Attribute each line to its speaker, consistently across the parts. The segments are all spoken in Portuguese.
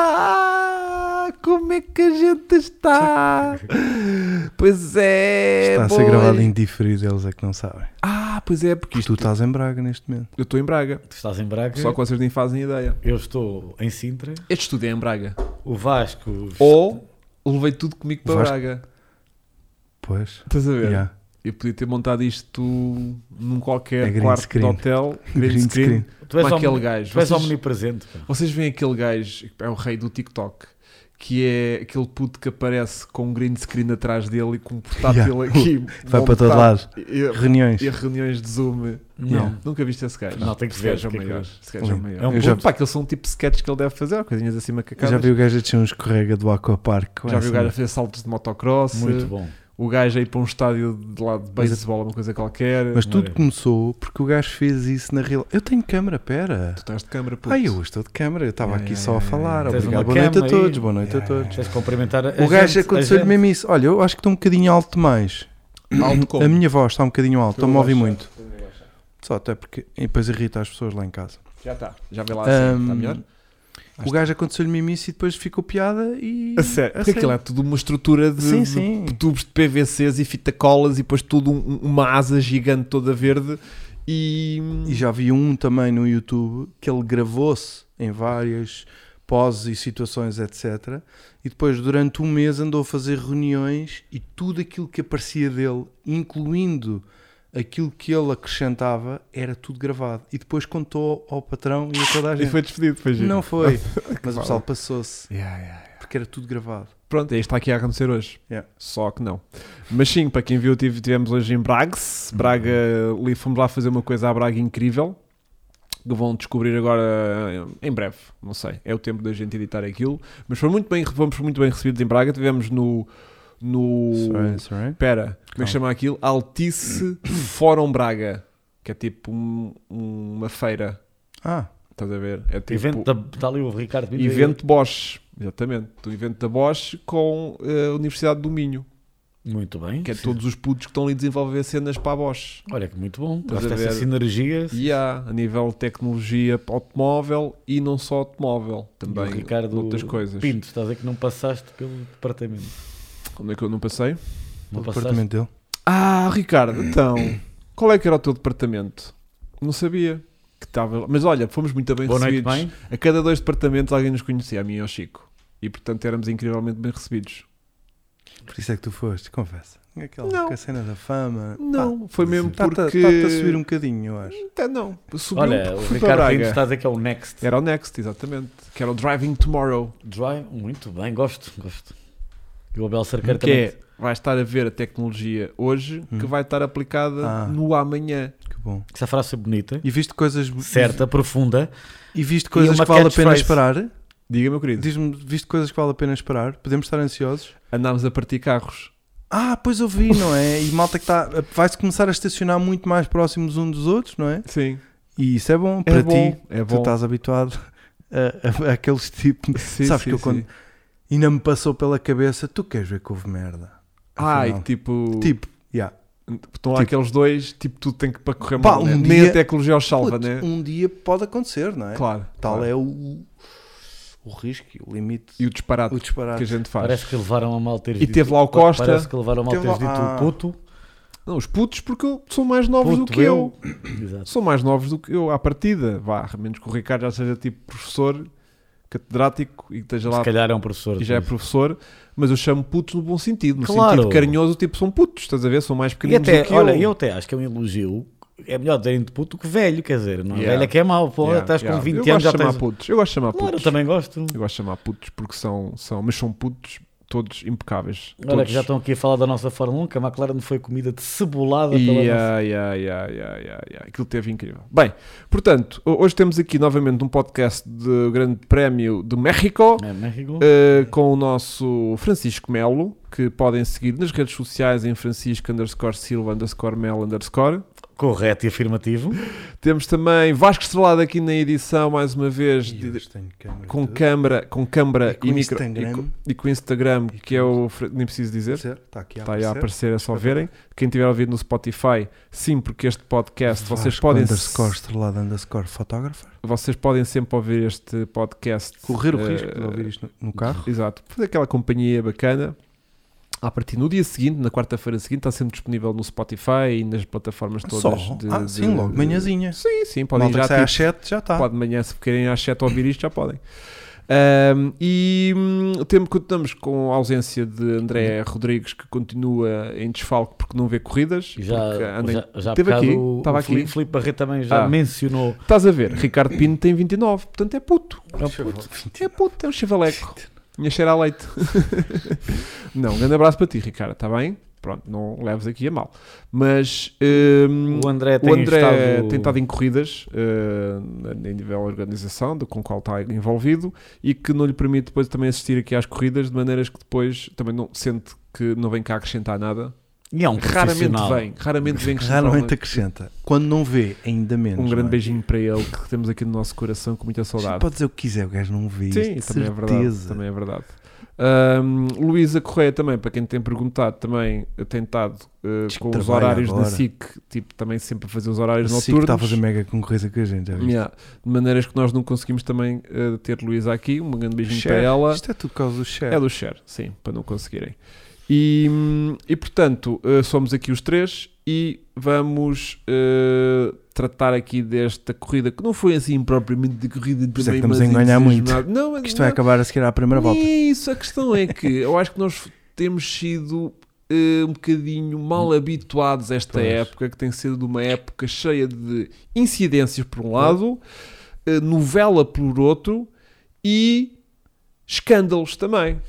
Speaker 1: Pá, como é que a gente está? Pois é.
Speaker 2: Está a ser
Speaker 1: boy.
Speaker 2: gravado em diferido, eles é que não sabem.
Speaker 1: Ah, pois é, porque
Speaker 2: Porque
Speaker 1: isto,
Speaker 2: tu estás em Braga neste momento.
Speaker 1: eu estou em Braga.
Speaker 3: Tu estás em Braga,
Speaker 1: Só que vocês nem fazem ideia.
Speaker 3: eu estou em Sintra,
Speaker 1: Este estudo é em Braga.
Speaker 3: o Vasco.
Speaker 1: Ou levei tudo comigo para
Speaker 2: Vasco-
Speaker 1: Braga.
Speaker 2: Pois.
Speaker 1: Estás a ver?
Speaker 2: Yeah.
Speaker 1: Eu podia ter montado isto num
Speaker 2: É
Speaker 1: qualquer
Speaker 2: green
Speaker 1: quarto
Speaker 2: screen.
Speaker 1: de hotel. Green,
Speaker 2: Green
Speaker 1: screen.
Speaker 2: screen.
Speaker 3: tu és,
Speaker 1: como
Speaker 3: omni-
Speaker 1: aquele gajo.
Speaker 3: tu és
Speaker 1: Vocês-
Speaker 3: omnipresente. pá.
Speaker 1: Vocês veem aquele gajo, é o rei do TikTok, que é aquele puto que aparece com um green screen atrás dele e com um portátil
Speaker 2: Yeah.
Speaker 1: aqui.
Speaker 2: Vai para todos
Speaker 1: montado.
Speaker 2: lados.
Speaker 1: E,
Speaker 2: Reuniões.
Speaker 1: e reuniões de Zoom. Não,
Speaker 2: Yeah.
Speaker 1: nunca viste esse gajo.
Speaker 3: Não, tem que
Speaker 1: Esse
Speaker 3: ver,
Speaker 1: gajo é o
Speaker 3: tem que
Speaker 1: maior.
Speaker 3: ver.
Speaker 1: Esse gajo é o
Speaker 2: Lindo.
Speaker 1: maior.
Speaker 3: É um
Speaker 1: Eu
Speaker 3: puto-
Speaker 1: já- Pá, aqueles são tipo sketches que ele deve fazer, coisinhas acima que
Speaker 2: Eu Já vi o gajo a descer um escorrega do aquapark. com
Speaker 1: Já vi
Speaker 2: essa
Speaker 1: o gajo a
Speaker 2: merda.
Speaker 1: fazer saltos de motocross.
Speaker 3: Muito bom.
Speaker 1: O gajo a ir para um estádio de lá de
Speaker 2: Mas-
Speaker 1: beisebol, uma coisa qualquer.
Speaker 2: Mas tudo
Speaker 3: Olha.
Speaker 2: começou porque o gajo fez isso na real. Eu tenho câmera, pera.
Speaker 1: Tu estás de câmara, puto.
Speaker 2: Ai, eu hoje estou de câmera. Eu estava
Speaker 1: Yeah,
Speaker 2: aqui
Speaker 1: yeah,
Speaker 2: só a
Speaker 1: yeah,
Speaker 2: falar.
Speaker 1: yeah.
Speaker 3: Tens
Speaker 2: Obrigado.
Speaker 3: uma
Speaker 2: Boa noite a
Speaker 3: cama aí. É.
Speaker 2: todos. Boa noite a todos.
Speaker 3: Tens de cumprimentar a
Speaker 2: O gajo
Speaker 3: gente,
Speaker 2: aconteceu-lhe
Speaker 3: a gente.
Speaker 2: mesmo isso. Olha, eu acho que estou um bocadinho alto demais.
Speaker 1: Alto como?
Speaker 2: A minha voz está um bocadinho alta,
Speaker 1: Eu
Speaker 2: estou-me a
Speaker 1: vou
Speaker 2: ouvir
Speaker 1: baixar,
Speaker 2: muito.
Speaker 1: eu vou baixar.
Speaker 2: Só até porque e depois irrita as pessoas lá em casa.
Speaker 1: Já está. Já vê lá assim. Está
Speaker 2: Ahm,
Speaker 1: melhor?
Speaker 2: O gajo aconteceu-lhe mesmo isso e depois ficou piada e.
Speaker 1: A sério, porque aquilo é tudo uma estrutura de,
Speaker 2: Sim,
Speaker 1: de
Speaker 2: sim.
Speaker 1: tubos de PVCs e fita colas e depois tudo um- uma asa gigante toda verde e,
Speaker 2: E já vi um também no YouTube que ele gravou-se em várias poses e situações, etc. E depois, durante um mês, andou a fazer reuniões e tudo aquilo que aparecia dele, incluindo aquilo que ele acrescentava, era tudo gravado. E depois contou ao patrão e a toda a
Speaker 1: e
Speaker 2: gente.
Speaker 1: foi despedido. Foi giro.
Speaker 2: Não foi, mas o
Speaker 1: mal.
Speaker 2: pessoal passou-se
Speaker 1: Yeah, yeah, yeah.
Speaker 2: porque era tudo gravado.
Speaker 1: Pronto, é isto que está aqui a acontecer hoje.
Speaker 2: Yeah.
Speaker 1: Só que não. Mas sim, para quem viu, tive- tivemos hoje em Brags. Braga, ali fomos lá fazer uma coisa à Braga incrível que vão descobrir agora eh, em breve, não sei, é o tempo da gente editar aquilo, mas foi muito bem, fomos muito bem recebidos em Braga, tivemos no no
Speaker 2: Sorry, sorry.
Speaker 1: Pera, como é
Speaker 2: Calma.
Speaker 1: que chama aquilo? Altice Fórum Braga, que é tipo um- um- uma feira,
Speaker 2: Ah,
Speaker 1: estás a ver? É tipo
Speaker 3: Evento da, está ali o Ricardo Pinto.
Speaker 1: evento Bosch, exatamente, do evento da Bosch com eh, a Universidade do Minho,
Speaker 3: Muito bem.
Speaker 1: que é todos os putos que estão ali a desenvolver cenas para a Bosch.
Speaker 3: Olha que muito bom.
Speaker 1: Estás
Speaker 3: Gosto
Speaker 1: a
Speaker 3: dessa
Speaker 1: ver?
Speaker 3: sinergia.
Speaker 1: E há, a nível de tecnologia para automóvel e não só automóvel,
Speaker 3: E
Speaker 1: também
Speaker 3: o Ricardo
Speaker 1: outras coisas.
Speaker 3: Pinto, estás a dizer que não passaste pelo departamento.
Speaker 1: Como é que eu não passei?
Speaker 3: Não
Speaker 2: o
Speaker 3: passaste.
Speaker 2: departamento dele.
Speaker 1: Ah, Ricardo, então, qual é que era o teu departamento? Não sabia que estava... Mas olha, fomos muito bem
Speaker 3: Boa noite,
Speaker 1: recebidos.
Speaker 3: bem.
Speaker 1: A cada dois departamentos alguém nos conhecia, a mim e ao Chico. E portanto éramos incrivelmente bem recebidos.
Speaker 2: Por isso é que tu foste, confessa. Aquela
Speaker 1: Não.
Speaker 2: com a cena da fama.
Speaker 1: Não, foi mesmo
Speaker 2: Está-te
Speaker 1: porque.
Speaker 2: Ah, a subir um bocadinho, eu acho.
Speaker 1: Tá, não, subiu
Speaker 3: Olha,
Speaker 1: porque
Speaker 3: o
Speaker 1: fui para
Speaker 3: Ricardo Pinto
Speaker 1: Braga.
Speaker 3: está a dizer que é o Next.
Speaker 1: Era o Next, exatamente. Que era o Driving Tomorrow.
Speaker 3: Drive, muito bem, gosto, gosto. E o Abel Cerqueira
Speaker 1: Que
Speaker 3: também.
Speaker 1: é, vai estar a ver a tecnologia hoje que
Speaker 2: Hum.
Speaker 1: vai estar aplicada
Speaker 2: Ah.
Speaker 1: no amanhã.
Speaker 2: Que bom.
Speaker 3: Essa frase foi bonita,
Speaker 2: E viste coisas.
Speaker 3: certa, profunda.
Speaker 2: E viste coisas
Speaker 3: uma
Speaker 2: que vale a pena
Speaker 3: catchphrase.
Speaker 2: esperar?
Speaker 1: Diga, meu querido.
Speaker 2: Diz-me, viste coisas que vale a pena esperar? Podemos estar ansiosos?
Speaker 1: Andámos a partir carros.
Speaker 2: Ah, pois eu vi, não é? E malta que está. Vai-se começar a estacionar muito mais próximos um dos outros, não é?
Speaker 1: Sim.
Speaker 2: E isso é bom
Speaker 1: É
Speaker 2: para
Speaker 1: bom.
Speaker 2: ti.
Speaker 1: é
Speaker 2: Tu tá-
Speaker 1: bom.
Speaker 2: estás habituado a, a- a aqueles tipos.
Speaker 1: Sim,
Speaker 2: Sabes
Speaker 1: sim,
Speaker 2: que eu
Speaker 1: sim.
Speaker 2: quando- E não me passou pela cabeça, tu queres ver que houve merda.
Speaker 1: Ai,
Speaker 2: Afinal.
Speaker 1: tipo.
Speaker 2: Tipo, yeah.
Speaker 1: Estão lá
Speaker 2: tipo-
Speaker 1: aqueles dois, tipo, tudo tem que para correr
Speaker 2: Pá,
Speaker 1: mal.
Speaker 2: um
Speaker 1: né?
Speaker 2: dia-
Speaker 1: Nem a tecnologia os salva,
Speaker 2: Puto,
Speaker 1: né?
Speaker 2: um dia pode acontecer, não é?
Speaker 1: Claro.
Speaker 2: Tal
Speaker 1: claro.
Speaker 2: é o, o risco, e o limite,
Speaker 1: E o disparate.
Speaker 2: o disparate.
Speaker 1: que a gente faz.
Speaker 3: Parece que levaram a mal teres
Speaker 1: E
Speaker 3: dito-
Speaker 1: teve lá o
Speaker 3: pa-
Speaker 1: Costa.
Speaker 3: Parece que levaram a mal
Speaker 2: Teve
Speaker 3: teres
Speaker 2: lá-
Speaker 3: dito o
Speaker 2: ah.
Speaker 3: puto.
Speaker 1: Não, os putos, porque eu- são mais novos
Speaker 3: puto
Speaker 1: do que eu.
Speaker 3: Exato.
Speaker 1: São mais novos do que eu à partida. Vá, a menos que o Ricardo já seja tipo professor, catedrático e esteja lá
Speaker 3: Se calhar é um professor.
Speaker 1: e já é
Speaker 3: depois.
Speaker 1: professor. Mas eu chamo putos no bom sentido. No
Speaker 3: Claro.
Speaker 1: sentido carinhoso, tipo, são putos, estás a ver? São mais
Speaker 3: E
Speaker 1: pequeninos do
Speaker 3: até,
Speaker 1: que
Speaker 3: olha, eu
Speaker 1: eu.
Speaker 3: até acho que é um elogio. É melhor dizerem de puto que velho, quer dizer, não é
Speaker 1: Yeah.
Speaker 3: velho é que é mau, pô,
Speaker 1: Yeah,
Speaker 3: estás
Speaker 1: yeah.
Speaker 3: com 20
Speaker 1: eu gosto
Speaker 3: anos já
Speaker 1: de chamar
Speaker 3: tens...
Speaker 1: putos. Eu gosto de chamar
Speaker 3: Claro, eu
Speaker 1: putos.
Speaker 3: também gosto.
Speaker 1: Eu gosto de chamar putos porque são, são mas são putos todos impecáveis.
Speaker 3: Olha
Speaker 1: todos.
Speaker 3: que já estão aqui a falar da nossa Fórmula 1, que a McLaren foi comida de cebolada pela nossa...
Speaker 1: Yeah, yeah, yeah, yeah, yeah, yeah. Aquilo teve incrível. Bem, portanto, ho- hoje temos aqui novamente um podcast do Grande Prémio do México.
Speaker 3: É, México?
Speaker 1: eh, com o nosso Francisco Melo, que podem seguir nas redes sociais em Francisco underscore Silva underscore Melo underscore.
Speaker 3: Correto e afirmativo.
Speaker 1: Temos também Vasco Estrelado aqui na edição, mais uma vez,
Speaker 2: E
Speaker 1: de-
Speaker 2: hoje tenho câmera
Speaker 1: com
Speaker 2: toda.
Speaker 1: câmara, com câmara
Speaker 2: E com
Speaker 1: e, micro-
Speaker 2: Instagram.
Speaker 1: e com, e com Instagram,
Speaker 2: E
Speaker 1: que é o. Fre- Nem preciso dizer.
Speaker 2: Certo, Está aqui tá a
Speaker 1: Está aí a
Speaker 2: aparecer.
Speaker 1: aparecer, é só verem. Quem tiver ouvido no Spotify, sim, porque este podcast vocês
Speaker 2: Vasco
Speaker 1: podem,
Speaker 2: Underscore, estrelado, underscore, fotógrafo.
Speaker 1: vocês podem sempre ouvir este podcast.
Speaker 2: Correr o
Speaker 1: eh,
Speaker 2: risco de ouvir isto no, no carro.
Speaker 1: Exato, fazer aquela companhia bacana. A partir no dia seguinte, na quarta-feira seguinte, está sempre disponível no Spotify e nas plataformas todas.
Speaker 2: Só?
Speaker 1: de-
Speaker 2: ah,
Speaker 1: de-
Speaker 2: sim, logo, manhãzinha.
Speaker 1: Sim, sim, podem
Speaker 2: Malta
Speaker 1: já
Speaker 2: que sai
Speaker 1: tipo,
Speaker 2: às 7, já tá. está.
Speaker 1: Pode amanhã, se querem às 7 ouvir isto, já podem. Ahm, e hum, o tempo que estamos com a ausência de André
Speaker 3: Uhum.
Speaker 1: Rodrigues, que continua em desfalque porque não vê corridas. porque
Speaker 3: Já,
Speaker 1: anda em-
Speaker 3: já, já há
Speaker 1: Teve
Speaker 3: bocado
Speaker 1: aqui,
Speaker 3: o-
Speaker 1: estava
Speaker 3: o Fili-
Speaker 1: aqui.
Speaker 3: Filipe Barreto também já
Speaker 1: Ah.
Speaker 3: mencionou.
Speaker 1: Estás a ver, Ricardo Pino tem 29, portanto é puto.
Speaker 3: É um puto.
Speaker 1: É puto, é um chavaleco. Minha cheira a leite. não, um grande abraço para ti, Ricardo, está bem? Pronto, não leves aqui a mal. Mas. hum,
Speaker 3: O André tem
Speaker 1: O André
Speaker 3: estado...
Speaker 1: tem estado em corridas eh, a nível organização, do, com o qual está envolvido, e que não lhe permite depois também assistir aqui às corridas, de maneiras que depois também não sente que não vem cá acrescentar nada.
Speaker 3: E é um
Speaker 1: Raramente
Speaker 3: profissional.
Speaker 1: vem, raramente vem acrescentar
Speaker 2: Raramente
Speaker 1: nada.
Speaker 2: acrescenta. Quando não vê, ainda menos.
Speaker 1: Um
Speaker 2: não
Speaker 1: grande
Speaker 2: é?
Speaker 1: beijinho para ele, que temos aqui no nosso coração com muita
Speaker 2: A gente
Speaker 1: saudade.
Speaker 2: Pode dizer o que quiser, o gajo não vê isto,
Speaker 1: Sim,
Speaker 2: de
Speaker 1: também é verdade.
Speaker 2: certeza.
Speaker 1: Também é verdade. Ahm, Luísa Correia também, para quem tem perguntado, também tem estado eh,
Speaker 2: Diz que
Speaker 1: com os
Speaker 2: trabalha
Speaker 1: horários da
Speaker 2: agora.
Speaker 1: SIC, tipo, também sempre a fazer os horários
Speaker 2: Assim que
Speaker 1: noturnos.
Speaker 2: está a fazer mega concorrência com a gente. já viste?
Speaker 1: Yeah. De maneiras que nós não conseguimos também eh, ter Luísa aqui. Um grande beijinho
Speaker 2: Share.
Speaker 1: para ela.
Speaker 2: Isto é tudo por causa do chefe.
Speaker 1: É do share, sim, para não conseguirem. E, hum, e portanto, eh, somos aqui os três e vamos eh, tratar aqui desta corrida que não foi assim propriamente de corrida
Speaker 2: Por isso é
Speaker 1: também,
Speaker 2: que estamos
Speaker 1: mas
Speaker 2: a enganar muito.
Speaker 1: entusiasmado. Não, mas
Speaker 2: Isto é vai
Speaker 1: não-
Speaker 2: acabar a seguir à primeira
Speaker 1: nem
Speaker 2: volta.
Speaker 1: é isso, a questão é que eu acho que nós temos sido eh, um bocadinho mal habituados a esta
Speaker 2: Pois.
Speaker 1: época, que tem sido uma época cheia de incidências por um lado, eh, novela por outro e escândalos também.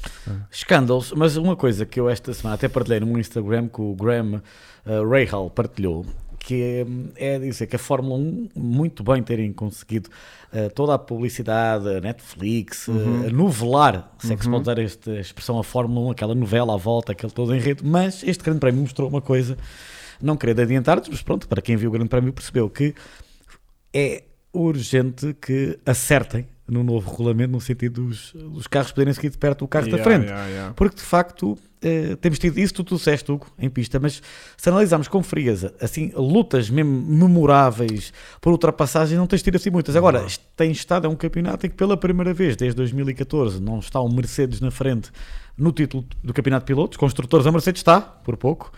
Speaker 3: Escândalos, mas uma coisa que eu esta semana até partilhei no meu Instagram que o Graham uh, Rahal partilhou, que hum, é dizer que a Fórmula 1, muito bem terem conseguido uh, toda a publicidade, a Netflix, uh, a novelar, se é que se pode usar esta expressão, a Fórmula 1, aquela novela à volta, aquele todo enredo, mas este Grande Prémio mostrou uma coisa, não querendo adiantar-nos, mas pronto, para quem viu o Grande Prémio percebeu que é urgente que acertem no novo regulamento, no sentido dos, dos carros poderem seguir de perto o carro da frente. Porque de facto eh, temos tido isso, tu disseste, Hugo, em pista, mas se analisarmos com frieza, assim, lutas mesmo memoráveis por ultrapassagem, não tens tido assim muitas. Agora, est- tem estado, é um campeonato em que pela primeira vez desde 2014 não está o Mercedes na frente no título do campeonato de pilotos, construtores, a Mercedes está, por pouco.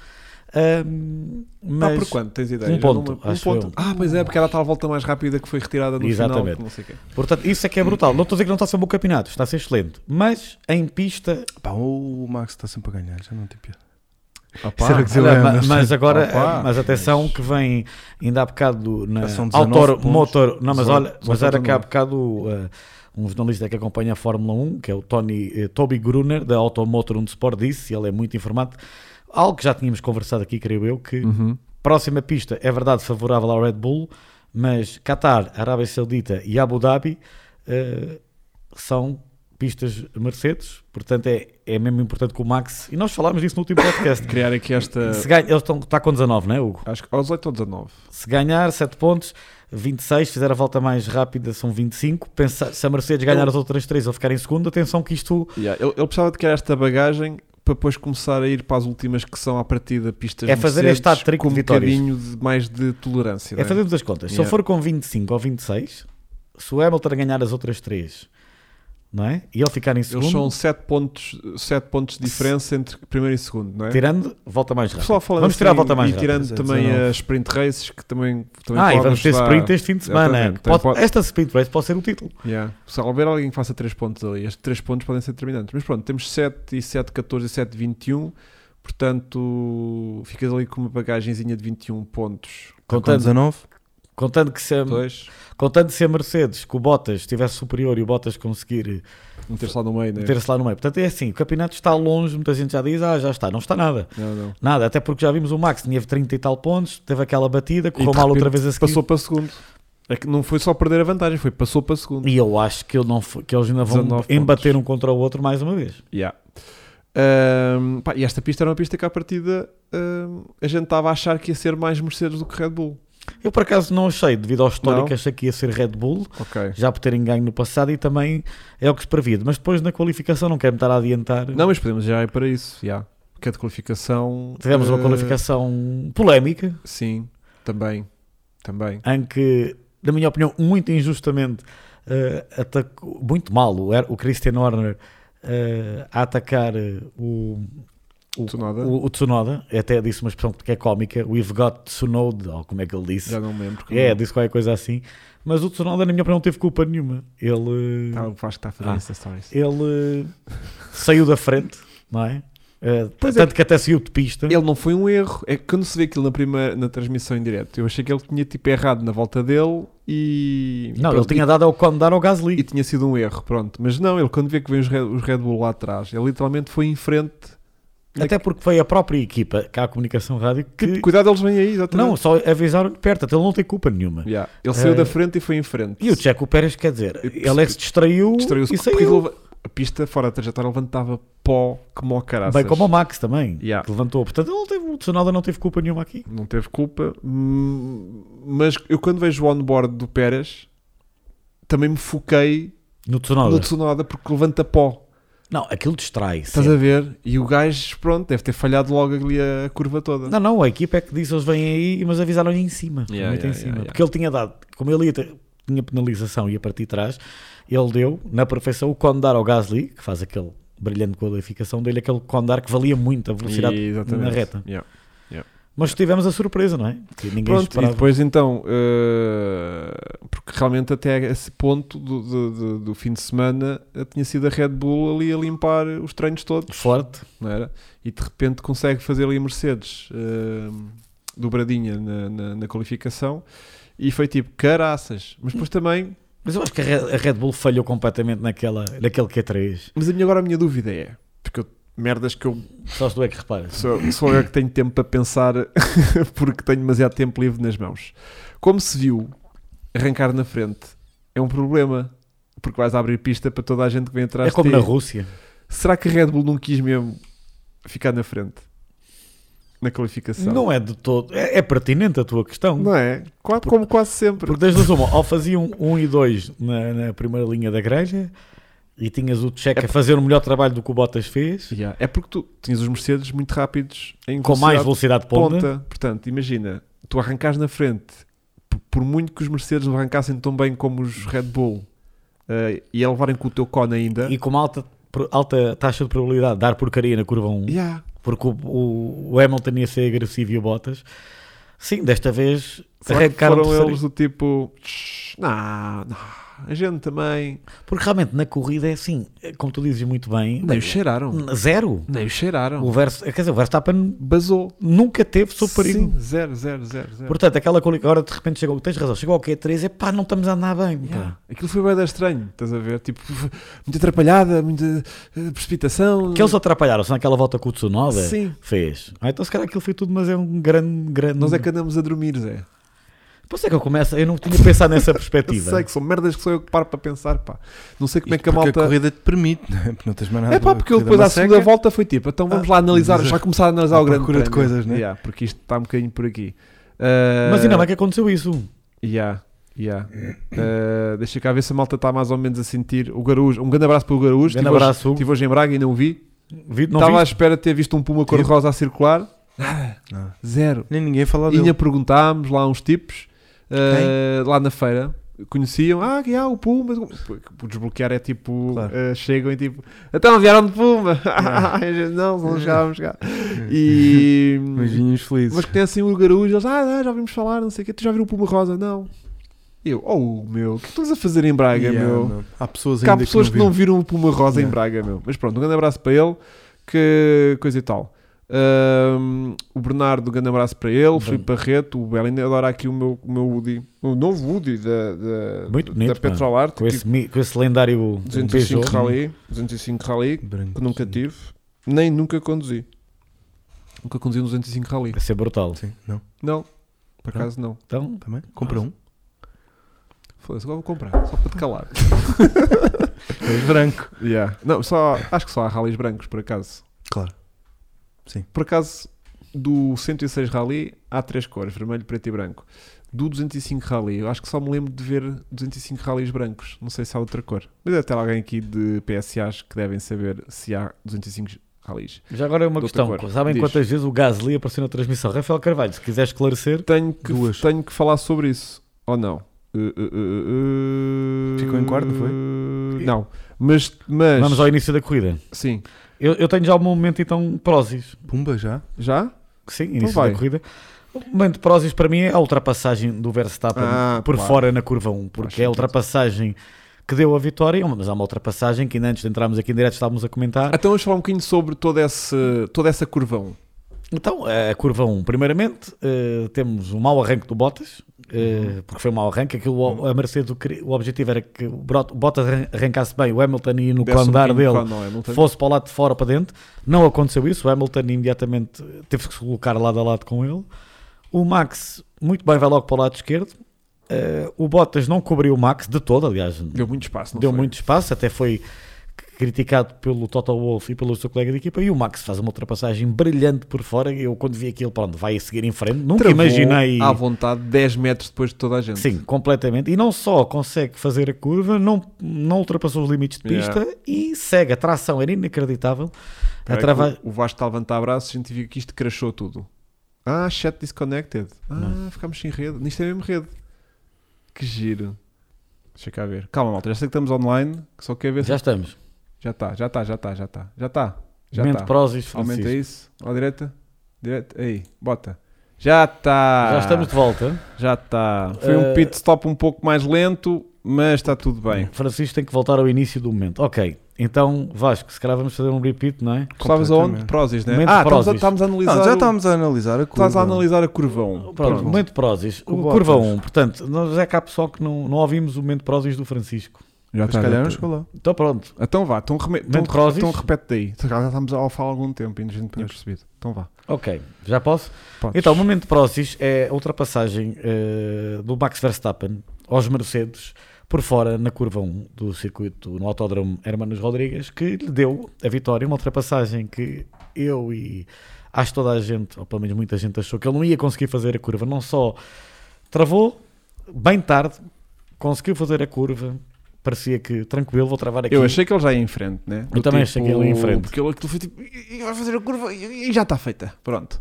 Speaker 3: Ahm,
Speaker 1: Mas...
Speaker 3: mas
Speaker 1: por quanto? Tens ideia?
Speaker 3: um
Speaker 1: Já
Speaker 3: ponto,
Speaker 1: não- um
Speaker 3: acho
Speaker 1: ponto.
Speaker 3: eu.
Speaker 1: Ah, pois é, porque era a tal volta mais rápida que foi retirada no final.
Speaker 3: Exatamente.
Speaker 1: que Não sei o quê.
Speaker 3: Portanto, isso é que é brutal. Não estou a dizer que não está a ser um bom campeonato, está a ser excelente. Mas em pista.
Speaker 2: Pá, o Max está sempre a ganhar, já não tem piada.
Speaker 1: Opa,
Speaker 2: Será que- Mas ele
Speaker 3: Olha,
Speaker 2: é
Speaker 3: ma- mas,
Speaker 2: Emerson.
Speaker 3: agora, eh,
Speaker 2: Opa,
Speaker 3: mas atenção que vem ainda há bocado na
Speaker 2: Já são 19
Speaker 3: Autor
Speaker 2: pontos.
Speaker 3: Motor. Não, mas
Speaker 2: Só-
Speaker 3: olha,
Speaker 2: só
Speaker 3: mas era
Speaker 2: faltam
Speaker 3: que há
Speaker 2: nove.
Speaker 3: bocado uh, um jornalista que acompanha a Fórmula 1, que é o Tony, eh, Toby Gruner, da Automotor Motor Sport, disse, e ele é muito informado, algo que já tínhamos conversado aqui, creio eu, que
Speaker 2: Hum.
Speaker 1: Uhum.
Speaker 3: Próxima pista é verdade favorável ao Red Bull, mas Qatar, Arábia Saudita e Abu Dhabi eh, são pistas Mercedes, portanto é, é mesmo importante que o Max. E nós falámos disso no último podcast.
Speaker 1: Criar aqui esta.
Speaker 3: Se ganha, eles estão está com 19, não é, Hugo?
Speaker 1: Acho que aos 8 ou 19.
Speaker 3: Se ganhar 7 pontos, 26, fizer a volta mais rápida são 25. Pensa, se a Mercedes ganhar as outras 3 ou ficar em segundo, atenção que isto
Speaker 1: Yeah, Ele, ele precisava de criar esta bagagem para depois começar a ir para as últimas que são à partida pistas
Speaker 3: É fazer
Speaker 1: Mercedes
Speaker 3: este hat-trick
Speaker 1: com um
Speaker 3: de vitórias.
Speaker 1: bocadinho de, mais de tolerância.
Speaker 3: É
Speaker 1: não é?
Speaker 3: fazermos as contas. Se eu
Speaker 1: Yeah.
Speaker 3: for com 25 ou 26, se o Hamilton ganhar as outras 3, não é? E ele ficar em segundo,
Speaker 1: Eles são 7 pontos, sete pontos de diferença entre primeiro e segundo, não é?
Speaker 3: tirando, volta mais
Speaker 1: O
Speaker 3: rápido.
Speaker 1: pessoal fala
Speaker 3: Vamos
Speaker 1: assim,
Speaker 3: tirar a volta mais
Speaker 1: E
Speaker 3: rápida.
Speaker 1: tirando
Speaker 2: Pois é,
Speaker 1: também
Speaker 2: 19.
Speaker 1: as sprint races, que também, também
Speaker 3: Ah, e
Speaker 1: pode
Speaker 3: vamos ter
Speaker 1: ajudar.
Speaker 3: sprint este fim de semana.
Speaker 1: Exatamente. Também
Speaker 3: Pode-
Speaker 1: pode-
Speaker 3: Esta sprint race pode ser o título.
Speaker 1: Yeah. Se houver alguém que faça 3 pontos ali, estes 3 pontos podem ser determinantes. Mas pronto, temos 7 e 7, 14 e 7, 21. Portanto, ficas ali com uma bagagenzinha de 21 pontos.
Speaker 2: Com
Speaker 3: Contando,
Speaker 2: 19,
Speaker 3: contando, que se a,
Speaker 1: Dois,
Speaker 3: contando se a Mercedes, que o Bottas estivesse superior e o Bottas conseguir
Speaker 1: meter-se lá no meio, né?
Speaker 3: meter-se lá no meio. Portanto, é assim, o campeonato está longe, muita gente já diz, ah, já está. Não está nada.
Speaker 1: Não, não.
Speaker 3: Nada, até porque já vimos o Max, tinha 30 e tal pontos, teve aquela batida, correu
Speaker 1: de
Speaker 3: mal outra
Speaker 1: repente
Speaker 3: vez a seguir.
Speaker 1: Passou para segundo. É que não foi só perder a vantagem, foi passou para segundo.
Speaker 3: E eu acho que, eu não, f- que eles ainda vão
Speaker 1: 19 pontos.
Speaker 3: embater um contra o outro mais uma vez.
Speaker 1: Yeah. Ahm, pá, e esta pista era uma pista que, à partida, ahm, a gente estava a achar que ia ser mais Mercedes do que Red Bull.
Speaker 3: Eu por acaso não achei, devido ao histórico,
Speaker 1: Não?
Speaker 3: achei que ia ser Red Bull,
Speaker 1: Ok.
Speaker 3: já por terem ganho no passado e também é o que se previa. Mas depois na qualificação, não quero me estar a adiantar.
Speaker 1: Não, mas podemos já ir para isso, já. Porque a de qualificação.
Speaker 3: Tivemos uma
Speaker 1: eh,
Speaker 3: qualificação polémica,
Speaker 1: Sim, também. Também.
Speaker 3: em que, na minha opinião, muito injustamente eh, atacou, muito mal, o, Her- o Christian Horner eh, a atacar eh, o, o,
Speaker 1: Tsunoda?
Speaker 3: o, o Tsunoda. Até disse uma expressão que é cómica: We've got Tsunoda, ou como é que ele disse.
Speaker 1: Já não me lembro.
Speaker 3: É, disse qualquer coisa assim. Mas o Tsunoda, na minha opinião, não teve culpa nenhuma. Ele,
Speaker 1: Ah, o Vasco está a fazer
Speaker 3: Ah.
Speaker 1: essa stories.
Speaker 3: ele saiu da frente, não é? Eh, tanto que até saiu de pista.
Speaker 1: Ele não foi um erro. É que quando se vê aquilo na, primeira, na transmissão em direto, eu achei que ele tinha tipo errado na volta dele e. e
Speaker 3: Não, ele
Speaker 1: pronto,
Speaker 3: tinha dado ao condar
Speaker 1: e,
Speaker 3: ao
Speaker 1: e
Speaker 3: Gasly.
Speaker 1: tinha sido um erro, pronto. Mas não, ele quando vê que vem os Red, os Red Bull lá atrás, ele literalmente foi em frente.
Speaker 3: Até porque foi a própria equipa, cá a comunicação rádio, que
Speaker 1: Tipo, Cuidado, eles vêm aí,
Speaker 3: Não,
Speaker 1: exatamente.
Speaker 3: só avisaram-lhe perto, até ele não tem culpa nenhuma.
Speaker 1: Yeah. Ele saiu
Speaker 3: Eh,
Speaker 1: da frente e foi em frente.
Speaker 3: E o Checo Pérez, quer dizer,
Speaker 1: E-
Speaker 3: ele é que se distraiu,
Speaker 1: Distraiu-se
Speaker 3: e
Speaker 1: porque ele
Speaker 3: saiu.
Speaker 1: leva- a pista fora da trajetória levantava pó como ao caraças.
Speaker 3: Bem como o Max também,
Speaker 1: Yeah.
Speaker 3: que levantou. Portanto, ele não teve, o Tsunoda não teve culpa nenhuma aqui.
Speaker 1: Não teve culpa, hum, mas eu quando vejo o onboard do Pérez também me foquei
Speaker 3: No Tsunoda.
Speaker 1: no Tsunoda porque levanta pó.
Speaker 3: Não, aquilo distrai.
Speaker 1: Estás
Speaker 3: sempre.
Speaker 1: a ver? E o gajo, pronto, deve ter falhado logo ali a curva toda.
Speaker 3: Não, não, a equipa é que disse, eles vêm aí, mas avisaram-lhe em cima.
Speaker 1: Yeah,
Speaker 3: muito
Speaker 1: yeah,
Speaker 3: em
Speaker 1: yeah,
Speaker 3: cima.
Speaker 1: yeah.
Speaker 3: Porque ele tinha dado, como ele ia ter- tinha penalização e ia partir de trás, ele deu, na perfeição, o condar ao Gasly, que faz aquele brilhante qualificação dele, aquele condar que valia muito a velocidade.
Speaker 1: E- exatamente.
Speaker 3: na reta.
Speaker 1: Yeah.
Speaker 3: Mas tivemos a surpresa, não é? Que ninguém
Speaker 1: Pronto, e
Speaker 3: esperava.
Speaker 1: depois então, eh, porque realmente até esse ponto do, do- do- do fim de semana eh, tinha sido a Red Bull ali a limpar os treinos todos,
Speaker 3: Forte.
Speaker 1: não era? E de repente consegue fazer ali a Mercedes eh, dobradinha na, na- na qualificação e foi tipo caraças, mas depois também.
Speaker 3: Mas eu acho que a Red, a Red Bull falhou completamente naquela, naquele Q3.
Speaker 1: Mas a minha, agora a minha dúvida é, porque eu- merdas que eu
Speaker 3: Só se tu é que reparas.
Speaker 1: Sou, sou eu que tenho tempo para pensar porque tenho demasiado tempo livre nas mãos. Como se viu, arrancar na frente é um problema porque vais abrir pista para toda a gente que vem atrás
Speaker 3: É
Speaker 1: de
Speaker 3: como
Speaker 1: ti.
Speaker 3: na Rússia.
Speaker 1: Será que a Red Bull não quis mesmo ficar na frente na qualificação?
Speaker 3: Não é de todo. É, é pertinente a tua questão.
Speaker 1: Não é? Qua- como quase sempre.
Speaker 3: Porque desde as uma, ou faziam 1 e 2 na, na primeira linha da grelha e tinhas o
Speaker 1: É
Speaker 3: Checo a fazer o melhor trabalho do que o Bottas fez,
Speaker 1: Yeah, É porque tu tinhas os Mercedes muito rápidos em
Speaker 3: com mais
Speaker 1: velocidade
Speaker 3: velocidade de ponta.
Speaker 1: ponta. Portanto, imagina, tu arrancares na frente, p- por muito que os Mercedes não arrancassem tão bem como os Red Bull eh, e a levarem com o teu cone ainda,
Speaker 3: e com uma alta, pro- alta taxa de probabilidade de dar porcaria na curva 1,
Speaker 1: yeah,
Speaker 3: porque o, o, o Hamilton ia ser agressivo e o Bottas. Sim, desta vez
Speaker 1: será que
Speaker 3: arrancaram
Speaker 1: foram
Speaker 3: terceiro.
Speaker 1: eles do tipo, "Shh, não, não, a gente também.
Speaker 3: Porque realmente na corrida é assim, como tu dizes muito bem,
Speaker 1: Nem o cheiraram,
Speaker 3: zero.
Speaker 1: nem o cheiraram.
Speaker 3: O Vers, quer dizer, o Verstappen
Speaker 1: Basou.
Speaker 3: nunca teve superior.
Speaker 1: Sim, zero, zero, zero, zero.
Speaker 3: Portanto, aquela qualificação, agora de repente chegou, tens razão, chegou ao Q3, é pá, não estamos a andar bem. pá.
Speaker 1: Yeah. Aquilo foi bem estranho, estás a ver? Tipo, muita atrapalhada, muita eh, precipitação.
Speaker 3: Que eles atrapalharam-se naquela volta com o Tsunoda.
Speaker 1: Sim.
Speaker 3: Fez. Ah, então se calhar aquilo foi tudo, mas é um grande, grande.
Speaker 1: Nós é que andamos a dormir, Zé.
Speaker 3: Pois é que eu começo, eu não tinha pensado nessa
Speaker 1: Eu
Speaker 3: perspectiva.
Speaker 1: sei que são merdas que sou eu que paro para pensar, pá. Não sei como é
Speaker 2: né? Isto
Speaker 1: que a
Speaker 2: porque
Speaker 1: malta.
Speaker 2: a corrida te permite, não é? Porque não tens mais nada
Speaker 1: É pá,
Speaker 2: a
Speaker 1: porque eu
Speaker 2: corrida
Speaker 1: depois
Speaker 2: é uma
Speaker 1: à segunda
Speaker 2: seca.
Speaker 1: volta foi tipo, então vamos
Speaker 2: Ah,
Speaker 1: lá analisar,
Speaker 2: mas
Speaker 1: já
Speaker 2: é-
Speaker 1: começar a analisar
Speaker 2: à
Speaker 1: o grande
Speaker 2: procura de
Speaker 1: prémio.
Speaker 2: coisas, né?
Speaker 1: Yeah, porque isto está um bocadinho por aqui. Uh,
Speaker 3: Mas ainda bem que aconteceu isso.
Speaker 1: yeah, yeah. Uh, deixa cá ver se a malta está mais ou menos a sentir. O Garujo, um grande abraço para o Garujo.
Speaker 3: Grande
Speaker 1: Estive hoje-
Speaker 3: abraço, Hugo.
Speaker 1: Estive hoje em Braga e não o vi.
Speaker 3: Vi, não
Speaker 1: Estava à
Speaker 3: viste?
Speaker 1: espera de ter visto um puma cor-de-rosa a circular. Nada.
Speaker 2: Nada.
Speaker 1: Zero.
Speaker 2: Nem ninguém fala
Speaker 1: E
Speaker 2: dele.
Speaker 1: ainda perguntámos lá a uns tipos uh, lá na feira. Conheciam, ah, que há o Puma. Porque Desbloquear é tipo,
Speaker 2: Claro.
Speaker 1: uh, chegam e tipo, então vieram de Puma. não, não chegávamos cá. E.
Speaker 2: Beijinhos felizes.
Speaker 1: Mas conhecem o Garujo, eles, ah, não, já ouvimos falar, não sei o quê, tu já viram o Puma Rosa? Não. Eu, oh, meu, o que estás a fazer em Braga,
Speaker 2: Yeah,
Speaker 1: meu?
Speaker 2: não. Há pessoas
Speaker 1: Porque há
Speaker 2: ainda
Speaker 1: pessoas que não,
Speaker 2: viram.
Speaker 1: viram o Puma Rosa em
Speaker 2: Yeah.
Speaker 1: Braga, meu. Mas pronto, um grande abraço para ele, que coisa e tal. Ahm, o Bernardo, um grande abraço para ele, o Filipe Barreto, o Belin, adora aqui o meu, o meu Woody, o novo Woody da, da,
Speaker 3: Muito bonito,
Speaker 1: da Petrolart,
Speaker 3: Com esse, mi- com esse lendário
Speaker 1: 205
Speaker 3: Peugeot.
Speaker 1: Rally, 205 Rally,
Speaker 2: Branco.
Speaker 1: que nunca tive, nem nunca conduzi. Nunca conduzi um 205 Rally.
Speaker 3: Vai ser brutal.
Speaker 2: Sim, não.
Speaker 1: Não, por
Speaker 2: Não?
Speaker 1: acaso não.
Speaker 3: Então,
Speaker 2: Também? Compra um.
Speaker 1: Foda-se, agora vou comprar, só para te calar.
Speaker 2: Dois branco.
Speaker 1: Não, só, acho que só há ralis brancos, por acaso.
Speaker 2: Claro.
Speaker 1: Por acaso, do 106 Rally há três cores: vermelho, preto e branco. Do 205 Rally, eu acho que só me lembro de ver 205 Rallys brancos. Não sei se há outra cor. Mas deve ter alguém aqui de PSAs que devem saber se há 205 Rallys.
Speaker 3: Já agora é uma
Speaker 1: De outra
Speaker 3: questão.
Speaker 1: cor.
Speaker 3: Sabem
Speaker 1: Diz.
Speaker 3: quantas vezes o Gasly apareceu na transmissão? Rafael Carvalho, se quiser esclarecer,
Speaker 1: Tenho que,
Speaker 2: Duas.
Speaker 1: tenho que falar sobre isso, ou não? Uh, uh, uh, uh,
Speaker 2: Ficou em quarto, não foi?
Speaker 1: uh, Não, mas, mas
Speaker 3: vamos ao início da corrida.
Speaker 1: sim,
Speaker 3: Eu, eu tenho já um momento então prósis.
Speaker 2: Pumba já.
Speaker 1: já?
Speaker 3: Sim, início
Speaker 1: Então vai.
Speaker 3: da corrida. O momento prósis para mim é a ultrapassagem do Verstappen
Speaker 1: Ah,
Speaker 3: por
Speaker 1: claro.
Speaker 3: fora na curva 1, porque
Speaker 1: Faz
Speaker 3: é a
Speaker 1: sentido.
Speaker 3: ultrapassagem que deu a vitória, mas há uma ultrapassagem que ainda antes de entrarmos aqui em direto estávamos a comentar.
Speaker 1: Então vamos falar um bocadinho sobre toda essa, toda essa curvão.
Speaker 3: Então, a curva 1, primeiramente, eh, temos um mau arranque do Bottas, eh, porque foi um mau arranque. Aquilo, a Mercedes, o, que- o objetivo era que o Brot- o Bottas arran- arrancasse bem, o Hamilton ia no
Speaker 1: um
Speaker 3: condar dele
Speaker 1: é,
Speaker 3: fosse para o lado de fora ou para dentro. Não aconteceu isso. O Hamilton imediatamente teve que se colocar lado a lado com ele. O Max, muito bem, vai logo para o lado esquerdo. Eh, o Bottas não cobriu o Max de todo, aliás,
Speaker 1: Deu muito espaço, não
Speaker 3: deu
Speaker 1: foi?
Speaker 3: muito espaço, até foi criticado pelo Toto Wolff e pelo seu colega de equipa. E o Max faz uma ultrapassagem brilhante por fora. Eu, quando vi aquilo, pronto, vai seguir em frente. Nunca
Speaker 1: Travou
Speaker 3: imaginei.
Speaker 1: à vontade 10 metros depois de toda a gente.
Speaker 3: Sim, completamente. E não só consegue fazer a curva, não, não ultrapassou os limites de pista
Speaker 1: Yeah.
Speaker 3: e segue. A tração era inacreditável. A
Speaker 1: Espera aí
Speaker 3: trava-
Speaker 1: que O o Vasco está a levantar braços e a gente viu que isto crashou tudo. Ah, chat disconnected. Ah, ficámos sem rede. Nisto é mesmo rede. Que giro. Deixa cá ver. Calma, malta. Já sei que estamos online. que Só quer ver
Speaker 3: Já
Speaker 1: se.
Speaker 3: estamos.
Speaker 1: Já está, já está, já está, já está. Já está. Já
Speaker 3: Mente
Speaker 1: está.
Speaker 3: prósis,
Speaker 1: Aumenta
Speaker 3: Francisco.
Speaker 1: isso. Ó, direita. Direita. Aí, bota. Já está.
Speaker 3: Já estamos de volta.
Speaker 1: Já está. Foi um
Speaker 3: Eh,
Speaker 1: pit stop um pouco mais lento, mas está tudo bem.
Speaker 3: Francisco tem que voltar ao início do momento. Ok, então Vasco, se calhar vamos fazer um repeat, não é?
Speaker 1: Gostavas aonde?
Speaker 2: Completamente.
Speaker 1: Prósis, né?
Speaker 3: Momento
Speaker 1: Ah, estamos a,
Speaker 3: prósis.
Speaker 1: estamos a analisar.
Speaker 2: Não, já
Speaker 1: o-
Speaker 2: estávamos a analisar a curva.
Speaker 1: Estás a analisar a curvão.
Speaker 3: Pronto, momento prósis.
Speaker 2: Com
Speaker 3: O curva
Speaker 2: botas.
Speaker 3: 1, portanto, nós é que há pessoal que não, não ouvimos o momento prósis do Francisco.
Speaker 1: Já tá.
Speaker 2: Mas se calhar não chegou lá.
Speaker 3: Então pronto,
Speaker 1: Então vá, então, reme... então,
Speaker 3: Mente Prozis?
Speaker 1: então repete daí. Se calhar Já estamos a falar há algum tempo e a gente não tinha percebido. Então vá.
Speaker 3: ok, já posso?
Speaker 1: Podes.
Speaker 3: Então, o momento prósis é a ultrapassagem eh, do Max Verstappen aos Mercedes por fora na curva 1 do circuito no Autódromo Hermanos Rodrigues, que lhe deu a vitória. Uma ultrapassagem que eu e acho toda a gente, ou pelo menos muita gente, achou que ele não ia conseguir fazer a curva. Não só travou, bem tarde, conseguiu fazer a curva, parecia que tranquilo, vou travar aqui.
Speaker 1: Eu achei que ele já ia em frente, né?
Speaker 3: Eu também achei que ele ia em frente.
Speaker 1: Porque ele aquilo foi tipo, "E- e vai fazer a curva e e já está feita. Pronto.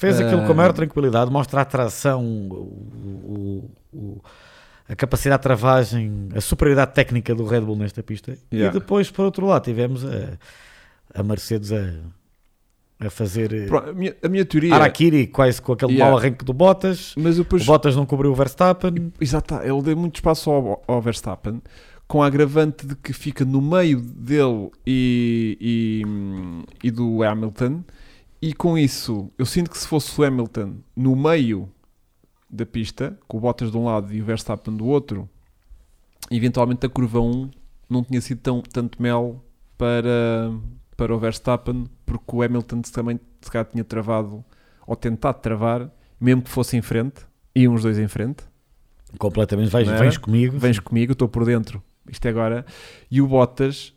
Speaker 3: Fez aquilo com a
Speaker 1: Ah.
Speaker 3: maior tranquilidade, mostra a tração, o- o- o- a capacidade de travagem, a superioridade técnica do Red Bull nesta pista.
Speaker 1: Yeah.
Speaker 3: E depois, por outro lado, tivemos a, a Mercedes a, a fazer eh,
Speaker 1: Pronto, a, minha, a minha teoria.
Speaker 3: Araquiri, quase com aquele
Speaker 1: Yeah.
Speaker 3: mau arranque do Bottas.
Speaker 1: Mas eu
Speaker 3: O
Speaker 1: depois.
Speaker 3: Bottas não cobriu o Verstappen.
Speaker 1: Exato, tá, ele deu muito espaço ao, ao Verstappen com a agravante de que fica no meio dele e, e, e do Hamilton. E com isso, eu sinto que se fosse o Hamilton no meio da pista, com o Bottas de um lado e o Verstappen do outro, eventualmente a curva 1 não tinha sido tão, tanto mel para, para o Verstappen, porque o Hamilton também se calhar tinha travado ou tentado travar, mesmo que fosse em frente, iam os dois em frente
Speaker 3: Completamente, vais,
Speaker 1: Não era?
Speaker 3: vens comigo.
Speaker 1: Uhum. vens comigo, estou por dentro. Isto é agora. E o Bottas,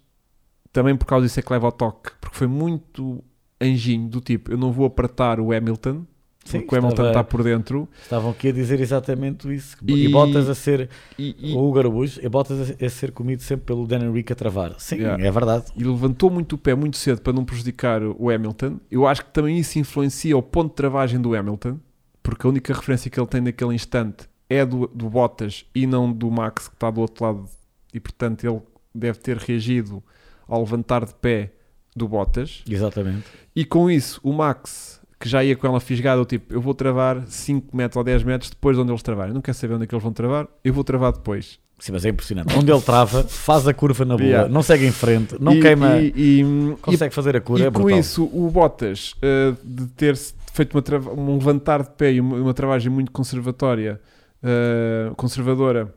Speaker 1: também por causa disso é que leva ao toque, porque foi muito anjinho do tipo, eu não vou apertar o Hamilton,
Speaker 3: Sim,
Speaker 1: porque o Hamilton
Speaker 3: estava-
Speaker 1: está por dentro.
Speaker 3: Estavam aqui a dizer exatamente isso.
Speaker 1: E-
Speaker 3: E, Bottas a ser,
Speaker 1: E, e-
Speaker 3: o Garabujo, e Bottas a, a ser comido sempre pelo Dan Henrique a travar. Sim,
Speaker 1: Yeah.
Speaker 3: é verdade.
Speaker 1: e levantou muito o pé muito cedo para não prejudicar o Hamilton. Eu acho que também isso influencia o ponto de travagem do Hamilton, porque a única referência que ele tem naquele instante é do, do Bottas e não do Max que está do outro lado e portanto ele deve ter reagido ao levantar de pé do Bottas
Speaker 3: Exatamente.
Speaker 1: E com isso, o Max, que já ia com ela fisgado, eu tipo, eu vou travar 5 metros ou 10 metros depois de onde eles travarem. Não quero saber onde é que eles vão travar, eu vou travar depois.
Speaker 3: Sim, mas é impressionante. Onde ele trava, faz a curva na boa,
Speaker 1: Yeah.
Speaker 3: não segue em frente, não
Speaker 1: E-
Speaker 3: queima,
Speaker 1: E, e-
Speaker 3: consegue fazer a
Speaker 1: e- e
Speaker 3: cura, é
Speaker 1: com
Speaker 3: brutal.
Speaker 1: isso, o Bottas, eh, de ter feito uma trava- um levantar de pé e uma, uma travagem muito conservatória, eh, conservadora,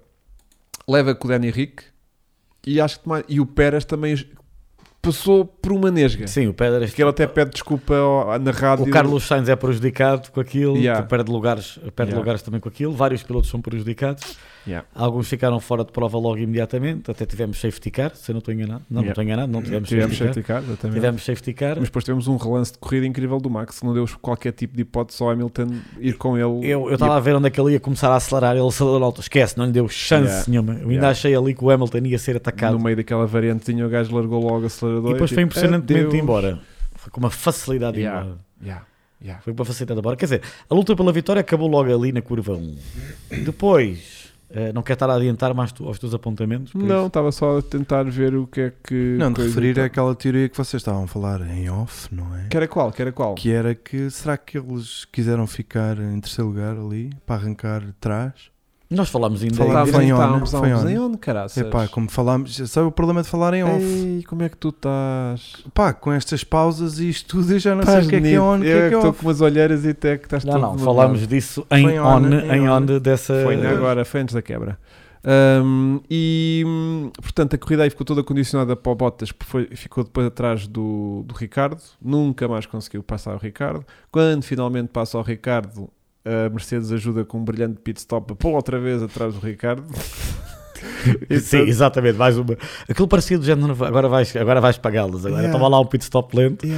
Speaker 1: leva com o Danny Rick. E acho que mais- e o Pérez também passou por uma nesga.
Speaker 3: Sim, o Pedras.
Speaker 1: Que ele até pede desculpa ao- na rádio.
Speaker 3: O Carlos Sainz é prejudicado com aquilo,
Speaker 1: Yeah.
Speaker 3: que perde, lugares, perde
Speaker 1: Yeah.
Speaker 3: lugares também com aquilo. Vários pilotos são prejudicados.
Speaker 1: Yeah.
Speaker 3: Alguns ficaram fora de prova logo imediatamente. Até tivemos safety car, se eu não estou enganado.
Speaker 1: Yeah.
Speaker 3: Não, não estou enganado, não tivemos,
Speaker 1: Tivemos
Speaker 3: safety,
Speaker 1: safety car,
Speaker 3: car.
Speaker 1: exatamente.
Speaker 3: Tivemos safety car.
Speaker 1: Mas depois tivemos um relance de corrida incrível do Max, não deu qualquer tipo de hipótese ao Hamilton ir com ele.
Speaker 3: Eu
Speaker 1: E-
Speaker 3: estava a ver onde é que ele ia começar a acelerar. Ele acelerou alto. Esquece, não lhe deu chance
Speaker 1: Yeah.
Speaker 3: nenhuma. Eu ainda
Speaker 1: Yeah.
Speaker 3: achei ali que o Hamilton ia ser atacado.
Speaker 1: No meio daquela variantezinha, o gajo largou logo o acelerador.
Speaker 3: E depois
Speaker 1: e
Speaker 3: foi
Speaker 1: tipo,
Speaker 3: impressionantemente
Speaker 1: "Adeus."
Speaker 3: embora. Foi com uma facilidade
Speaker 1: Yeah.
Speaker 3: embora.
Speaker 1: Yeah, yeah.
Speaker 3: Foi com uma facilidade embora. Quer dizer, a luta pela vitória acabou logo ali na curva 1. Depois, eh, não quero estar a adiantar mais tu- aos teus apontamentos? por
Speaker 1: tipo Não,
Speaker 3: isso?
Speaker 1: estava só a tentar ver o que é que.
Speaker 2: Não, de
Speaker 1: coisa
Speaker 2: referir
Speaker 1: e tal.
Speaker 2: àquela teoria que vocês estavam a falar em off, não é?
Speaker 1: Que era qual? Que era qual?
Speaker 2: Que era que será que eles quiseram ficar em terceiro lugar ali para arrancar atrás?
Speaker 3: Nós falámos ainda.
Speaker 2: Falámos
Speaker 3: ainda-
Speaker 2: em on, foi
Speaker 1: estávamos
Speaker 2: on.
Speaker 1: em on, caraças.
Speaker 2: Epá, como é falámos, sabe o problema de falar em off?
Speaker 1: Ei, como é que tu estás?
Speaker 2: Pá, com estas pausas e isto tudo eu já não sei o que é que é
Speaker 1: nítido.
Speaker 2: on, o que
Speaker 1: Eu
Speaker 2: é que é
Speaker 1: estou
Speaker 2: off.
Speaker 1: com umas olheiras e até que estás
Speaker 3: Não,
Speaker 1: todo
Speaker 3: não,
Speaker 1: nublado.
Speaker 3: falámos disso em
Speaker 2: Foi
Speaker 3: on,
Speaker 2: on,
Speaker 3: em
Speaker 2: em
Speaker 3: on
Speaker 2: on.
Speaker 3: de- dessa.
Speaker 1: Foi Eh, agora, foi antes da quebra. Ahm, e hum, portanto a corrida aí ficou toda condicionada para o Bottas, porque foi- ficou depois atrás do, do Ricardo, nunca mais conseguiu passar o Ricardo. Quando finalmente passa ao Ricardo, a Mercedes ajuda com um brilhante pit stop a pô outra vez atrás do Ricardo.
Speaker 3: Sim,
Speaker 1: Então-
Speaker 3: exatamente, mais uma. Aquilo parecia do género, agora vais, agora vais pagá-las. Agora
Speaker 1: Yeah.
Speaker 3: estava lá um pit stop lento.
Speaker 1: É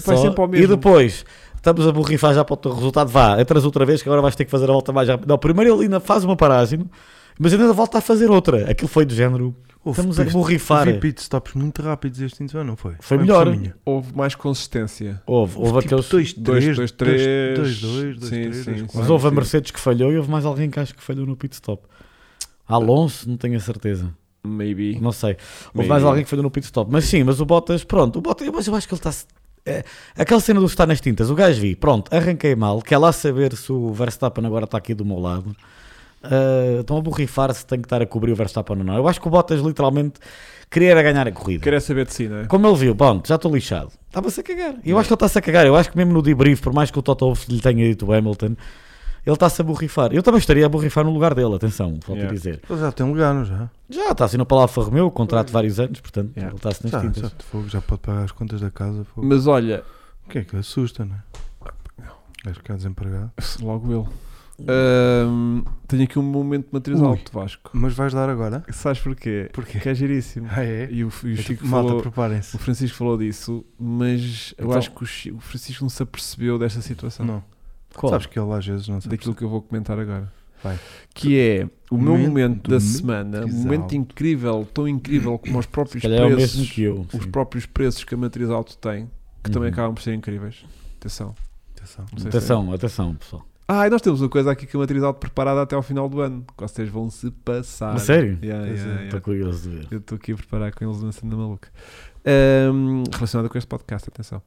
Speaker 1: pá, é
Speaker 3: Só-
Speaker 1: sempre ao
Speaker 3: E
Speaker 1: mesmo.
Speaker 3: depois, estamos a borrifar já para o teu resultado, vá, entras outra vez que agora vais ter que fazer a volta mais rápida. Não, primeiro ele ainda faz uma paragem, mas ainda volta a fazer outra. Aquilo foi do género,
Speaker 2: Houve
Speaker 3: estamos a
Speaker 2: pit-
Speaker 3: borrifar.
Speaker 2: houve pit stops muito rápidos este fim de semana, não foi?
Speaker 3: Foi melhor.
Speaker 2: por minha.
Speaker 1: Houve mais consistência.
Speaker 3: Houve, houve
Speaker 2: Tipo
Speaker 3: aqueles...
Speaker 2: 2, 3,
Speaker 1: 2,
Speaker 2: 2,
Speaker 1: 2,
Speaker 2: 3,
Speaker 1: 3.
Speaker 2: 2, 2, 3,
Speaker 1: Sim, sim,
Speaker 2: 2,
Speaker 1: sim.
Speaker 3: Mas
Speaker 2: 4.
Speaker 3: houve a Mercedes que falhou e houve mais alguém que acho que falhou no pit stop. Alonso, não tenho a certeza.
Speaker 1: Maybe.
Speaker 3: Não sei. Houve
Speaker 1: Maybe.
Speaker 3: mais alguém que falhou no pit stop. Mas sim, mas o Bottas, pronto, o Bottas, mas eu acho que ele está. é, aquela cena do estar nas tintas, o gajo vi, pronto, arranquei mal, quer lá saber se o Verstappen agora está aqui do meu lado. Ah, estão a borrifar se tem que estar a cobrir o Verstappen ou não. Eu acho que o Bottas literalmente queria era ganhar a corrida.
Speaker 1: Queria saber de si, não é?
Speaker 3: Como ele viu, pronto, já estou lixado. Estava-se a cagar. E eu acho que ele está-se a cagar. Eu acho que mesmo no debrief, por mais que o Toto Wolff lhe tenha dito o Hamilton, ele está-se a borrifar. Eu também estaria a borrifar no lugar dele, atenção, falta
Speaker 1: Yeah.
Speaker 3: dizer.
Speaker 2: Ele já tem um lugar, não já?
Speaker 3: Já está assinou para a Alfa Romeo, contrato de vários anos, portanto,
Speaker 1: Yeah.
Speaker 3: ele está-se nas
Speaker 2: Já,
Speaker 3: tintas.
Speaker 2: já, de fogo, já pode pagar as contas da casa. fogo.
Speaker 1: Mas olha,
Speaker 2: O que é que assusta, não é? Vais ficar desempregado.
Speaker 1: logo eu. Ahm, tenho aqui um momento de matriz
Speaker 2: Ui.
Speaker 1: alto, Vasco.
Speaker 2: Mas vais dar agora?
Speaker 1: Sabes porquê?
Speaker 2: Porquê?
Speaker 1: Porque é giríssimo.
Speaker 2: Ah, é?
Speaker 1: E o, e o
Speaker 2: É
Speaker 1: Chico
Speaker 2: tipo, malta,
Speaker 1: falou-
Speaker 2: preparem-se.
Speaker 1: o Francisco falou disso, mas eu
Speaker 3: Então.
Speaker 1: acho que o, Chi- o Francisco não se apercebeu desta situação,
Speaker 2: Não.
Speaker 3: Qual?
Speaker 2: Sabes que ele às vezes não sabe.
Speaker 1: daquilo que eu vou comentar agora.
Speaker 2: Vai.
Speaker 1: Que é o meu
Speaker 2: Momento
Speaker 1: momento da
Speaker 2: de
Speaker 1: semana, um
Speaker 2: matriz
Speaker 1: momento
Speaker 2: alto.
Speaker 1: incrível, tão incrível como os próprios
Speaker 3: calhar é o mesmo
Speaker 1: preços,
Speaker 3: que eu.
Speaker 1: os
Speaker 3: sim.
Speaker 1: próprios preços que a matriz alto tem, que também
Speaker 3: Uhum.
Speaker 1: acabam por ser incríveis. Atenção.
Speaker 2: Atenção.
Speaker 1: não sei se- é-
Speaker 3: Atenção, atenção, pessoal.
Speaker 1: Ah, e nós temos uma coisa aqui que a matriz alto preparada até ao final do ano. Que vocês vão se passar.
Speaker 3: A sério? Então,
Speaker 1: Yeah,
Speaker 2: Pois
Speaker 1: yeah,
Speaker 2: é,
Speaker 1: yeah.
Speaker 3: Estou curioso de ver.
Speaker 1: Eu estou aqui a preparar com eles uma cena maluca. Ahm, relacionada com este podcast, atenção.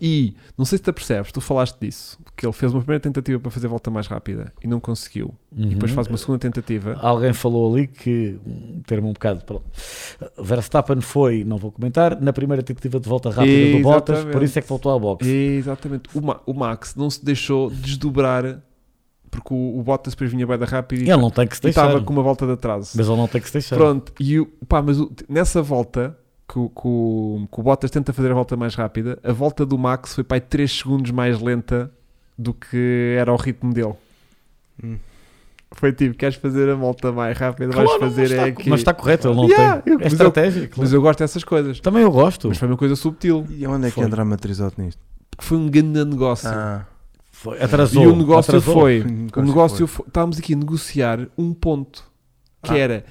Speaker 1: E não sei se te percebes, tu falaste disso, que ele fez uma primeira tentativa para fazer a volta mais rápida e não conseguiu. E depois
Speaker 3: Uhum.
Speaker 1: faz uma segunda tentativa.
Speaker 3: Alguém falou ali que, hum, ter-me um bocado. pronto. Verstappen foi, não vou comentar, na primeira tentativa de volta rápida do Bottas, por
Speaker 1: Exatamente.
Speaker 3: isso é que voltou à boxe.
Speaker 1: E, exatamente. O, Ma- o Max não se deixou desdobrar porque o, o Bottas depois vinha bem da rápida e
Speaker 3: Ele não tem que se
Speaker 1: e
Speaker 3: deixar.
Speaker 1: estava com uma volta de atraso.
Speaker 3: Mas ele não tem que se deixar.
Speaker 1: Pronto, e o, pá, mas o- nessa volta que, o- que o- que o Bottas tenta fazer a volta mais rápida, a volta do Max foi para 3 segundos mais lenta do que era o ritmo dele.
Speaker 2: Hum.
Speaker 1: Foi tipo, queres fazer a volta mais rápida,
Speaker 3: Claro,
Speaker 1: vais fazer
Speaker 3: mas,
Speaker 1: é
Speaker 3: está,
Speaker 1: aqui.
Speaker 3: mas está correto, ele não
Speaker 1: Yeah,
Speaker 3: tem.
Speaker 1: eu-
Speaker 3: é
Speaker 1: mas eu-
Speaker 3: estratégia. claro.
Speaker 1: Mas eu gosto dessas coisas.
Speaker 3: Também eu gosto.
Speaker 1: Mas foi uma coisa subtil,
Speaker 2: E onde é que
Speaker 3: Foi.
Speaker 2: entra a matrizote nisto?
Speaker 1: porque foi um grande negócio.
Speaker 2: Ah,
Speaker 3: Foi- atrasou.
Speaker 1: e o negócio
Speaker 3: atrasou.
Speaker 1: foi,
Speaker 2: negócio
Speaker 1: o negócio foi, estávamos aqui a negociar um ponto,
Speaker 2: Ah.
Speaker 1: que era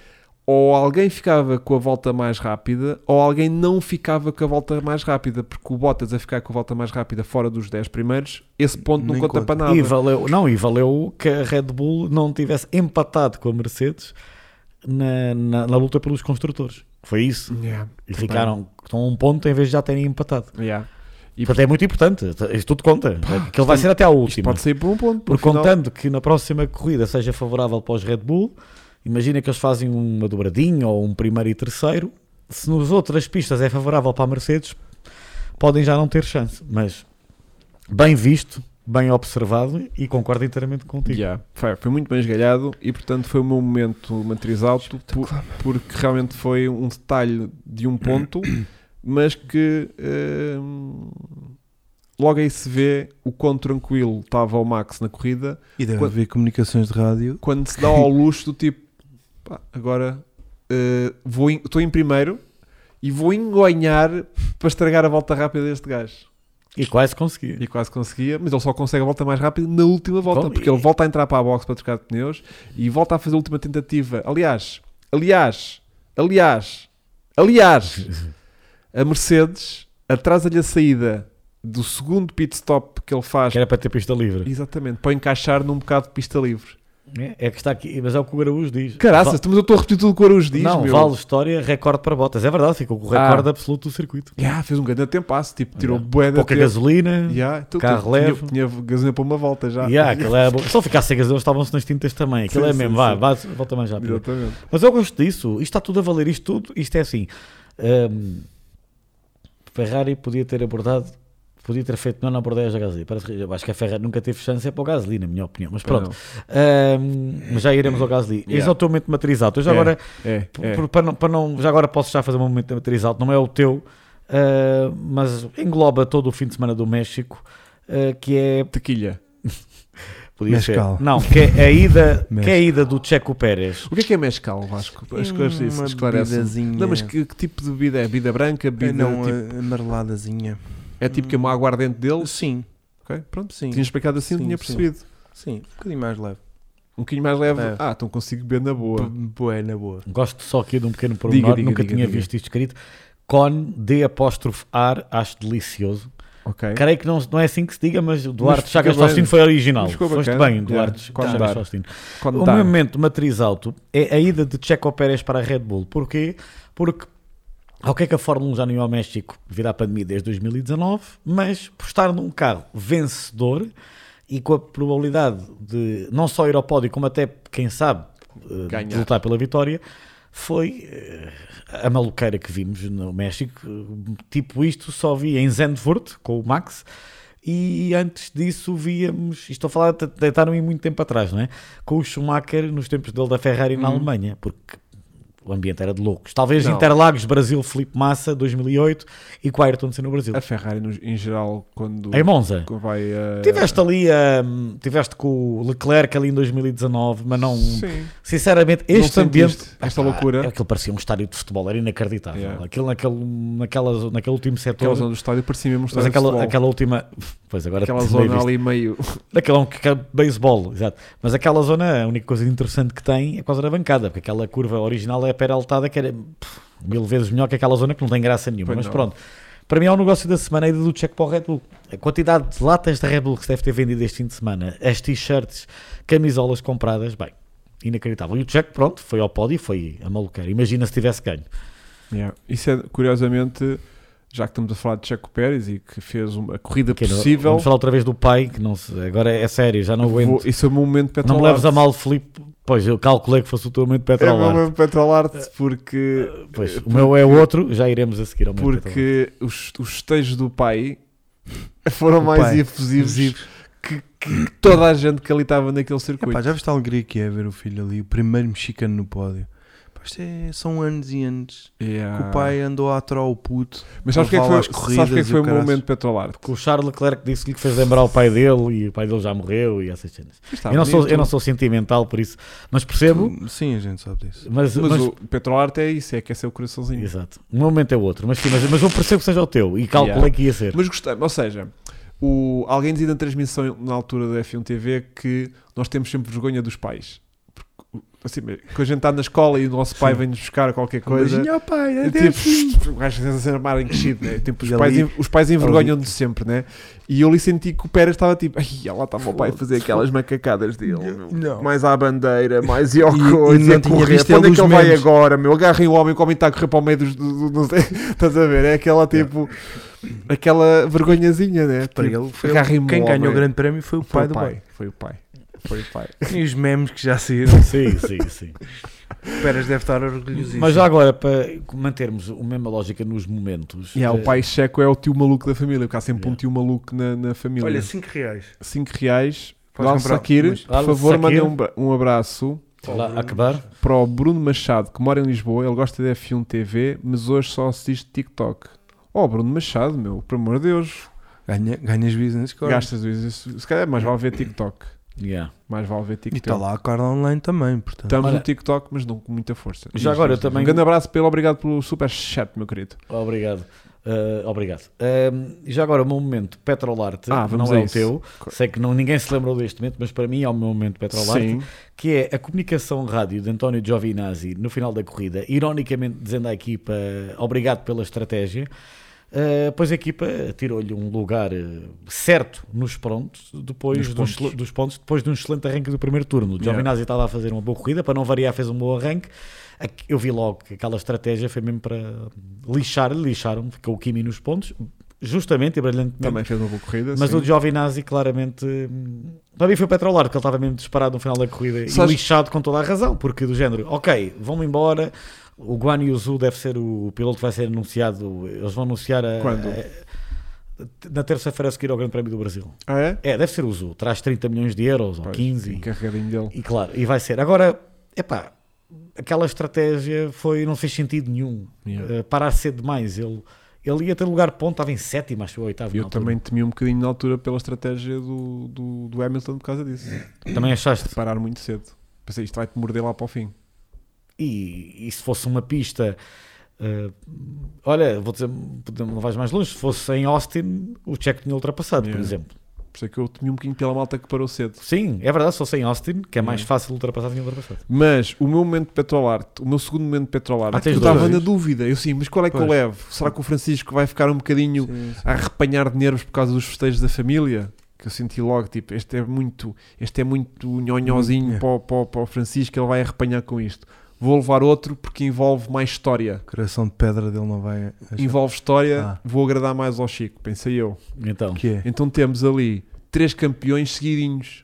Speaker 1: ou alguém ficava com a volta mais rápida ou alguém não ficava com a volta mais rápida, porque o Bottas a ficar com a volta mais rápida fora dos 10 primeiros, esse ponto não
Speaker 2: Nem
Speaker 1: conta,
Speaker 2: conta.
Speaker 1: para nada.
Speaker 3: E valeu, não, e valeu que a Red Bull não tivesse empatado com a Mercedes na, na, na luta pelos construtores. Foi isso.
Speaker 1: Yeah,
Speaker 3: E ficaram estão a um ponto em vez de já terem empatado.
Speaker 1: yeah. E
Speaker 3: Portanto, é muito importante. Isto tudo conta. que ele vai ser até à
Speaker 1: Isto
Speaker 3: última.
Speaker 1: pode sair por um ponto. no
Speaker 3: Porque
Speaker 1: final.
Speaker 3: contando que na próxima corrida seja favorável para os Red Bull, imagina que eles fazem uma dobradinha ou um primeiro e terceiro. Se nos outras pistas é favorável para a Mercedes, podem já não ter chance. Mas bem visto, bem observado e concordo inteiramente contigo.
Speaker 1: Yeah, foi, foi muito bem esgalhado e portanto foi o meu momento matriz alto por- porque realmente foi um detalhe de um ponto mas que hum, logo aí se vê o quão tranquilo estava o Max na corrida
Speaker 2: E deve
Speaker 1: Quando-
Speaker 2: haver comunicações de rádio.
Speaker 1: quando se dá ao luxo do tipo pá, agora eh, vou em- estou em primeiro e vou enganhar para estragar a volta rápida deste gajo.
Speaker 3: E quase consegui.
Speaker 1: E quase conseguia, mas ele só consegue a volta mais rápida na última volta,
Speaker 3: Com-
Speaker 1: porque ele volta a entrar para a box para trocar de pneus e volta a fazer a última tentativa. Aliás, aliás, aliás, aliás, a Mercedes atrasa-lhe a saída do segundo pit stop que ele faz,
Speaker 3: Que era para ter pista livre.
Speaker 1: exatamente, para o encaixar num bocado de pista livre.
Speaker 3: É, é que está aqui, mas é o que o Araújo diz.
Speaker 1: Caraças, mas eu estou a repetir tudo o que o Araújo diz,
Speaker 3: não,
Speaker 1: meu.
Speaker 3: vale história, recorde para botas. É verdade, ficou com o recorde
Speaker 1: Ah.
Speaker 3: absoluto do circuito.
Speaker 1: Yeah, fez um grande tempasso, tipo, tirou
Speaker 3: Yeah.
Speaker 1: bué da
Speaker 3: Pouca
Speaker 1: tempo.
Speaker 3: gasolina.
Speaker 1: Yeah, então,
Speaker 3: carro
Speaker 1: tinha-
Speaker 3: leve.
Speaker 1: Tinha, gasolina para uma volta já.
Speaker 3: Yeah, ah, aquilo era bom. Se ele ficasse sem gasolina, eles estavam-se nas tintas também. Aquilo
Speaker 1: Sim,
Speaker 3: é
Speaker 1: sim,
Speaker 3: mesmo, vá,
Speaker 1: sim.
Speaker 3: vá, volta mais rápido.
Speaker 1: Exatamente.
Speaker 3: Mas eu gosto disso. Isto está tudo a valer. Isto tudo, isto é assim. hum, Ferrari podia ter abordado, podia ter feito melhor na abordagem da gasolina. Parece que, eu acho que a Ferrari nunca teve chance é para o Gasly, na minha opinião. Mas pronto, Hum, mas já iremos ao Gasly. Esse é o teu momento matrizado. Eu já
Speaker 1: É,
Speaker 3: agora,
Speaker 1: É, é.
Speaker 3: por- para não, para não- já agora posso já fazer um momento matrizado. Não é o teu, ah, mas engloba todo o fim de semana do México. ah, que é.
Speaker 1: Tequilha.
Speaker 3: Podia
Speaker 2: Mescal.
Speaker 3: ser. Não, que é a ida, que é a
Speaker 2: Mescal.
Speaker 3: ida do Checo Pérez.
Speaker 1: O que é que é mescal, Vasco? As coisas isso,
Speaker 2: Uma
Speaker 1: esclarece
Speaker 2: bebidazinha.
Speaker 1: Não, mas que, que tipo de bebida é? Bebida branca?
Speaker 2: Ah,
Speaker 1: Bebida,
Speaker 2: Não,
Speaker 1: tipo,
Speaker 2: a- amareladazinha.
Speaker 3: eh,
Speaker 1: é tipo
Speaker 3: hum.
Speaker 1: que é uma aguardente deles?
Speaker 2: Sim,
Speaker 1: Ok, pronto.
Speaker 2: sim.
Speaker 1: Tinha explicado assim,
Speaker 2: Sim,
Speaker 1: tinha
Speaker 2: sim.
Speaker 1: percebido.
Speaker 2: Sim, um bocadinho mais leve.
Speaker 1: Um bocadinho mais leve.
Speaker 2: É.
Speaker 1: Ah, então consigo beber na
Speaker 2: P-
Speaker 1: boa.
Speaker 2: Bué, na boa.
Speaker 3: Gosto só aqui de um pequeno pormenor,
Speaker 1: Diga, diga,
Speaker 3: nunca
Speaker 1: diga,
Speaker 3: tinha
Speaker 1: diga.
Speaker 3: visto isto escrito. Con de apóstrofe ar, acho delicioso.
Speaker 1: Ok.
Speaker 3: Creio que não, não é assim que se diga, mas o Duarte
Speaker 1: fica
Speaker 3: Chagas
Speaker 1: bem.
Speaker 3: Faustino foi original.
Speaker 1: Mas ficou
Speaker 3: Foste
Speaker 1: bacana.
Speaker 3: bem,
Speaker 1: Yeah.
Speaker 3: Duarte
Speaker 1: Con
Speaker 3: Chagas
Speaker 1: dar.
Speaker 3: Faustino. O
Speaker 1: Contar.
Speaker 3: meu momento matriz alto é a ida de Checo Pérez para a Red Bull. Porquê? Porque ao que é que a Fórmula 1 já não ia ao México virá a pandemia desde 2019, mas por estar num carro vencedor e com a probabilidade de não só ir ao pódio, como até, quem sabe, eh,
Speaker 1: Ganhar.
Speaker 3: lutar pela vitória, foi eh, a maluqueira que vimos no México. Tipo isto só vi em Zandvoort, com o Max, e antes disso víamos, isto estou a falar de deitaram em muito tempo atrás, não é? Com o Schumacher nos tempos dele da Ferrari na Alemanha, porque o ambiente era de loucos. Talvez
Speaker 1: Uhum. Não.
Speaker 3: Interlagos, Brasil, Felipe Massa, 2008 e com a Ayrton Senna no Brasil.
Speaker 1: A Ferrari, no- em geral, quando
Speaker 3: Em Monza.
Speaker 1: quando vai eh, a...
Speaker 3: É Tiveste ali, hum, tiveste com o Leclerc ali em 2019, mas não.
Speaker 1: Sim.
Speaker 3: Sinceramente, este
Speaker 1: Não
Speaker 3: ambiente.
Speaker 1: sentiste esta
Speaker 3: Epá,
Speaker 1: loucura?
Speaker 3: Aquilo parecia um estádio de futebol, era inacreditável.
Speaker 1: Yeah.
Speaker 3: Aquilo naquele, naquela, naquele último setor.
Speaker 1: Aquela zona do estádio parecia mesmo um
Speaker 3: mas
Speaker 1: estádio de
Speaker 3: aquela,
Speaker 1: futebol.
Speaker 3: aquela última. Pois agora
Speaker 1: Aquela
Speaker 3: meio
Speaker 1: zona
Speaker 3: visto.
Speaker 1: ali meio...
Speaker 3: Daquela que é beisebol, exato. Mas aquela zona, a única coisa interessante que tem é por causa da bancada, porque aquela curva original é a peraltada, que era pff, mil vezes melhor que aquela zona que não tem graça nenhuma.
Speaker 1: Pois
Speaker 3: Mas
Speaker 1: não.
Speaker 3: pronto, para mim é um negócio da semana ainda do check para o Red Bull. A quantidade de latas da Red Bull que se deve ter vendido este fim de semana, as t-shirts, camisolas compradas, bem, inacreditável. E o check, pronto, foi ao pódio e foi a maluqueira. Imagina se tivesse ganho.
Speaker 1: Yeah. Isso é, curiosamente, já que estamos a falar de Checo Pérez e que fez uma corrida
Speaker 3: Que era-
Speaker 1: possível...
Speaker 3: Vamos falar outra vez do pai, que não se, agora é sério, já não aguento.
Speaker 1: Vou- isso é o meu momento
Speaker 3: Não me leves
Speaker 1: Petrolarte.
Speaker 3: a mal, Filipe. Pois, eu calculei que fosse o teu momento
Speaker 1: É o meu
Speaker 3: Petrolarte.
Speaker 1: momento Petrolarte porque...
Speaker 3: Pois, o meu é outro, já iremos a seguir ao meu Petrolarte.
Speaker 1: porque os, os festejos do pai foram
Speaker 2: O
Speaker 1: mais
Speaker 2: pai.
Speaker 1: efusivos que, que toda a gente que ali estava naquele circuito.
Speaker 2: Epá, já viste a alegria que é ver o filho ali, o primeiro mexicano no pódio. Pá, isto é- são anos e anos que
Speaker 1: Yeah.
Speaker 2: o pai andou a aturar o puto.
Speaker 1: Mas sabes o que é que
Speaker 2: levá-lo
Speaker 1: foi,
Speaker 2: às corridas
Speaker 1: sabes o que é que
Speaker 2: e
Speaker 1: foi
Speaker 2: o
Speaker 1: o meu
Speaker 2: caraças.
Speaker 1: momento Petrolarte?
Speaker 3: Que o Charles Leclerc disse-lhe que fez lembrar o pai dele e o pai dele já morreu e essas cenas. eu, não sou, Tá, eu não sou sentimental por isso, mas percebo.
Speaker 2: Sim, a gente sabe disso.
Speaker 3: Mas,
Speaker 1: Mas,
Speaker 3: mas-
Speaker 1: o Petrolarte é isso, é que é seu coraçãozinho.
Speaker 3: Exato. O meu momento é outro, mas sim, mas, mas eu percebo que seja o teu e calculei
Speaker 1: Yeah.
Speaker 3: que ia ser.
Speaker 1: Mas gostei, ou seja, o, alguém dizia na transmissão na altura da F1 TV que nós temos sempre vergonha dos pais. Porque, assim, que a gente está na escola e o nosso pai vem-nos buscar qualquer coisa.
Speaker 2: Beijinho ao pai,
Speaker 1: É
Speaker 2: adeus.
Speaker 1: tipo, o gajo tem essa armada em crescido, né? Tipo, os,
Speaker 2: E
Speaker 1: pais,
Speaker 2: ali-
Speaker 1: en- os pais envergonham-nos sempre, né? E eu ali senti que o Pérez estava tipo, ai, olha lá estava o pai a fazer aquelas macacadas dele, meu.
Speaker 2: Não.
Speaker 1: mais à bandeira, mais e ao
Speaker 2: E- e
Speaker 1: coisa,
Speaker 2: não
Speaker 1: a
Speaker 2: tinha
Speaker 1: correr,
Speaker 2: visto
Speaker 1: para onde é
Speaker 2: ele
Speaker 1: que ele
Speaker 2: os
Speaker 1: vai
Speaker 2: memes.
Speaker 1: agora, meu? Agarrem o homem que o homem está a correr para o meio dos. do- do- não sei. Estás a ver? É aquela tipo, aquela vergonhazinha, né?
Speaker 2: Para
Speaker 1: Tipo,
Speaker 2: ele foi
Speaker 1: agarrem-me
Speaker 2: quem
Speaker 1: o
Speaker 2: ganhou o
Speaker 1: homem.
Speaker 2: grande prémio foi o
Speaker 1: é. Foi
Speaker 2: pai
Speaker 1: o
Speaker 2: do pai.
Speaker 1: pai, foi o pai, foi o pai.
Speaker 2: E os memes que já saíram.
Speaker 3: Sim, sim, sim.
Speaker 2: O Pérez deve estar orgulhosíssimo.
Speaker 3: mas já agora, para mantermos a mesma lógica nos momentos.
Speaker 1: E há, o
Speaker 3: eh,
Speaker 1: pai checo é o tio maluco da família, porque há sempre um
Speaker 3: Yeah.
Speaker 1: tio maluco na, na família.
Speaker 2: Olha, 5 reais.
Speaker 1: 5 reais.
Speaker 2: Podes
Speaker 1: Gal
Speaker 2: comprar
Speaker 1: Sakir,
Speaker 2: umas.
Speaker 1: por
Speaker 3: Gal
Speaker 1: favor,
Speaker 3: Sakir.
Speaker 1: mandem um, ba- um abraço
Speaker 3: Lá, acabar.
Speaker 1: um para o Bruno Machado, que mora em Lisboa. Ele gosta de F1 TV, mas hoje só assiste TikTok. Oh, Bruno Machado, meu, por amor de Deus.
Speaker 2: Ganha, ganhas business card.
Speaker 1: Gastas isso. Se calhar mais vale ver TikTok.
Speaker 3: Yeah.
Speaker 1: Mais vale ver
Speaker 2: E
Speaker 1: TikTok.
Speaker 2: está lá a card online também, portanto.
Speaker 1: Estamos
Speaker 3: Olha-
Speaker 1: no TikTok, mas não com muita força.
Speaker 3: Já agora, eu também-
Speaker 1: Um grande abraço pelo obrigado pelo super chat, meu querido.
Speaker 3: Obrigado. Ah, obrigado. Ahm, e já agora o meu momento Petrolarte,
Speaker 1: Ah, vamos
Speaker 3: não é
Speaker 1: a
Speaker 3: o
Speaker 1: isso.
Speaker 3: teu. Sei que não, ninguém se lembrou deste momento, mas para mim é o meu momento Petrolarte,
Speaker 1: Sim.
Speaker 3: que é a comunicação rádio de António Giovinazzi no final da corrida, ironicamente dizendo à equipa obrigado pela estratégia. ah, pois a equipa tirou-lhe um lugar eh, certo nos prontos, depois
Speaker 1: Nos
Speaker 3: de um
Speaker 1: pontos.
Speaker 3: excel- dos pontos, depois de um excelente arranque do primeiro turno. O
Speaker 1: Yeah.
Speaker 3: Giovinazzi estava a fazer uma boa corrida, para não variar, fez um bom arranque. Aqui- Eu vi logo que aquela estratégia foi mesmo para lixar, lixaram, ficou o Kimi nos pontos, justamente e brilhantemente.
Speaker 1: Também fez uma boa corrida.
Speaker 3: Mas
Speaker 1: sim.
Speaker 3: o Giovinazzi claramente hum, para mim foi petrolar, porque ele estava mesmo disparado no final da corrida
Speaker 1: Sabes-
Speaker 3: e lixado com toda a razão, porque do género, ok, vão embora, o Guan Yuzu deve ser o piloto que vai ser anunciado, eles vão anunciar a-
Speaker 1: Quando?
Speaker 3: a- na terça-feira a seguir ao Grande Prémio do Brasil.
Speaker 1: Ah, é?
Speaker 3: É, deve ser o Zu, traz 30 milhões de euros ou
Speaker 1: Pois,
Speaker 3: 15
Speaker 1: Encarregadinho dele.
Speaker 3: e claro, e vai ser. Agora, epá, aquela estratégia foi, não fez sentido nenhum.
Speaker 1: Yeah.
Speaker 3: Eh, parar cedo demais. Ele, ele ia ter lugar de ponto, estava em sétimo, acho eu, oitavo.
Speaker 1: Eu
Speaker 3: na altura.
Speaker 1: também temi um bocadinho na altura pela estratégia do, do, do Hamilton por causa disso.
Speaker 3: Também achaste.
Speaker 1: De parar muito cedo. Pensei, isto vai-te morder lá para o fim.
Speaker 3: E, e se fosse uma pista. eh, olha, vou dizer, podemos- não vais mais longe. Se fosse em Austin, o Checo tinha ultrapassado, por
Speaker 1: Yeah.
Speaker 3: exemplo.
Speaker 1: Por isso é que eu temi um bocadinho pela malta que parou cedo.
Speaker 3: Sim, é verdade. Se fosse em Austin, que é mais fácil ultrapassar, tinha ultrapassado.
Speaker 1: Mas o meu momento de petrolarte, o meu segundo momento de petrolarte,
Speaker 3: Ah,
Speaker 1: eu
Speaker 3: tens dois.
Speaker 1: estava na dúvida. Eu sim, mas qual é que eu
Speaker 2: Pois.
Speaker 1: levo? Será que o Francisco vai ficar um bocadinho a arrepanhar de nervos por causa dos festejos da família? Que eu senti logo, tipo, este é muito, este é muito nhonhozinho
Speaker 2: Hum, é.
Speaker 1: para, o- para o- para o Francisco, ele vai arrepanhar com isto. Vou levar outro porque envolve mais história.
Speaker 2: O coração de pedra dele não vai. achar.
Speaker 1: Envolve história,
Speaker 2: Ah.
Speaker 1: vou agradar mais ao Chico, pensei eu.
Speaker 3: Então,
Speaker 2: Que é?
Speaker 1: Então temos ali três campeões seguidinhos: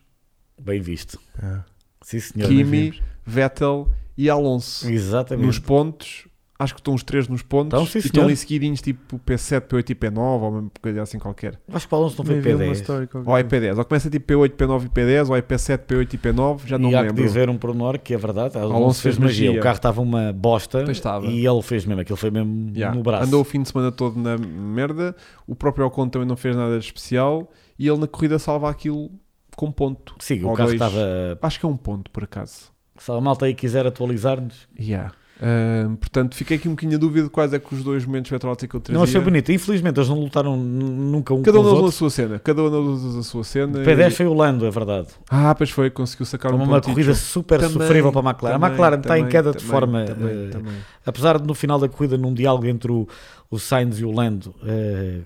Speaker 3: bem visto.
Speaker 2: Ah.
Speaker 3: Sim, senhor.
Speaker 1: Kimi, Vettel e Alonso.
Speaker 3: Exatamente.
Speaker 1: nos pontos. Acho que estão os três nos pontos
Speaker 3: Então, sim,
Speaker 1: e estão
Speaker 3: senhor.
Speaker 1: ali seguidinhos tipo P7, P8 e P9 ou mesmo coisa assim qualquer.
Speaker 3: Acho que o Alonso não foi
Speaker 2: Também vi uma
Speaker 3: P10.
Speaker 2: história qualquer
Speaker 1: Ou é
Speaker 2: coisa.
Speaker 1: P10, ou começa tipo P8, P9 e P10, ou é P7, P8 e P9, já não
Speaker 3: e
Speaker 1: me
Speaker 3: há que
Speaker 1: lembro.
Speaker 3: dizer um pormenor que é verdade. Alonso,
Speaker 1: Alonso
Speaker 3: fez
Speaker 1: fez
Speaker 3: magia.
Speaker 1: magia.
Speaker 3: O carro estava uma bosta
Speaker 1: Pois estava.
Speaker 3: e ele fez mesmo. Aquilo foi mesmo
Speaker 1: Yeah.
Speaker 3: no braço.
Speaker 1: Andou o fim de semana todo na merda, o próprio Ocon também não fez nada de especial e ele na corrida salva aquilo com ponto.
Speaker 3: Sim, o
Speaker 1: Ou
Speaker 3: carro
Speaker 1: dois.
Speaker 3: estava.
Speaker 1: Acho que é um ponto por acaso.
Speaker 3: Se a malta aí quiser atualizar-nos.
Speaker 1: Yeah. Ahm, portanto, fiquei aqui um bocadinho a dúvida de quais é que os dois momentos petrolóticos que eu trazia.
Speaker 3: Não achei bonito. Infelizmente eles não lutaram n- nunca um
Speaker 1: Cada um
Speaker 3: com
Speaker 1: deles
Speaker 3: os
Speaker 1: na
Speaker 3: outros.
Speaker 1: sua cena, cada um deles na sua cena.
Speaker 3: P10
Speaker 1: E-
Speaker 3: foi o Lando, é verdade.
Speaker 1: Ah, pois foi, conseguiu sacar
Speaker 3: Foi
Speaker 1: um
Speaker 3: uma
Speaker 1: pontinho.
Speaker 3: corrida super
Speaker 1: Também,
Speaker 3: sofrível para a McLaren. a
Speaker 1: também,
Speaker 3: McLaren está em
Speaker 1: também,
Speaker 3: queda de
Speaker 1: também,
Speaker 3: forma.
Speaker 1: também,
Speaker 3: eh,
Speaker 1: também.
Speaker 3: Apesar de no final da corrida, num diálogo entre o, o Sainz e o Lando, eh,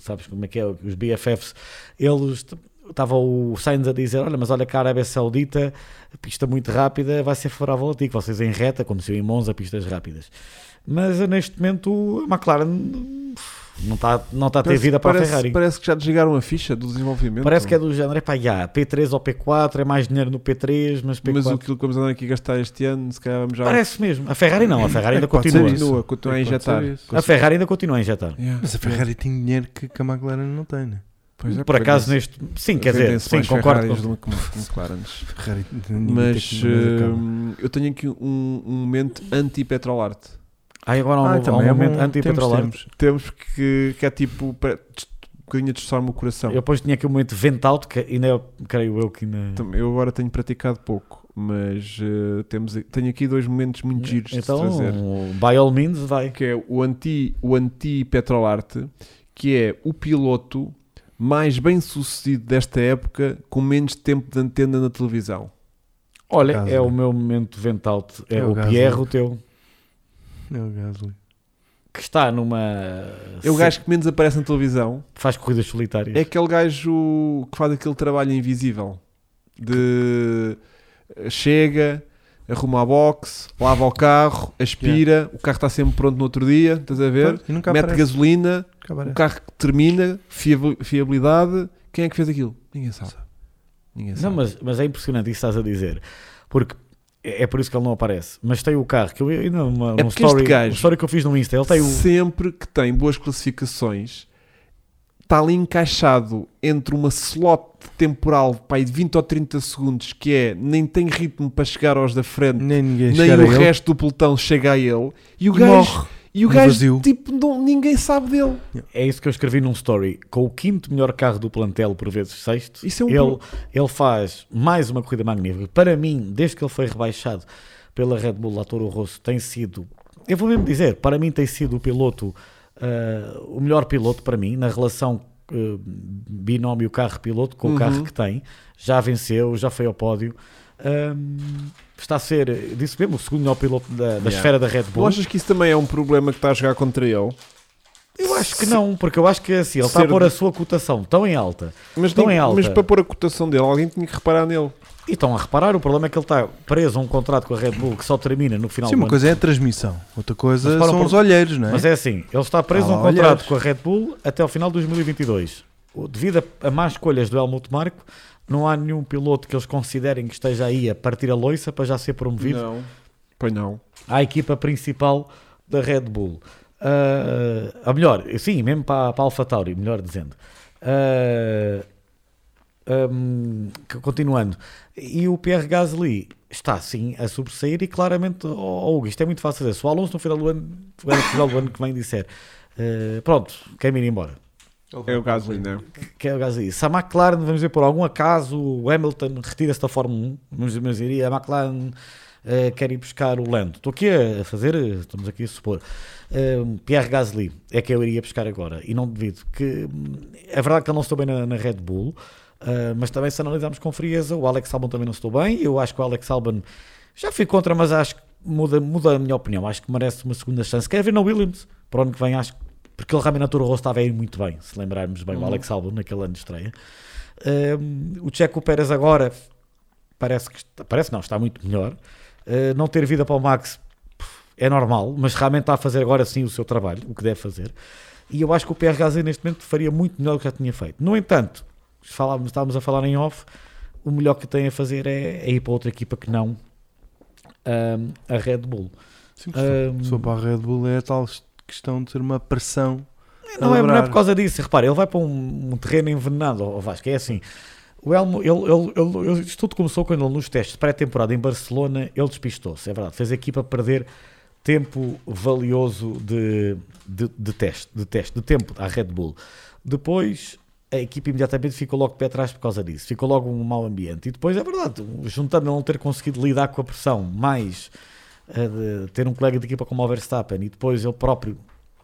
Speaker 3: sabes como é que é, os BFFs, eles estava o Sainz a dizer: Olha, mas olha que a Arábia Saudita, pista muito rápida, vai ser favorável a ti, que vocês em reta, aconteceu em Monza, pistas rápidas. Mas eh, neste momento a McLaren não está não está a ter
Speaker 1: Parece-
Speaker 3: vida para a
Speaker 1: parece,
Speaker 3: Ferrari.
Speaker 1: Parece que já desligaram a ficha do desenvolvimento.
Speaker 3: Parece que é do género, epá, já, P3 ou P4, é mais dinheiro no P3, mas P4.
Speaker 1: Mas aquilo que vamos andar aqui a gastar este ano, se calhar vamos já.
Speaker 3: Parece mesmo. A Ferrari não, a Ferrari ainda
Speaker 2: Pode ser
Speaker 3: continua.
Speaker 2: isso.
Speaker 1: continua, continua a
Speaker 2: Pode ser
Speaker 1: injetar.
Speaker 2: isso.
Speaker 3: A Ferrari ainda continua a injetar.
Speaker 1: Yeah.
Speaker 2: Mas a Ferrari tem dinheiro que, que a McLaren não tem, né?
Speaker 1: Pois é,
Speaker 3: Por acaso
Speaker 1: vendem-se-
Speaker 3: neste. Sim, quer dizer,
Speaker 1: vendem-se
Speaker 3: sim,
Speaker 1: mais
Speaker 3: concordo.
Speaker 1: Ferraris
Speaker 3: com-
Speaker 1: do que McLarens.
Speaker 2: Ferrari tem dinheiro
Speaker 1: Mas
Speaker 2: que ninguém acaba.
Speaker 1: hum, eu tenho aqui um, um momento anti-petrolarte.
Speaker 3: Ai, agora há um,
Speaker 2: Ah,
Speaker 3: há um
Speaker 2: também é
Speaker 3: momento
Speaker 2: bom.
Speaker 3: anti-petrolar.
Speaker 2: Temos, temos.
Speaker 1: Temos que, que é tipo para, um bocadinho a destroçar-me o coração.
Speaker 3: Eu depois tinha aqui um momento vent-out, que ainda é, creio eu que ainda.
Speaker 1: Tam- Eu agora tenho praticado pouco, mas eh, temos, tenho aqui dois momentos muito giros de
Speaker 3: Então,
Speaker 1: trazer.
Speaker 3: by all means, vai.
Speaker 1: Que é o anti, o anti Petrolarte, que é o piloto mais bem sucedido desta época com menos tempo de antena na televisão.
Speaker 3: Olha,
Speaker 2: Gasly.
Speaker 3: é o meu momento vent-out. É,
Speaker 2: É o
Speaker 3: o
Speaker 2: Gasly.
Speaker 3: Pierre, o teu,
Speaker 2: É o Gasly.
Speaker 3: que está numa.
Speaker 1: É o gajo que menos aparece na televisão,
Speaker 3: que faz corridas solitárias.
Speaker 1: é aquele gajo que faz aquele trabalho invisível de eh, chega, arruma a box, lava o carro, aspira, o carro está sempre pronto no outro dia, estás a ver?
Speaker 2: E nunca
Speaker 1: Mete um
Speaker 2: aparece.
Speaker 1: gasolina, O
Speaker 2: Nunca aparece.
Speaker 1: carro que termina, fiabil- fiabilidade. Quem é que fez aquilo? Ninguém sabe. Ninguém
Speaker 3: Não,
Speaker 1: sabe.
Speaker 3: mas, mas é impressionante isso que estás a dizer. Porque é é por isso que ele não aparece. Mas tem o carro que eu ainda uma,
Speaker 1: É
Speaker 3: um
Speaker 1: porque este
Speaker 3: story,
Speaker 1: gajo-
Speaker 3: um story que eu fiz no Insta. Ele tem o.
Speaker 1: Sempre que tem boas classificações, está ali encaixado entre uma slot temporal pá, aí de 20 ou 30 segundos que é nem tem ritmo para chegar aos da frente,
Speaker 2: Nem ninguém
Speaker 1: nem,
Speaker 2: chega a
Speaker 1: o
Speaker 2: ele.
Speaker 1: resto do pelotão chega a ele. E o
Speaker 2: E
Speaker 1: gajo,
Speaker 2: morre.
Speaker 1: E o
Speaker 2: No
Speaker 1: gajo,
Speaker 2: vazio.
Speaker 1: tipo, não- ninguém sabe dele.
Speaker 3: É isso que eu escrevi num story. Com o quinto melhor carro do plantel, por vezes sexto,
Speaker 1: Isso é um
Speaker 3: ele, ele faz mais uma corrida magnífica. Para mim, desde que ele foi rebaixado pela Red Bull lá Toro Rosso, tem sido, eu vou mesmo dizer, para mim tem sido o piloto, ah, o melhor piloto para mim, na relação eh, binómio carro-piloto
Speaker 1: Uhum.
Speaker 3: com o carro que tem. Já venceu, já foi ao pódio. Ahm, está a ser, eu disse mesmo, o segundo melhor piloto da, da esfera da Red
Speaker 1: Tu
Speaker 3: Bull.
Speaker 1: achas que isso também é um problema que está a jogar contra ele?
Speaker 3: Eu acho que não, porque eu acho que assim, ele está a
Speaker 1: Ser
Speaker 3: pôr a
Speaker 1: de-
Speaker 3: sua cotação tão em alta,
Speaker 1: Mas,
Speaker 3: tão
Speaker 1: tem-
Speaker 3: em alta,
Speaker 1: mas para pôr a cotação dele, alguém tinha que reparar nele.
Speaker 3: e estão a reparar, o problema é que ele está preso a um contrato com a Red Bull que só termina no final
Speaker 2: Sim,
Speaker 3: do
Speaker 2: uma
Speaker 3: ano.
Speaker 2: coisa é a transmissão, outra coisa
Speaker 3: Mas para
Speaker 2: são
Speaker 3: o-
Speaker 2: os olheiros, não é?
Speaker 3: Mas é assim, ele está preso
Speaker 2: Ah,
Speaker 3: a um
Speaker 2: lá,
Speaker 3: contrato
Speaker 2: olhares.
Speaker 3: com a Red Bull até ao final de 2022. O- Devido a, a más escolhas do Helmut Marco, não há nenhum piloto que eles considerem que esteja aí a partir a loiça para já ser promovido
Speaker 1: Não. Pois não.
Speaker 3: à equipa principal da Red Bull. Ah, ah, ou melhor, sim, mesmo para, para a AlphaTauri, melhor dizendo. Ah, hum, que- continuando, e o Pierre Gasly está sim a sobressair e claramente, oh, oh, Hugo, isto é muito fácil dizer. Se o Alonso no final do ano, no final do ano que vem disser, ah, pronto, quer ir embora
Speaker 1: É o Gasly, não é?
Speaker 3: que é o gajo aí. Se a McLaren, vamos dizer, por algum acaso, o Hamilton retira-se da Fórmula 1, vamos dizer, vamos dizer, e a McLaren eh, quer ir buscar o Lando. Estou aqui a fazer, eh, estamos aqui a supor. Eh, Pierre Gasly é que eu iria buscar agora, e não devido, que hum, é verdade que ele não estou bem na, na Red Bull, eh, mas também se analisarmos com frieza, o Alex Albon também não estou bem, eu acho que o Alex Albon já fui contra, mas acho que muda, muda a minha opinião, acho que merece uma segunda chance. Quer ver na Williams, para o ano que vem, acho que porque ele realmente na Toro Rosso estava a ir muito bem, se lembrarmos bem, o Alex Albon naquele ano de estreia. Um, o Checo Pérez agora parece que está- parece não, está muito melhor. Uh, não ter vida para o Max pff, é normal, mas realmente está a fazer agora sim o seu trabalho, o que deve fazer. E eu acho que o PR Gasly neste momento faria muito melhor do que já tinha feito. No entanto, falávamos, estávamos a falar em off, o melhor que tem a fazer é, é ir para outra equipa que não um, a Red Bull.
Speaker 2: Sim,
Speaker 3: Um,
Speaker 2: Só para a Red Bull é a tal questão de ter uma pressão. a
Speaker 3: Não é, não é
Speaker 2: labrar.
Speaker 3: por causa disso. Repara, ele vai para um, um terreno envenenado, ó Vasco. É assim. O Elmo, ele, ele, ele- ele- isto tudo começou quando ele, nos testes de pré-temporada em Barcelona, ele despistou-se, é verdade. Fez a equipa perder tempo valioso de, de, de teste, de teste, de tempo à Red Bull. Depois, a equipa imediatamente ficou logo de pé atrás por causa disso. Ficou logo um mau ambiente. E depois, é verdade, juntando a não ter conseguido lidar com a pressão, mais eh, de ter um colega de equipa como o Verstappen e depois ele próprio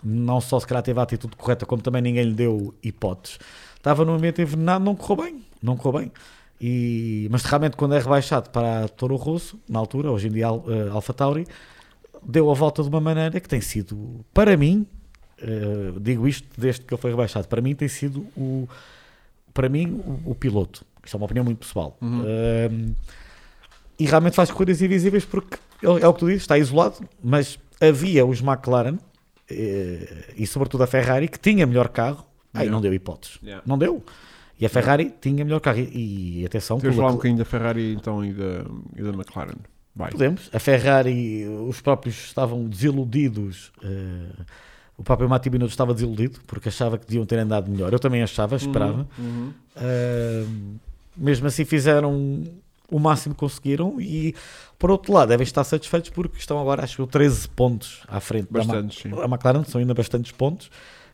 Speaker 3: não só se calhar teve a atitude correta, como também ninguém lhe deu hipóteses, estava num ambiente envenenado, não correu bem, não correu bem. E, mas realmente quando é rebaixado para Toro Rosso, na altura, hoje em dia Al, eh, Alfa Tauri, deu a volta de uma maneira que tem sido, para mim, eh, digo isto desde que ele foi rebaixado, para mim tem sido o, para mim, o, o piloto. Isto é uma opinião muito pessoal.
Speaker 1: Uhum.
Speaker 3: Ehm, e realmente faz corridas invisíveis porque ele- é o que tu dizes, está isolado, mas havia os McLaren eh, e sobretudo a Ferrari que tinha melhor carro, aí não deu hipóteses.
Speaker 1: Yeah.
Speaker 3: Não deu. E a Ferrari tinha melhor carro. E, e atenção,
Speaker 1: Temos de falar um
Speaker 3: Leclerc-
Speaker 1: bocadinho da Ferrari então, e, da, e da McLaren. Vai.
Speaker 3: Podemos. A Ferrari, os próprios estavam desiludidos. eh, o próprio Mati Binotto estava desiludido porque achava que deviam ter andado melhor. Eu também achava, esperava.
Speaker 1: Uhum.
Speaker 2: Uhum.
Speaker 3: Eh, mesmo assim fizeram o máximo que conseguiram e por outro lado devem estar satisfeitos porque estão agora acho eu 13 pontos à frente da Ma-
Speaker 1: Bastantes, sim.
Speaker 3: a McLaren são ainda bastantes pontos.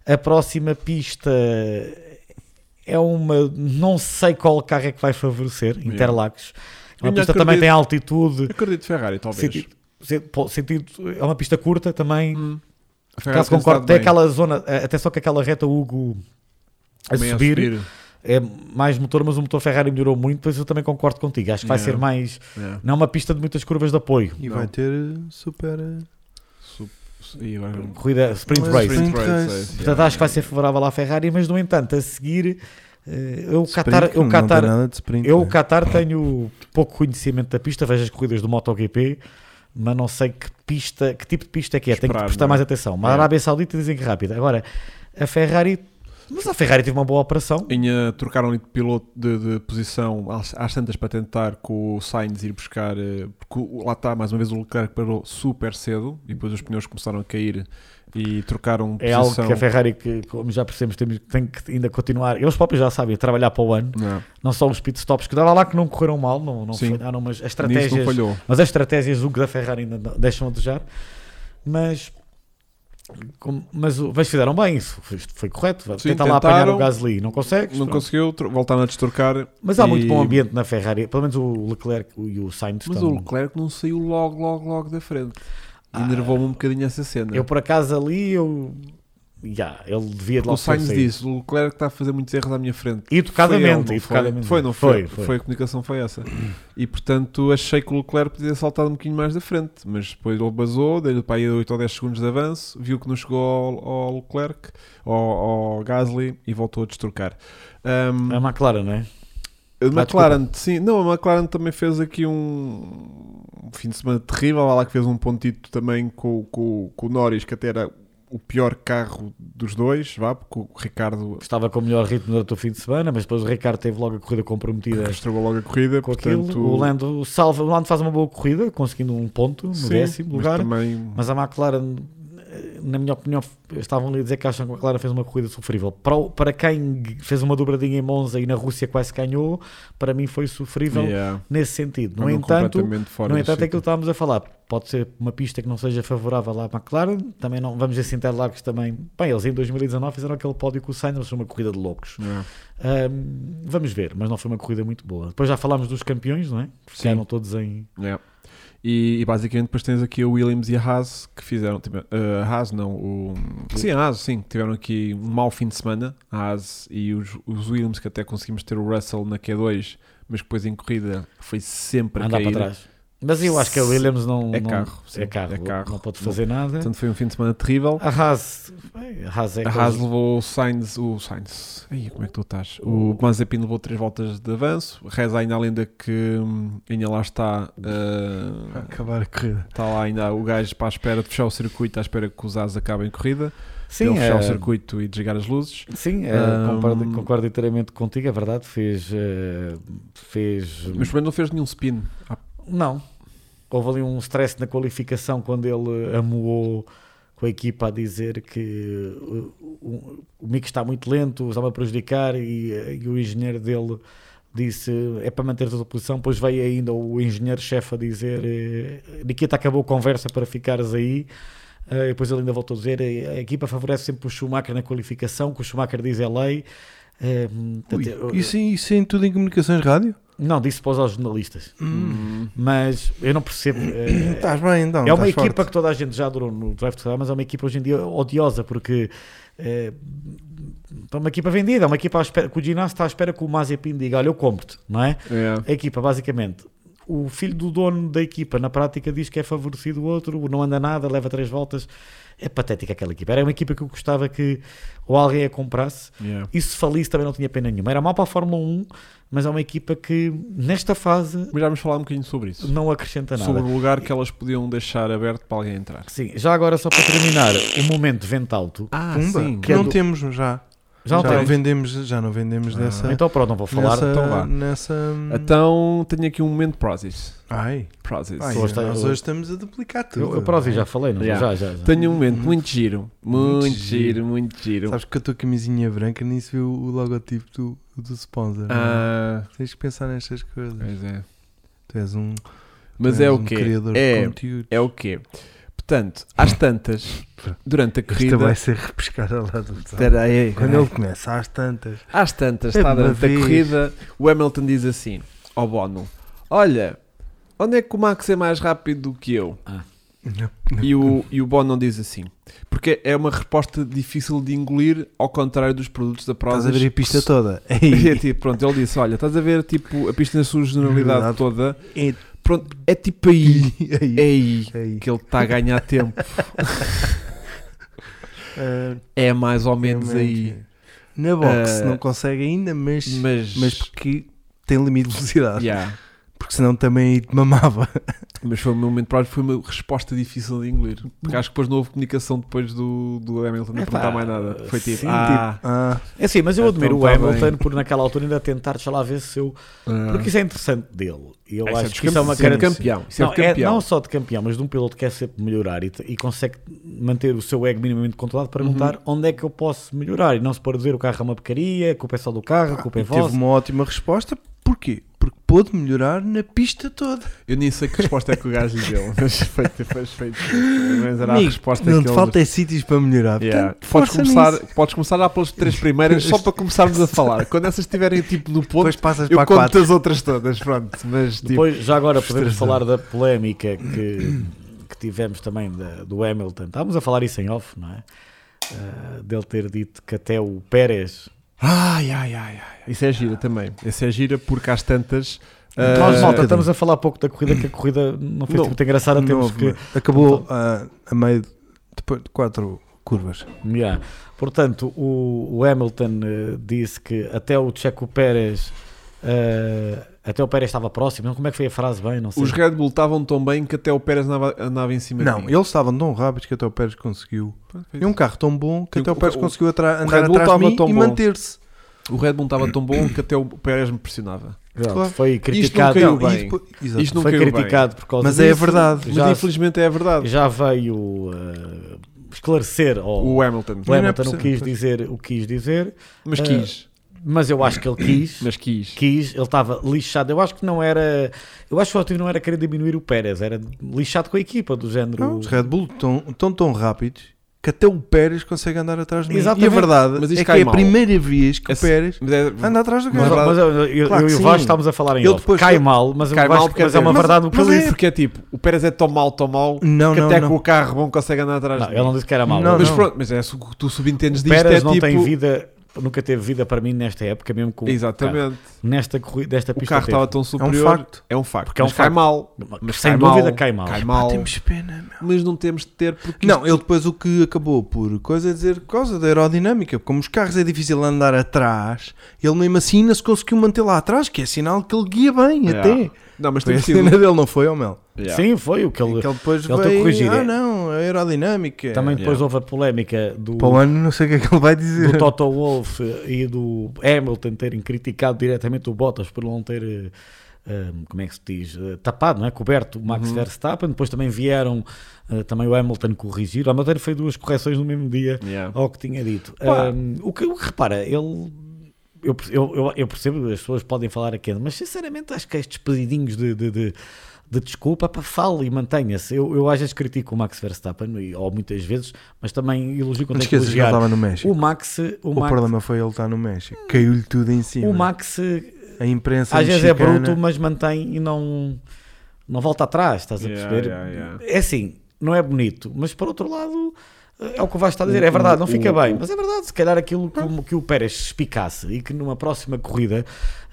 Speaker 3: A próxima pista é uma. Não sei qual carro é que vai favorecer, Interlagos. É Uma
Speaker 1: Eu não
Speaker 3: pista que também
Speaker 1: acredito.
Speaker 3: tem altitude.
Speaker 1: Acredito Ferrari, talvez.
Speaker 3: Sentido, se- po- sentido- é uma pista curta também.
Speaker 1: A Uhum. Ferrari
Speaker 3: Caso
Speaker 1: Hum. É, tem
Speaker 3: concordo,
Speaker 1: estado
Speaker 3: tem
Speaker 1: bem.
Speaker 3: aquela zona, a- até só que aquela reta Hugo a
Speaker 1: Bem
Speaker 3: subir, é mais motor, mas o motor Ferrari melhorou muito. Pois eu também concordo contigo. Acho que vai
Speaker 1: Não.
Speaker 3: ser mais.
Speaker 1: É.
Speaker 3: Não é uma pista de muitas curvas de apoio.
Speaker 2: E
Speaker 1: Não.
Speaker 2: vai ter eh, super.
Speaker 1: Su- su- e agora- um
Speaker 3: Corrida sprint
Speaker 2: Mas
Speaker 3: race.
Speaker 2: sprint race.
Speaker 1: é.
Speaker 3: Portanto, acho que vai ser favorável à Ferrari, mas no entanto, a seguir, eh, eu, o Qatar,
Speaker 2: Sprint,
Speaker 3: eu, o
Speaker 2: não tem
Speaker 3: Qatar,
Speaker 2: nada de sprint,
Speaker 3: eu, o
Speaker 2: né?
Speaker 3: Qatar tenho pouco conhecimento da pista, vejo as corridas do MotoGP, mas não sei que pista, que tipo de pista é que é, tenho que
Speaker 1: Esperar,
Speaker 3: prestar
Speaker 1: não é?
Speaker 3: mais atenção. Mas a
Speaker 1: É.
Speaker 3: Arábia Saudita dizem que é rápida. Agora, a Ferrari, mas a Ferrari teve uma boa operação.
Speaker 1: Em, eh, trocaram-lhe de piloto de, de posição às, às tantas para tentar com o Sainz ir buscar, eh, porque o- lá está mais uma vez o Leclerc parou super cedo e depois os pneus começaram a cair e trocaram de
Speaker 3: É algo
Speaker 1: posição.
Speaker 3: que a Ferrari, que, como já percebemos, temos, tem que ainda continuar. Eles próprios já sabem trabalhar para o ano,
Speaker 1: Não,
Speaker 3: não só os pitstops, que dava lá que não correram mal, não, não
Speaker 1: Sim.
Speaker 3: falharam, mas
Speaker 1: nisso
Speaker 3: as
Speaker 1: não
Speaker 3: estratégias
Speaker 1: falhou.
Speaker 3: Mas as estratégias do que da Ferrari ainda não- deixam a desejar. Mas como- mas o- mas fizeram bem isso, foi, foi correto.
Speaker 1: Sim,
Speaker 3: Tenta lá apanhar
Speaker 1: tentaram.
Speaker 3: o Gasly, não consegues.
Speaker 1: Não
Speaker 3: pronto.
Speaker 1: conseguiu tro- voltar a destorcar.
Speaker 3: Mas há muito
Speaker 1: e-
Speaker 3: bom ambiente na Ferrari, pelo menos o Leclerc e o Sainz
Speaker 1: Mas
Speaker 3: estão.
Speaker 1: o Leclerc não saiu logo, logo, logo da frente. Enervou-me um bocadinho essa cena.
Speaker 3: Ah. Eu por acaso ali eu. já ele devia de lá
Speaker 1: o Sainz
Speaker 3: sair.
Speaker 1: disse: o Leclerc está a fazer muitos erros à minha frente.
Speaker 3: Educadamente,
Speaker 1: Foi ele, não foi?
Speaker 3: educadamente.
Speaker 1: Foi, não foi?
Speaker 3: Foi, foi.
Speaker 1: a comunicação foi essa. E portanto achei que o Leclerc podia saltar um bocadinho mais da frente, mas depois ele basou, deu-lhe para aí 8 ou 10 segundos de avanço, viu que não chegou ao, ao Leclerc, ao, ao Gasly e voltou a destrocar. Ahm,
Speaker 3: A McLaren, não é?
Speaker 1: a
Speaker 3: Ah,
Speaker 1: McLaren, sim, não, a McLaren também fez aqui um, um fim de semana terrível. Há lá que fez um pontito também com, com, com o Norris, que até era o pior carro dos dois, vá, porque o Ricardo
Speaker 3: Estava com o melhor ritmo durante o fim de semana, mas depois o Ricardo teve logo a corrida comprometida
Speaker 1: que estragou logo a corrida,
Speaker 3: com aquilo.
Speaker 1: portanto,
Speaker 3: O Lando salva, o Lando faz uma boa corrida, conseguindo um ponto no
Speaker 1: sim,
Speaker 3: décimo
Speaker 1: mas
Speaker 3: lugar.
Speaker 1: também-
Speaker 3: Mas a McLaren, eh, na minha opinião, estavam ali a dizer que acham que a McLaren fez uma corrida sofrível. Para, o- para quem fez uma dobradinha em Monza e na Rússia quase ganhou, para mim foi sofrível
Speaker 1: Yeah,
Speaker 3: nesse sentido. No
Speaker 1: andou
Speaker 3: entanto,
Speaker 1: completamente fora
Speaker 3: No
Speaker 1: do
Speaker 3: entanto, é aquilo que
Speaker 1: sítio.
Speaker 3: estávamos a falar. Pode ser uma pista que não seja favorável à McLaren. Também não vamos ver se Interlagos também. Bem, eles em 2019 fizeram aquele pódio com o Sainz, mas foi uma corrida de loucos.
Speaker 1: Yeah.
Speaker 3: Ahm, vamos ver, mas não foi uma corrida muito boa. Depois já falámos dos campeões, não é? Ficaram todos em.
Speaker 1: Yeah. É. E, e basicamente depois tens aqui a Williams e a Haas que fizeram, tipo, eh, a Haas não, o, sim, a Haas, sim, que tiveram aqui um mau fim de semana, a Haas e os, os Williams que até conseguimos ter o Russell na Q2, mas que depois em corrida foi sempre a
Speaker 3: andar
Speaker 1: cair.
Speaker 3: para trás. Mas eu acho que a Williams não.
Speaker 1: É
Speaker 3: não-
Speaker 1: carro, sim,
Speaker 3: é carro.
Speaker 1: é carro.
Speaker 3: Não pode fazer nada.
Speaker 1: Portanto foi um fim de semana terrível.
Speaker 3: A Haas. bem, A Haas é.
Speaker 1: A Haas levou o Sainz, o Sainz, aí como é que tu estás? O Mazepin levou três voltas de avanço, reza ainda a lenda que hum, ainda lá está, eh,
Speaker 2: Acabar a corrida.
Speaker 1: está Tá lá ainda o gajo para a espera de fechar o circuito, à espera que os As acabem a corrida,
Speaker 3: Sim,
Speaker 1: ele um fechar
Speaker 3: é-
Speaker 1: o circuito e desligar as luzes.
Speaker 3: Sim, é,
Speaker 1: Ahm.
Speaker 3: concordo, concordo inteiramente contigo, é verdade. Fez. eh, fez
Speaker 1: Mas o Bruno não fez nenhum spin. Ah,
Speaker 3: Não. Houve ali um stress na qualificação quando ele amuou com a equipa a dizer que uh, o, o Mick está muito lento, estava a prejudicar e, uh, e o engenheiro dele disse é para manter a posição, pois veio ainda o engenheiro-chefe a dizer eh, Nikita acabou a conversa para ficares aí Eh, depois ele ainda voltou a dizer eh, a equipa favorece sempre o Schumacher na qualificação, que o Schumacher diz é lei Eh,
Speaker 2: Ui,
Speaker 3: portanto,
Speaker 2: isso, em- isso é em tudo em comunicações rádio? Hum,
Speaker 3: não, disse para os jornalistas
Speaker 1: hum,
Speaker 3: mas eu não percebo eh,
Speaker 2: Estás bem então.
Speaker 3: é
Speaker 2: estás
Speaker 3: uma equipa
Speaker 2: forte.
Speaker 3: que toda a gente já adorou no Drive to Survive, mas é uma equipa hoje em dia odiosa, porque eh, é uma equipa vendida, é uma equipa à espera, que o ginásio está à espera que o Mazepin diga, olha, eu compro-te, não é?
Speaker 1: é.
Speaker 3: A equipa, basicamente, o filho do dono da equipa, na prática, diz que é favorecido o outro, o não anda nada, leva três voltas. É patética aquela equipa. Era uma equipa que eu gostava que ou alguém a comprasse.
Speaker 1: Yeah.
Speaker 3: E se falisse também não tinha pena nenhuma. Era mal para a Fórmula 1, mas é uma equipa que, nesta fase,
Speaker 1: Mas já vamos falar um bocadinho sobre isso.
Speaker 3: não
Speaker 2: Tá
Speaker 3: acrescenta nada.
Speaker 1: Sobre o lugar que elas podiam deixar aberto para alguém entrar.
Speaker 3: Sim, já agora só para terminar, o momento vento alto.
Speaker 1: Ah,
Speaker 2: Pumba,
Speaker 1: sim.
Speaker 2: que
Speaker 3: é
Speaker 2: não
Speaker 3: do-
Speaker 2: temos já.
Speaker 3: Já não
Speaker 2: já,
Speaker 3: tem.
Speaker 2: não vendemos, já não vendemos dessa.
Speaker 3: Então pronto, não vou falar.
Speaker 2: nessa,
Speaker 3: Então vá.
Speaker 2: nessa. hum,
Speaker 1: Então tenho aqui um momento process.
Speaker 2: Ai,
Speaker 1: process.
Speaker 2: ai,
Speaker 3: Só está-
Speaker 2: nós
Speaker 3: eu-
Speaker 2: hoje estamos a duplicar tudo.
Speaker 3: Então, Eu, eu para ouvir já falei, não?
Speaker 1: Yeah.
Speaker 3: Já, já, já.
Speaker 1: Tenho um momento muito giro. Muito,
Speaker 2: Uhum. Muito
Speaker 1: giro,
Speaker 2: giro.
Speaker 1: muito giro.
Speaker 2: Sabes que eu estou camisinha branca nem se viu o logotipo do, do sponsor. não é?
Speaker 1: Ah,
Speaker 2: Tens que pensar nestas coisas.
Speaker 1: pois é.
Speaker 2: Tu és um,
Speaker 1: Mas
Speaker 2: tu és
Speaker 1: é
Speaker 2: um
Speaker 1: o quê?
Speaker 2: criador de
Speaker 1: É,
Speaker 2: conteúdo.
Speaker 1: é o quê? Portanto, às tantas, durante a
Speaker 2: Esta
Speaker 1: corrida.
Speaker 2: vai ser repescada lá do top.
Speaker 1: Espera aí.
Speaker 2: Quando ele começa, às tantas.
Speaker 1: Tá. Às tantas,
Speaker 2: É
Speaker 1: está
Speaker 2: de uma
Speaker 1: durante a
Speaker 2: vez.
Speaker 1: corrida, o Hamilton diz assim ao Bono: Olha, onde é que o Max é mais rápido do que eu?
Speaker 2: na-
Speaker 1: E o, e o Bono diz assim. Porque é uma resposta difícil de engolir, ao contrário dos produtos da Prozas.
Speaker 2: Estás a ver a pista
Speaker 1: que se-
Speaker 2: toda.
Speaker 1: E é tipo, pronto, ele disse: Olha, estás a ver tipo, a pista na sua generalidade
Speaker 2: Verdade.
Speaker 1: toda.
Speaker 2: É-
Speaker 1: Pronto, é tipo aí,
Speaker 2: Aí.
Speaker 1: é aí
Speaker 2: Aí.
Speaker 1: que ele está a ganhar tempo.
Speaker 2: Ah,
Speaker 1: É mais ou menos
Speaker 2: realmente. é.
Speaker 1: aí.
Speaker 2: Na box
Speaker 1: Ah,
Speaker 2: não consegue ainda, mas, mas...
Speaker 1: Mas,
Speaker 2: porque tem limite de velocidade.
Speaker 1: yeah.
Speaker 2: Porque senão também aí te mamava.
Speaker 1: Mas foi o meu momento próprio, foi uma resposta difícil de engolir. Porque acho que depois não houve comunicação depois do, do Hamilton não
Speaker 3: Epá,
Speaker 1: perguntar mais nada. Foi tipo,
Speaker 3: sim,
Speaker 1: ah,
Speaker 2: Ah,
Speaker 3: É assim, mas eu
Speaker 1: Então
Speaker 3: admiro o
Speaker 1: tá
Speaker 3: Hamilton
Speaker 1: bem.
Speaker 3: por naquela altura ainda tentar, deixa lá ver se eu.
Speaker 1: ah.
Speaker 3: Porque isso é interessante dele. E eu
Speaker 1: Isso
Speaker 3: acho
Speaker 1: dos
Speaker 3: que isso é uma
Speaker 1: campe-
Speaker 3: característica.
Speaker 1: campeão. Isso
Speaker 3: Não,
Speaker 1: é de
Speaker 3: é
Speaker 1: campeão.
Speaker 3: não só de campeão, mas de um piloto que quer sempre melhorar e, te- e consegue manter o seu ego minimamente controlado para perguntar onde é que eu posso melhorar e não se pode dizer o carro é uma porcaria, culpa é só do carro, culpa é
Speaker 2: Ah, teve
Speaker 3: vossa.
Speaker 2: uma ótima resposta. Porquê? Porque pôde melhorar na pista toda.
Speaker 1: Eu nem sei que resposta é que o gajo lhe deu, mas foi, foi feito. Mas era a
Speaker 2: Amigo,
Speaker 1: resposta
Speaker 2: Não
Speaker 1: que
Speaker 2: te
Speaker 1: ele-
Speaker 2: falta é sítios para melhorar.
Speaker 1: Yeah.
Speaker 2: Portanto,
Speaker 1: Podes,
Speaker 2: força
Speaker 1: começar,
Speaker 2: nisso.
Speaker 1: podes começar lá pelas três primeiras, só para começarmos a falar. Quando essas estiverem tipo no ponto,
Speaker 2: Depois passas
Speaker 1: eu
Speaker 2: para a
Speaker 1: conto
Speaker 2: 4.
Speaker 1: as outras todas, pronto. Mas tipo,
Speaker 3: Depois, já agora podemos
Speaker 2: frustração.
Speaker 3: falar da polémica que, que tivemos também da- do Hamilton. Estávamos a falar isso em off, não é? Ah, dele ter dito que até o Pérez.
Speaker 1: ai, ai, ai, ai. Isso é gira também. Isso é gira porque às tantas.
Speaker 3: Nós,
Speaker 1: ah,
Speaker 3: malta,
Speaker 2: tadinho.
Speaker 3: estamos a falar pouco da corrida, que a corrida não fez
Speaker 1: Não,
Speaker 3: muito engraçada.
Speaker 2: Não
Speaker 3: Temos
Speaker 2: houve
Speaker 3: que.
Speaker 2: mais. Acabou ah, a meio de, depois de quatro curvas.
Speaker 1: é?
Speaker 3: Yeah. Portanto, o, o Hamilton eh, disse que até o Checo Pérez. eh, até o Pérez estava próximo. Não, Como é que foi a frase bem? Não sei.
Speaker 1: os Red Bull estavam tão bem que até o Pérez andava, andava em cima
Speaker 2: Não,
Speaker 1: de mim.
Speaker 2: eles estavam tão rápidos que até o Pérez conseguiu. E um carro tão bom que
Speaker 1: Sim,
Speaker 2: até o
Speaker 1: o-
Speaker 2: Pérez
Speaker 1: o-
Speaker 2: conseguiu atra-
Speaker 1: Red
Speaker 2: andar
Speaker 1: Bull
Speaker 2: atrás de
Speaker 1: estava
Speaker 2: mim
Speaker 1: tão
Speaker 2: e
Speaker 1: bom.
Speaker 2: manter-se.
Speaker 1: O Red Bull estava tão bom que até o Pérez me pressionava.
Speaker 3: Pronto,
Speaker 2: claro.
Speaker 3: Foi
Speaker 1: Isto não
Speaker 3: criticado.
Speaker 1: caiu
Speaker 2: Não, e
Speaker 1: bem.
Speaker 2: depois- exato.
Speaker 1: Isto não
Speaker 3: foi
Speaker 1: caiu bem.
Speaker 3: criticado por causa
Speaker 2: Mas é a
Speaker 3: disso.
Speaker 2: verdade.
Speaker 1: Mas
Speaker 3: Já-
Speaker 1: infelizmente é a verdade.
Speaker 3: já veio eh, esclarecer ao
Speaker 1: O Hamilton.
Speaker 3: o
Speaker 2: Não é
Speaker 3: Hamilton não
Speaker 2: possível,
Speaker 3: quis
Speaker 2: pois.
Speaker 3: dizer o que quis dizer,
Speaker 1: Mas
Speaker 3: Eh,
Speaker 1: quis.
Speaker 3: mas eu acho que ele quis.
Speaker 1: Mas quis.
Speaker 3: Quis, ele estava lixado. Eu acho que não era. Eu acho que o Otávio não era querer diminuir o Pérez, era lixado com a equipa do
Speaker 1: é
Speaker 3: género.
Speaker 2: Não, os Red Bull estão tão, tão rápidos que até o Pérez consegue andar atrás de mim.
Speaker 3: Exatamente.
Speaker 2: E a verdade
Speaker 1: Mas isto
Speaker 2: é que
Speaker 1: cai
Speaker 2: é a
Speaker 1: mal.
Speaker 2: primeira vez que
Speaker 1: Esse-
Speaker 2: o Pérez
Speaker 1: Mas é-
Speaker 2: anda atrás do
Speaker 1: Não é
Speaker 3: mas,
Speaker 2: carro.
Speaker 1: verdade.
Speaker 3: mas eu, eu,
Speaker 2: Claro
Speaker 3: eu
Speaker 2: que
Speaker 3: e o
Speaker 2: sim.
Speaker 3: Vasco estávamos a falar em
Speaker 2: Ele
Speaker 3: off.
Speaker 2: depois-
Speaker 3: Cai mal, mas, o
Speaker 1: Cai
Speaker 3: Vasco-
Speaker 1: mal porque
Speaker 3: mas é uma
Speaker 1: mas-
Speaker 3: verdade o que
Speaker 1: mas
Speaker 3: ele
Speaker 1: é
Speaker 3: disse.
Speaker 1: porque é tipo, o Pérez é tão mal, tão mal,
Speaker 2: Não,
Speaker 1: que
Speaker 2: não,
Speaker 1: até
Speaker 2: não.
Speaker 1: com o carro bom consegue andar atrás
Speaker 3: Não,
Speaker 1: de
Speaker 3: ele não disse que era mal.
Speaker 2: Não,
Speaker 1: mas
Speaker 2: não.
Speaker 1: pronto, mas é isso que tu subentendes
Speaker 3: O
Speaker 1: disto
Speaker 3: Pérez
Speaker 1: é
Speaker 3: não
Speaker 1: tipo...
Speaker 3: tem vida, nunca teve vida para mim nesta época, mesmo com o carro.
Speaker 1: Exatamente.
Speaker 3: nesta corrida, desta
Speaker 1: O
Speaker 3: pista.
Speaker 1: carro estava
Speaker 3: teve.
Speaker 1: tão superior.
Speaker 2: facto.
Speaker 1: É um facto.
Speaker 3: Porque é um
Speaker 1: mas cai
Speaker 3: facto.
Speaker 1: mal. Mas
Speaker 3: Sem
Speaker 1: cai
Speaker 3: dúvida
Speaker 1: mal,
Speaker 3: cai mal. Ah,
Speaker 1: Cai mal.
Speaker 2: Ah, Temos pena, meu.
Speaker 1: Mas não temos de ter porque...
Speaker 2: Não, ele depois o que acabou por coisa é dizer por causa da aerodinâmica, como os carros é difícil andar atrás, ele mesmo assim ainda se conseguiu manter lá atrás, que é sinal que ele guia bem
Speaker 1: Yeah.
Speaker 2: até.
Speaker 1: Não, mas
Speaker 2: Foi
Speaker 1: tem
Speaker 2: a
Speaker 1: sido...
Speaker 2: cena dele, não foi, ó Mel?
Speaker 1: Yeah.
Speaker 3: Sim, foi o que ele.
Speaker 2: Que ele depois
Speaker 3: Ele tem que
Speaker 2: veio,
Speaker 3: corrigir, é.
Speaker 2: ah não, a aerodinâmica.
Speaker 3: Também depois
Speaker 1: Yeah.
Speaker 3: houve a polémica do.
Speaker 2: Para o ano não sei o que é que ele vai dizer.
Speaker 3: do Toto Wolff e do Hamilton terem criticado diretamente o Bottas por não ter, eh, eh, como é que se diz, eh, tapado, não é? coberto o Max Verstappen. Depois também vieram eh, também o Hamilton corrigir. O Hamilton fez duas correções no mesmo dia
Speaker 1: Yeah.
Speaker 3: ao que tinha dito.
Speaker 1: Pá.
Speaker 3: Um, o, que, o que repara, ele. Eu, eu, eu- eu percebo que as pessoas podem falar aqui, mas sinceramente acho que estes pedidinhos de, de, de- de desculpa, pá, fale e mantenha-se. Eu, eu às vezes critico o Max Verstappen, e- ou muitas vezes, mas também elogio quando
Speaker 2: Não
Speaker 3: tem que
Speaker 2: esqueças que ele
Speaker 3: elogiar.
Speaker 2: estava no México.
Speaker 3: O Max, o,
Speaker 2: O,
Speaker 3: Max,
Speaker 2: problema é foi ele estar no México. Caiu-lhe tudo em cima.
Speaker 3: o Max
Speaker 2: a imprensa
Speaker 3: às vezes é
Speaker 2: mexicana-
Speaker 3: bruto, mas mantém e não, não volta atrás, estás a
Speaker 1: Yeah,
Speaker 3: perceber?
Speaker 1: yeah, yeah.
Speaker 3: É assim, não é bonito, mas por outro lado é o que o Vasco está a dizer, é verdade, não fica bem, mas é verdade, se calhar aquilo que, o- que o Pérez espicasse e que numa próxima corrida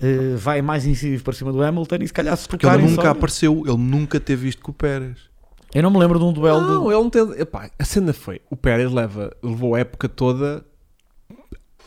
Speaker 3: eh, vai mais incisivo para cima do Hamilton e se calhar se
Speaker 2: Porque ele
Speaker 3: tocarem
Speaker 2: nunca
Speaker 3: só-
Speaker 2: apareceu, ele nunca teve isto com o Pérez.
Speaker 3: Eu não me lembro de um duelo do...
Speaker 1: Não, ele não tem... Epá, a cena foi... O Pérez leva, levou a época toda...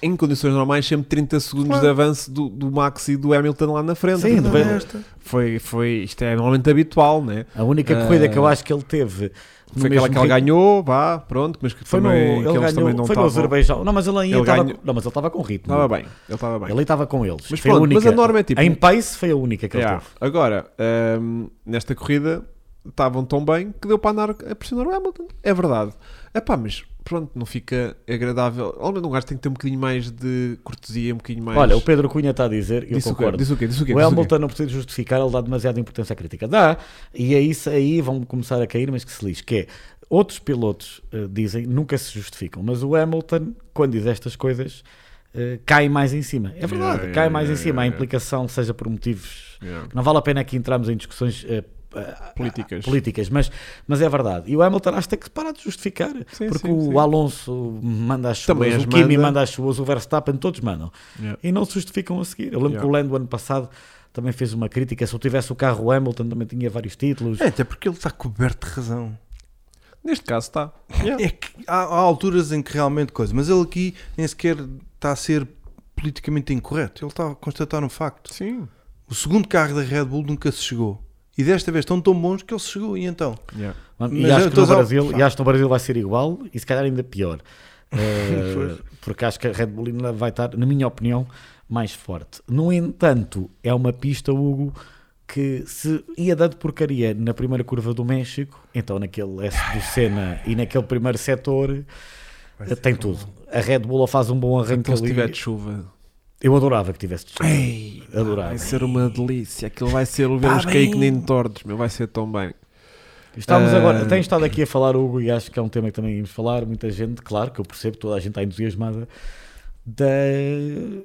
Speaker 1: Em condições normais, sempre 30 segundos
Speaker 2: Claro.
Speaker 1: de avanço do, do Max e do Hamilton lá na frente.
Speaker 3: Sim, é
Speaker 1: Portanto,
Speaker 3: bem-
Speaker 2: Esta.
Speaker 1: foi, foi, isto é normalmente habitual, né?
Speaker 3: A única
Speaker 1: Ah.
Speaker 3: corrida que eu acho que ele teve no
Speaker 1: Foi aquela
Speaker 3: mesmo
Speaker 1: que ele
Speaker 3: ritmo-
Speaker 1: ganhou, vá, pronto, mas que
Speaker 3: Foi no,
Speaker 1: também,
Speaker 3: ele
Speaker 1: que eles também
Speaker 3: ganhou,
Speaker 1: não
Speaker 3: foi no
Speaker 1: estavam.
Speaker 3: Azerbaijão. Não, mas ele ainda
Speaker 1: Ele
Speaker 3: estava,
Speaker 1: ganhou-
Speaker 3: não, mas ele estava com ritmo.
Speaker 1: Estava bem, ele estava bem.
Speaker 3: Ele estava com eles.
Speaker 1: Mas
Speaker 3: Foi a
Speaker 1: pronto,
Speaker 3: única.
Speaker 1: mas a norma é tipo-
Speaker 3: Em pace foi a única que ele
Speaker 1: Yeah.
Speaker 3: teve.
Speaker 1: Agora, hum, nesta corrida estavam tão bem que deu para andar a pressionar o Hamilton. É verdade. Epá, mas pronto, não fica agradável. Ao menos um gajo tem que ter um bocadinho mais de cortesia, um bocadinho mais.
Speaker 3: Olha, o Pedro Cunha está a dizer, eu
Speaker 1: disse o quê?
Speaker 3: concordo.
Speaker 1: Disse o quê? Disse o quê?
Speaker 3: o
Speaker 1: Disse o quê?
Speaker 3: Hamilton não precisa justificar, ele dá demasiada importância à crítica. Dá, e é isso aí, vão começar a cair, mas que se lixe, que é, outros pilotos eh, dizem, nunca se justificam, mas o Hamilton, quando diz estas coisas, eh, cai mais em cima. É verdade,
Speaker 1: yeah,
Speaker 3: cai mais
Speaker 1: yeah,
Speaker 3: em
Speaker 1: yeah,
Speaker 3: cima, a
Speaker 1: yeah.
Speaker 3: implicação, seja por motivos...
Speaker 1: Yeah.
Speaker 3: Não vale a pena aqui entrarmos em discussões... eh, eh,
Speaker 1: Políticas.
Speaker 3: políticas, mas, mas é verdade. E o Hamilton acho que tem que parar de justificar,
Speaker 1: Sim,
Speaker 3: porque
Speaker 1: sim,
Speaker 3: o
Speaker 1: sim.
Speaker 3: Alonso manda as suas,
Speaker 1: Também as
Speaker 3: o Kimi
Speaker 1: manda.
Speaker 3: manda as suas, o Verstappen, todos mandam.
Speaker 1: Yeah.
Speaker 3: E não se justificam a seguir. Eu lembro
Speaker 1: Yeah.
Speaker 3: que o Lando ano passado também fez uma crítica, se eu tivesse o carro Hamilton também tinha vários títulos.
Speaker 2: É, até porque ele está coberto de razão.
Speaker 1: Neste caso está.
Speaker 2: É que há, há alturas em que realmente coisa, mas ele aqui nem sequer está a ser politicamente incorreto. Ele está a constatar um facto.
Speaker 1: Sim.
Speaker 2: O segundo carro da Red Bull nunca se chegou. E desta vez estão tão bons que ele se chegou. E então?
Speaker 1: Yeah.
Speaker 3: e,
Speaker 2: mas
Speaker 3: acho
Speaker 2: eu
Speaker 3: que no
Speaker 2: tô-
Speaker 3: Brasil, e acho que no Brasil vai ser igual e se calhar ainda pior. Eh,
Speaker 2: Pois.
Speaker 3: porque acho que a Red Bull ainda vai estar, na minha opinião, mais forte. No entanto, é uma pista, Hugo, que se ia dando porcaria na primeira curva do México, então naquele S do Senna e naquele primeiro setor, eh, tem tudo. A Red Bull ou faz um bom arranque
Speaker 1: Então se
Speaker 3: ali.
Speaker 1: tiver de chuva,
Speaker 3: Eu adorava que tivesse de chegar.
Speaker 1: Ei, pá,
Speaker 3: Adorava.
Speaker 1: Vai ser uma delícia. Aquilo vai ser um ver
Speaker 3: Pá,
Speaker 1: os cake
Speaker 3: Tá bem.
Speaker 1: nem tortos, meu. Vai ser tão bem.
Speaker 3: Estamos
Speaker 1: Ah.
Speaker 3: agora, tenho estado aqui a falar, Hugo, e acho que é um tema que também íamos falar. Muita gente, claro que eu percebo, toda a gente está entusiasmada. Da,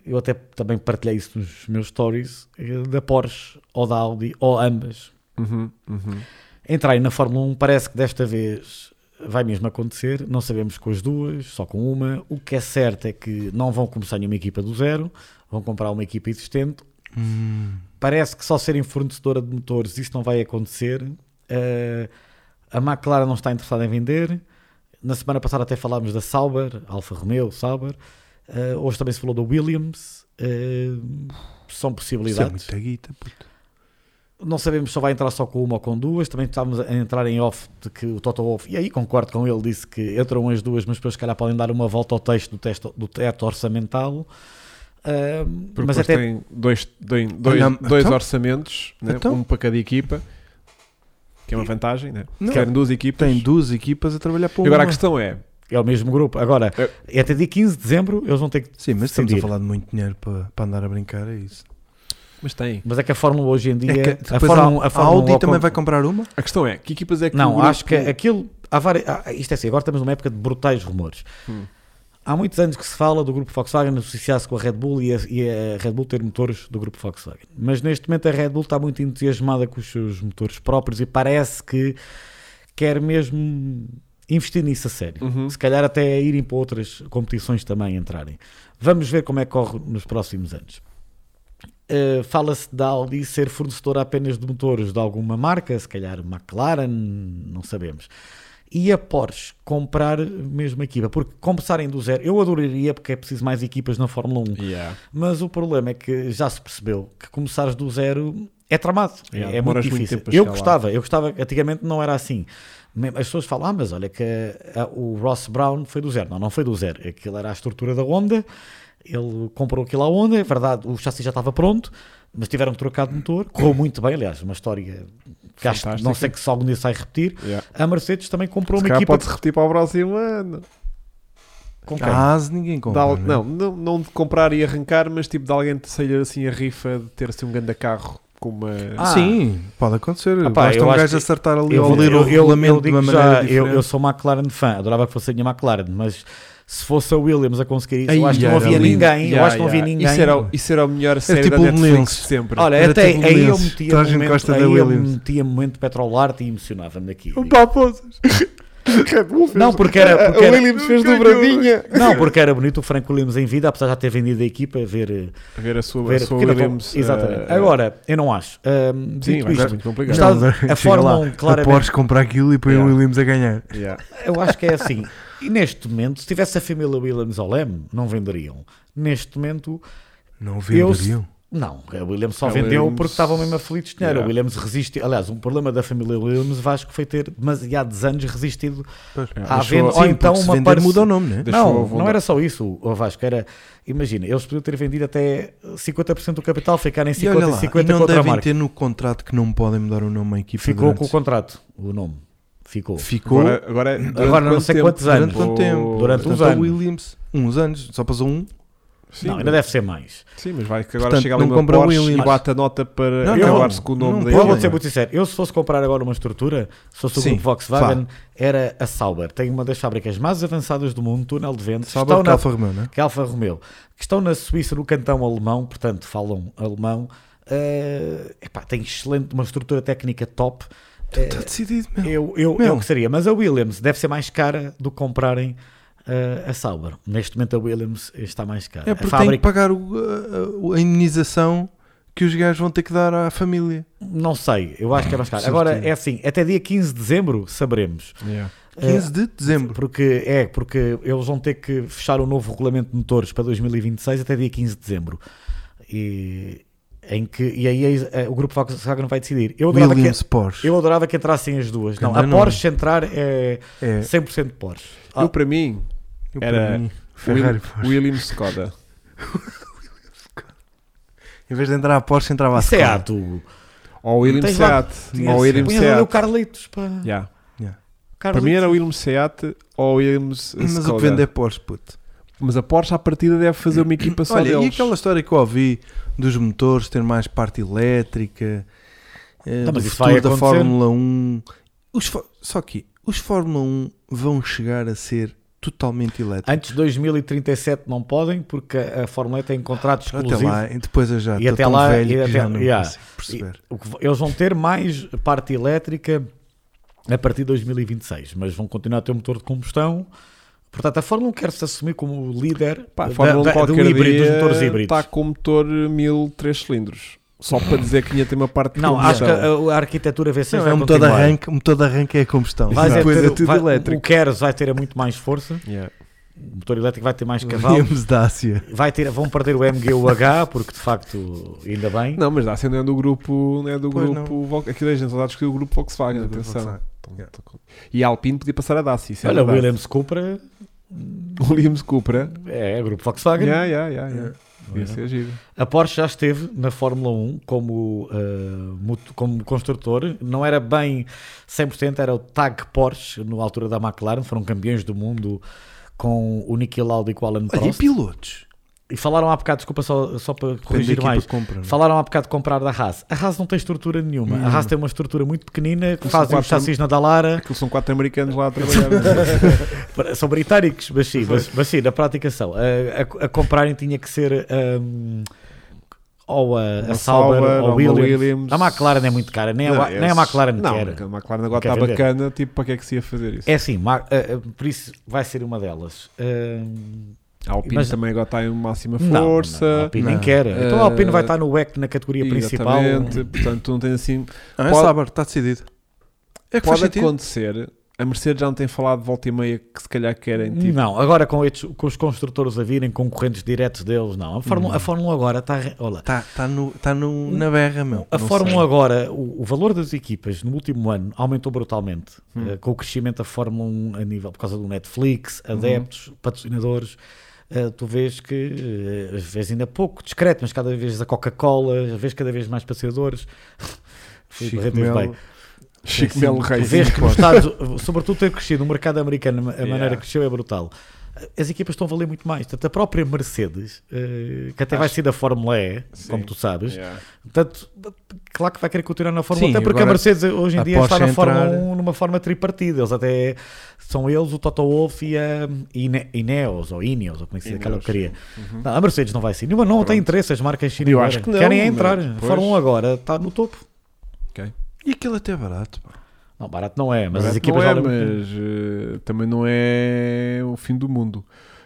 Speaker 3: eu até também partilhei isso nos meus stories. eh, Da Porsche ou da Audi ou ambas
Speaker 1: Uhum, uhum.
Speaker 3: entrarem na Fórmula 1. Parece que desta vez vai mesmo acontecer. Não sabemos com as duas, só com uma. O que é certo é que não vão começar nenhuma equipa do zero, vão comprar uma equipa existente. Hum, Parece que só serem fornecedora de motores isso não vai acontecer. Eh, a McLaren não está interessada em vender. Na semana passada até falámos da Sauber, Alfa Romeo, Sauber. Eh, hoje também se falou da Williams. Eh, são
Speaker 2: Isso é
Speaker 3: possibilidades.
Speaker 2: muita guita, puto.
Speaker 3: Não sabemos se ele vai entrar só com uma ou com duas. Também estávamos a entrar em off de que o Toto Wolff, e aí concordo com ele, disse que entram as duas, mas depois se calhar podem dar uma volta ao texto do, texto, do teto orçamental. Ahm,
Speaker 1: Porque depois
Speaker 3: mas até
Speaker 1: tem dois, tem dois,
Speaker 2: Não,
Speaker 1: dois
Speaker 2: então?
Speaker 1: orçamentos, né?
Speaker 2: Então?
Speaker 1: um para cada equipa, que é uma vantagem, né?
Speaker 2: Não.
Speaker 1: Querem duas equipas.
Speaker 2: Tem duas equipas a trabalhar para
Speaker 1: E
Speaker 2: uma.
Speaker 1: Agora a questão é,
Speaker 3: é o mesmo grupo. Agora, é até dia 15 de dezembro eles vão ter que.
Speaker 2: Sim, mas estamos
Speaker 3: decidir.
Speaker 2: a falar de muito dinheiro para, para andar a brincar, é isso.
Speaker 1: mas tem.
Speaker 3: Mas é que a Fórmula hoje em dia.
Speaker 2: É que
Speaker 3: a
Speaker 2: depois a,
Speaker 3: Fórmula, um,
Speaker 2: a
Speaker 3: a Fórmula
Speaker 2: Audi
Speaker 3: ao
Speaker 2: também
Speaker 3: con-
Speaker 2: vai comprar uma?
Speaker 1: A questão é, que equipas é que o
Speaker 3: Não,
Speaker 1: grupo-
Speaker 3: acho que aquilo. Há vari- há- isto é assim, agora estamos numa época de brutais rumores.
Speaker 1: Hum.
Speaker 3: Há muitos anos que se fala do grupo Volkswagen associar-se com a Red Bull e a, e a Red Bull ter motores do grupo Volkswagen. Mas neste momento a Red Bull está muito entusiasmada com os seus motores próprios e parece que quer mesmo investir nisso a sério.
Speaker 1: Uhum.
Speaker 3: Se calhar até irem para outras competições também entrarem. Vamos ver como é que corre nos próximos anos. Uh, Fala-se da Audi ser fornecedora apenas de motores de alguma marca, se calhar McLaren, não sabemos. E a Porsche comprar mesmo a equipa, porque começarem do zero, eu adoraria porque é preciso mais equipas na Fórmula 1.
Speaker 1: Yeah.
Speaker 3: Mas o problema é que já se percebeu que começares do zero é tramado, é-
Speaker 1: Yeah,
Speaker 3: é, muito
Speaker 1: demoras muito
Speaker 3: difícil.
Speaker 1: tempo a
Speaker 3: eu
Speaker 1: chegar lá.
Speaker 3: gostava, eu gostava, antigamente não era assim. Me- As pessoas falam, ah, mas olha que ah, o Ross Brown foi do zero. Não, não foi do zero. Aquilo era a estrutura da Honda, ele comprou aquilo à Honda, é verdade, o chassi já estava pronto, mas tiveram que trocar de motor, correu muito bem, aliás, uma história que acho, que não
Speaker 1: Fantástica.
Speaker 3: sei que se algum dia sai repetir.
Speaker 1: Yeah.
Speaker 3: A Mercedes também comprou
Speaker 1: Se
Speaker 3: uma
Speaker 1: calhar
Speaker 3: equipa
Speaker 1: pode-se repetir para o próximo ano.
Speaker 3: com quem?
Speaker 2: A Asa ninguém
Speaker 1: De
Speaker 2: compra.
Speaker 1: al-
Speaker 2: né?
Speaker 1: não, não, não de comprar e arrancar, mas tipo de alguém te sair assim a rifa de ter-se um grande carro com uma.
Speaker 3: Ah.
Speaker 2: Sim, pode acontecer.
Speaker 3: Ah pá,
Speaker 2: Basta
Speaker 3: eu
Speaker 2: um
Speaker 3: acho
Speaker 2: gajo
Speaker 3: que-
Speaker 2: acertar ali
Speaker 3: Eu,
Speaker 2: ou
Speaker 3: vou-
Speaker 2: ler o
Speaker 3: eu- eu-
Speaker 2: regulamento
Speaker 3: eu
Speaker 2: de
Speaker 3: digo
Speaker 2: uma maneira
Speaker 3: já, eu,
Speaker 2: diferente.
Speaker 3: eu sou McLaren fã, adorava que fosse a minha McLaren, mas se fosse a Williams a conseguir isso, eu
Speaker 2: Ai,
Speaker 3: acho que não
Speaker 2: era
Speaker 3: havia
Speaker 2: lindo.
Speaker 3: ninguém. eu
Speaker 1: Yeah,
Speaker 3: acho que não havia
Speaker 1: yeah.
Speaker 3: ninguém.
Speaker 1: Isso era, o- isso era a melhor série
Speaker 2: tipo
Speaker 1: da
Speaker 2: um
Speaker 1: Netflix
Speaker 2: Williams.
Speaker 1: de sempre.
Speaker 3: Olha,
Speaker 2: Era
Speaker 3: até
Speaker 2: tipo
Speaker 3: aí eu
Speaker 2: Williams.
Speaker 3: metia
Speaker 2: Toda a gente
Speaker 3: momento,
Speaker 2: gosta
Speaker 3: aí
Speaker 2: da
Speaker 3: eu
Speaker 2: Williams.
Speaker 3: metia momento Petrolarte e emocionava-me daqui.
Speaker 1: paposas. é
Speaker 3: Não, porque era- porque
Speaker 1: o
Speaker 3: era-
Speaker 1: Williams fez dobradinha.
Speaker 3: Não, porque era bonito o Franco Williams em vida, apesar de já ter vendido a equipa, ver, eh, ver
Speaker 1: Ver a sua, a sua
Speaker 3: porque não-
Speaker 1: Williams.
Speaker 3: Exatamente.
Speaker 1: eh,
Speaker 3: Agora, eu não acho. Ahm,
Speaker 1: Sim,
Speaker 3: dito
Speaker 1: vai ser
Speaker 3: isto,
Speaker 1: muito complicado.
Speaker 3: Está- a
Speaker 2: é chega
Speaker 3: Fórmula
Speaker 2: lá,
Speaker 3: 1 claramente-
Speaker 2: A Porsche compra aquilo e põe
Speaker 1: Yeah.
Speaker 2: o Williams a ganhar.
Speaker 1: Yeah.
Speaker 3: eu acho que é assim. E neste momento, se tivesse a família Williams ao leme, não venderiam. Neste momento,
Speaker 2: Não
Speaker 3: Eu-
Speaker 2: venderiam.
Speaker 3: Não, a Williams
Speaker 2: É
Speaker 3: só
Speaker 1: A
Speaker 3: vendeu
Speaker 1: Williams-
Speaker 3: porque estavam mesmo aflitos de dinheiro.
Speaker 1: Yeah.
Speaker 3: A Williams resiste. Aliás, um problema da família Williams Vasco foi ter demasiados anos resistido à
Speaker 1: Deixou-
Speaker 3: venda.
Speaker 1: Sim,
Speaker 3: Ou então
Speaker 2: porque se
Speaker 3: uma
Speaker 2: vender
Speaker 3: parce-
Speaker 2: muda o nome, né?
Speaker 1: Deixou a
Speaker 3: Não,
Speaker 1: vontade.
Speaker 3: não era só isso, o Vasco. Era, imagina, eles podiam ter vendido até 50% do capital, ficarem
Speaker 2: E olha
Speaker 3: 50
Speaker 2: lá, então
Speaker 3: 50
Speaker 2: e
Speaker 3: com
Speaker 2: não
Speaker 3: outra
Speaker 2: devem
Speaker 3: marca.
Speaker 2: ter no contrato que não podem mudar o nome à equipa.
Speaker 3: Ficou
Speaker 2: durante-
Speaker 3: com o contrato, o nome. Ficou.
Speaker 2: Ficou
Speaker 1: Agora, agora, é durante
Speaker 3: Agora não
Speaker 1: quanto
Speaker 3: sei
Speaker 1: tempo?
Speaker 3: quantos anos.
Speaker 2: durante quanto tempo?
Speaker 3: Durante um-
Speaker 2: Portanto,
Speaker 3: uns
Speaker 2: a
Speaker 3: anos.
Speaker 2: Williams, uns anos, só passou um.
Speaker 1: Sim,
Speaker 3: não, ainda deve ser mais.
Speaker 1: sim, mas vai que agora
Speaker 2: Portanto,
Speaker 1: chega ali
Speaker 2: não
Speaker 1: uma
Speaker 2: compra o
Speaker 1: Porsche
Speaker 2: Williams.
Speaker 1: e bate a nota para
Speaker 2: Não,
Speaker 3: não,
Speaker 1: acabar-se com o
Speaker 2: não
Speaker 1: nome da
Speaker 2: pode.
Speaker 3: Eu vou
Speaker 1: equipa.
Speaker 3: ser muito sincero. Eu, se fosse comprar agora uma estrutura, se fosse o
Speaker 2: Sim,
Speaker 3: grupo Volkswagen, era a Sauber. Tem uma das fábricas mais avançadas do mundo, túnel de vento.
Speaker 2: Sabe a
Speaker 3: estão na
Speaker 2: Alfa Romeo, não é?
Speaker 3: que é Alfa Romeo, que estão na Suíça, no cantão alemão, portanto falam alemão, eh, epá, tem excelente, uma estrutura técnica top. Eh,
Speaker 2: Está decidido, meu.
Speaker 3: eu, eu,
Speaker 2: Meu.
Speaker 3: eu que seria, mas a Williams deve ser mais cara do que comprarem eh, a Sauber. Neste momento a Williams está mais cara.
Speaker 2: É
Speaker 3: a
Speaker 2: porque tem que
Speaker 3: fábrica,
Speaker 2: pagar o- a, a indenização que os gajos vão ter que dar à família.
Speaker 3: não sei, eu acho que é mais cara.
Speaker 2: Ah, Certeza.
Speaker 3: Agora é assim, até dia 15 de dezembro saberemos.
Speaker 1: Yeah.
Speaker 3: É.
Speaker 2: 15 de dezembro.
Speaker 3: Porque é, porque eles vão ter que fechar o novo regulamento de motores para 2026 até dia 15 de dezembro. E, em que, e aí eh, o grupo Volkswagen vai decidir. Eu adorava,
Speaker 2: Williams
Speaker 3: que,
Speaker 2: Porsche.
Speaker 3: eu adorava que entrassem as duas. Não, a
Speaker 2: Também não.
Speaker 3: Porsche entrar é
Speaker 2: É,
Speaker 3: 100% Porsche. Ah,
Speaker 1: Eu, para mim,
Speaker 2: eu
Speaker 1: era
Speaker 2: para mim, Ferrari Porsche.
Speaker 1: Williams Skoda.
Speaker 2: Em vez de entrar a Porsche, entrava a
Speaker 3: isso é
Speaker 2: Skoda.
Speaker 3: ato. Hugo.
Speaker 1: Ou Williams
Speaker 3: Tens lá-
Speaker 1: Seat.
Speaker 2: tinhas-
Speaker 1: Ou Williams
Speaker 3: Põe ali o
Speaker 1: Seat.
Speaker 3: Carlitos. Pá.
Speaker 1: Yeah.
Speaker 3: Carlitos.
Speaker 1: Para mim era Williams Seat ou Williams
Speaker 2: Mas o
Speaker 1: Skoda.
Speaker 2: que vende é Porsche, puto.
Speaker 1: Mas a Porsche, à partida, deve fazer uma equipa só
Speaker 2: Olha, e
Speaker 1: deles.
Speaker 2: aquela história que eu ouvi dos motores ter mais parte elétrica, eh,
Speaker 3: Tá,
Speaker 2: do
Speaker 3: mas isso vai
Speaker 2: futuro da
Speaker 3: acontecer.
Speaker 2: Fórmula 1. Os fó- só que os Fórmula 1 vão chegar a ser totalmente elétricos.
Speaker 3: Antes de 2037 não podem, porque a Fórmula E tem contrato
Speaker 2: Até
Speaker 3: Ah, exclusivo.
Speaker 2: lá, e depois eu já
Speaker 3: E
Speaker 2: estou
Speaker 3: até
Speaker 2: tão
Speaker 3: lá-
Speaker 2: velho
Speaker 3: e
Speaker 2: que
Speaker 3: até-
Speaker 2: já não
Speaker 3: yeah.
Speaker 2: consigo perceber.
Speaker 3: E o que v- Eles vão ter mais parte elétrica a partir de 2026, mas vão continuar a ter um motor de combustão. Portanto, a Fórmula 1 quer-se assumir como líder
Speaker 1: Pá, a
Speaker 3: da-
Speaker 1: Fórmula 1
Speaker 3: É da- do
Speaker 1: qualquer
Speaker 3: híbrido, dos
Speaker 1: dia
Speaker 3: motores híbridos.
Speaker 1: está com motor 1000 3 cilindros. Só para dizer que tinha ter uma parte de
Speaker 3: Não, acho que
Speaker 1: combustão.
Speaker 3: a, a arquitetura V6
Speaker 2: Não,
Speaker 3: vai
Speaker 2: é um motor de
Speaker 3: continuar.
Speaker 2: arranque, um motor de arranque é a combustão.
Speaker 3: Vai
Speaker 1: Exato.
Speaker 3: ter-
Speaker 1: Depois é tudo
Speaker 3: vai-
Speaker 1: elétrico.
Speaker 3: O Keres vai ter muito mais força.
Speaker 1: Yeah.
Speaker 3: O motor elétrico vai ter mais cavalo.
Speaker 2: Williams da Ásia.
Speaker 3: Vai ter, vão perder o MGUH, porque de facto, ainda bem.
Speaker 1: Não, mas dá sendo é do grupo, não é do
Speaker 2: Pois É
Speaker 1: grupo Vol- aquilo é gente só dá a discutir o grupo Volkswagen,
Speaker 2: Do grupo
Speaker 1: atenção.
Speaker 2: Volkswagen.
Speaker 1: Então, tô com- E a Alpine podia passar a Dacia, isso é
Speaker 3: Olha, o
Speaker 1: verdade.
Speaker 3: Williams Cupra
Speaker 1: Williams Cupra.
Speaker 3: é grupo Volkswagen.
Speaker 1: Yeah, yeah, yeah, yeah. Podia
Speaker 3: Olha.
Speaker 1: ser giro.
Speaker 3: A Porsche já esteve na Fórmula 1 como, eh, mot- como construtor, não era bem 100%, era o tag Porsche, na altura da McLaren, foram campeões do mundo com o Niki Lauda e com o Alan
Speaker 2: Olha, e
Speaker 3: Prost.
Speaker 2: pilotos?
Speaker 3: E falaram há bocado, desculpa só, só para
Speaker 2: Depende da
Speaker 3: corrigir
Speaker 2: equipa
Speaker 3: mais,
Speaker 2: que compra. não é?
Speaker 3: falaram há bocado de comprar da Haas. A Haas não tem estrutura nenhuma, a
Speaker 2: Hum.
Speaker 3: Haas tem uma estrutura muito pequenina, que
Speaker 1: São
Speaker 3: fazem os
Speaker 1: quatro-
Speaker 3: chassis na Dalara,
Speaker 1: Aquilo são quatro americanos lá a trabalhar. né?
Speaker 3: São britânicos, mas sim, mas, mas sim, na prática são. A, a- a comprarem tinha que ser hum, ou a,
Speaker 1: Uma
Speaker 3: a Sauber,
Speaker 1: Sauber,
Speaker 3: ou
Speaker 1: ou
Speaker 3: a
Speaker 1: uma
Speaker 3: Williams.
Speaker 1: Williams.
Speaker 3: A McLaren é muito cara, nem, a, nem a McLaren
Speaker 1: não,
Speaker 3: quer.
Speaker 1: a McLaren agora
Speaker 3: Quer
Speaker 1: está
Speaker 3: vender.
Speaker 1: bacana, tipo, para que é que se ia fazer isso?
Speaker 3: É assim, ma- a- a- por isso vai ser uma delas. Hum,
Speaker 1: A Alpine
Speaker 3: mas-
Speaker 1: também agora está em máxima
Speaker 3: não,
Speaker 1: força.
Speaker 3: não, não, a Alpine nem
Speaker 2: Não.
Speaker 3: quer. Então a Alpine
Speaker 1: Eh,
Speaker 3: vai estar no WEC na categoria principal.
Speaker 1: Exatamente, portanto, não tem assim.
Speaker 2: Ah, é
Speaker 1: Pode-
Speaker 2: Sauber, está decidido. É que faz
Speaker 1: Pode
Speaker 2: sentido.
Speaker 1: acontecer. A Mercedes já não tem falado de volta e meia que se calhar querem tipo.
Speaker 3: Não, agora com, estes- com os construtores a virem, concorrentes diretos deles, não. A Fórmula, a Fórmula agora está. re- Olha,
Speaker 2: Está tá no, tá no, na berra, meu.
Speaker 3: A
Speaker 2: Não
Speaker 3: Fórmula
Speaker 2: sei.
Speaker 3: agora, o, o valor das equipas no último ano aumentou brutalmente eh, com o crescimento da Fórmula 1 a nível por causa do Netflix, adeptos, patrocinadores. eh, tu vês que eh, às vezes ainda pouco, discreto, mas cada vez a Coca-Cola, às vezes cada vez mais passeadores.
Speaker 2: Chico
Speaker 3: Barreto teve
Speaker 2: Melo.
Speaker 3: bem.
Speaker 1: Chico
Speaker 3: Assim,
Speaker 1: Melo
Speaker 3: tu
Speaker 1: Reis.
Speaker 3: Vês que nos Estados, sobretudo ter crescido, o mercado americano, a
Speaker 1: Yeah.
Speaker 3: maneira que cresceu é brutal. As equipas estão a valer muito mais. Portanto, a própria Mercedes, eh, que até vai ser da Fórmula E,
Speaker 1: Sim.
Speaker 3: como tu sabes,
Speaker 1: Yeah.
Speaker 3: Portanto, claro que vai querer continuar na Fórmula
Speaker 2: Sim,
Speaker 3: 1, até porque a
Speaker 2: agora
Speaker 3: Mercedes hoje em
Speaker 2: a
Speaker 3: dia está
Speaker 2: Porsche
Speaker 3: na Fórmula
Speaker 2: entrar-
Speaker 3: 1 numa forma tripartida. Eles até são eles, o Toto Wolff e a Ine- Ineos, ou Ineos, ou como é que se diz aquela
Speaker 1: Ineos,
Speaker 3: porcaria. Não, a Mercedes não vai ser nenhuma, não tem interesse as marcas chinesas.
Speaker 1: Eu acho que não,
Speaker 3: Querem é
Speaker 1: mas
Speaker 3: entrar. A
Speaker 1: depois-
Speaker 3: Fórmula 1 agora está no topo. um
Speaker 2: E aquilo até é barato. pá.
Speaker 3: Não, barato não é, mas as
Speaker 1: Barato não
Speaker 3: equipas
Speaker 1: é,
Speaker 3: valem muito.
Speaker 1: mas eh, também não é o fim do mundo.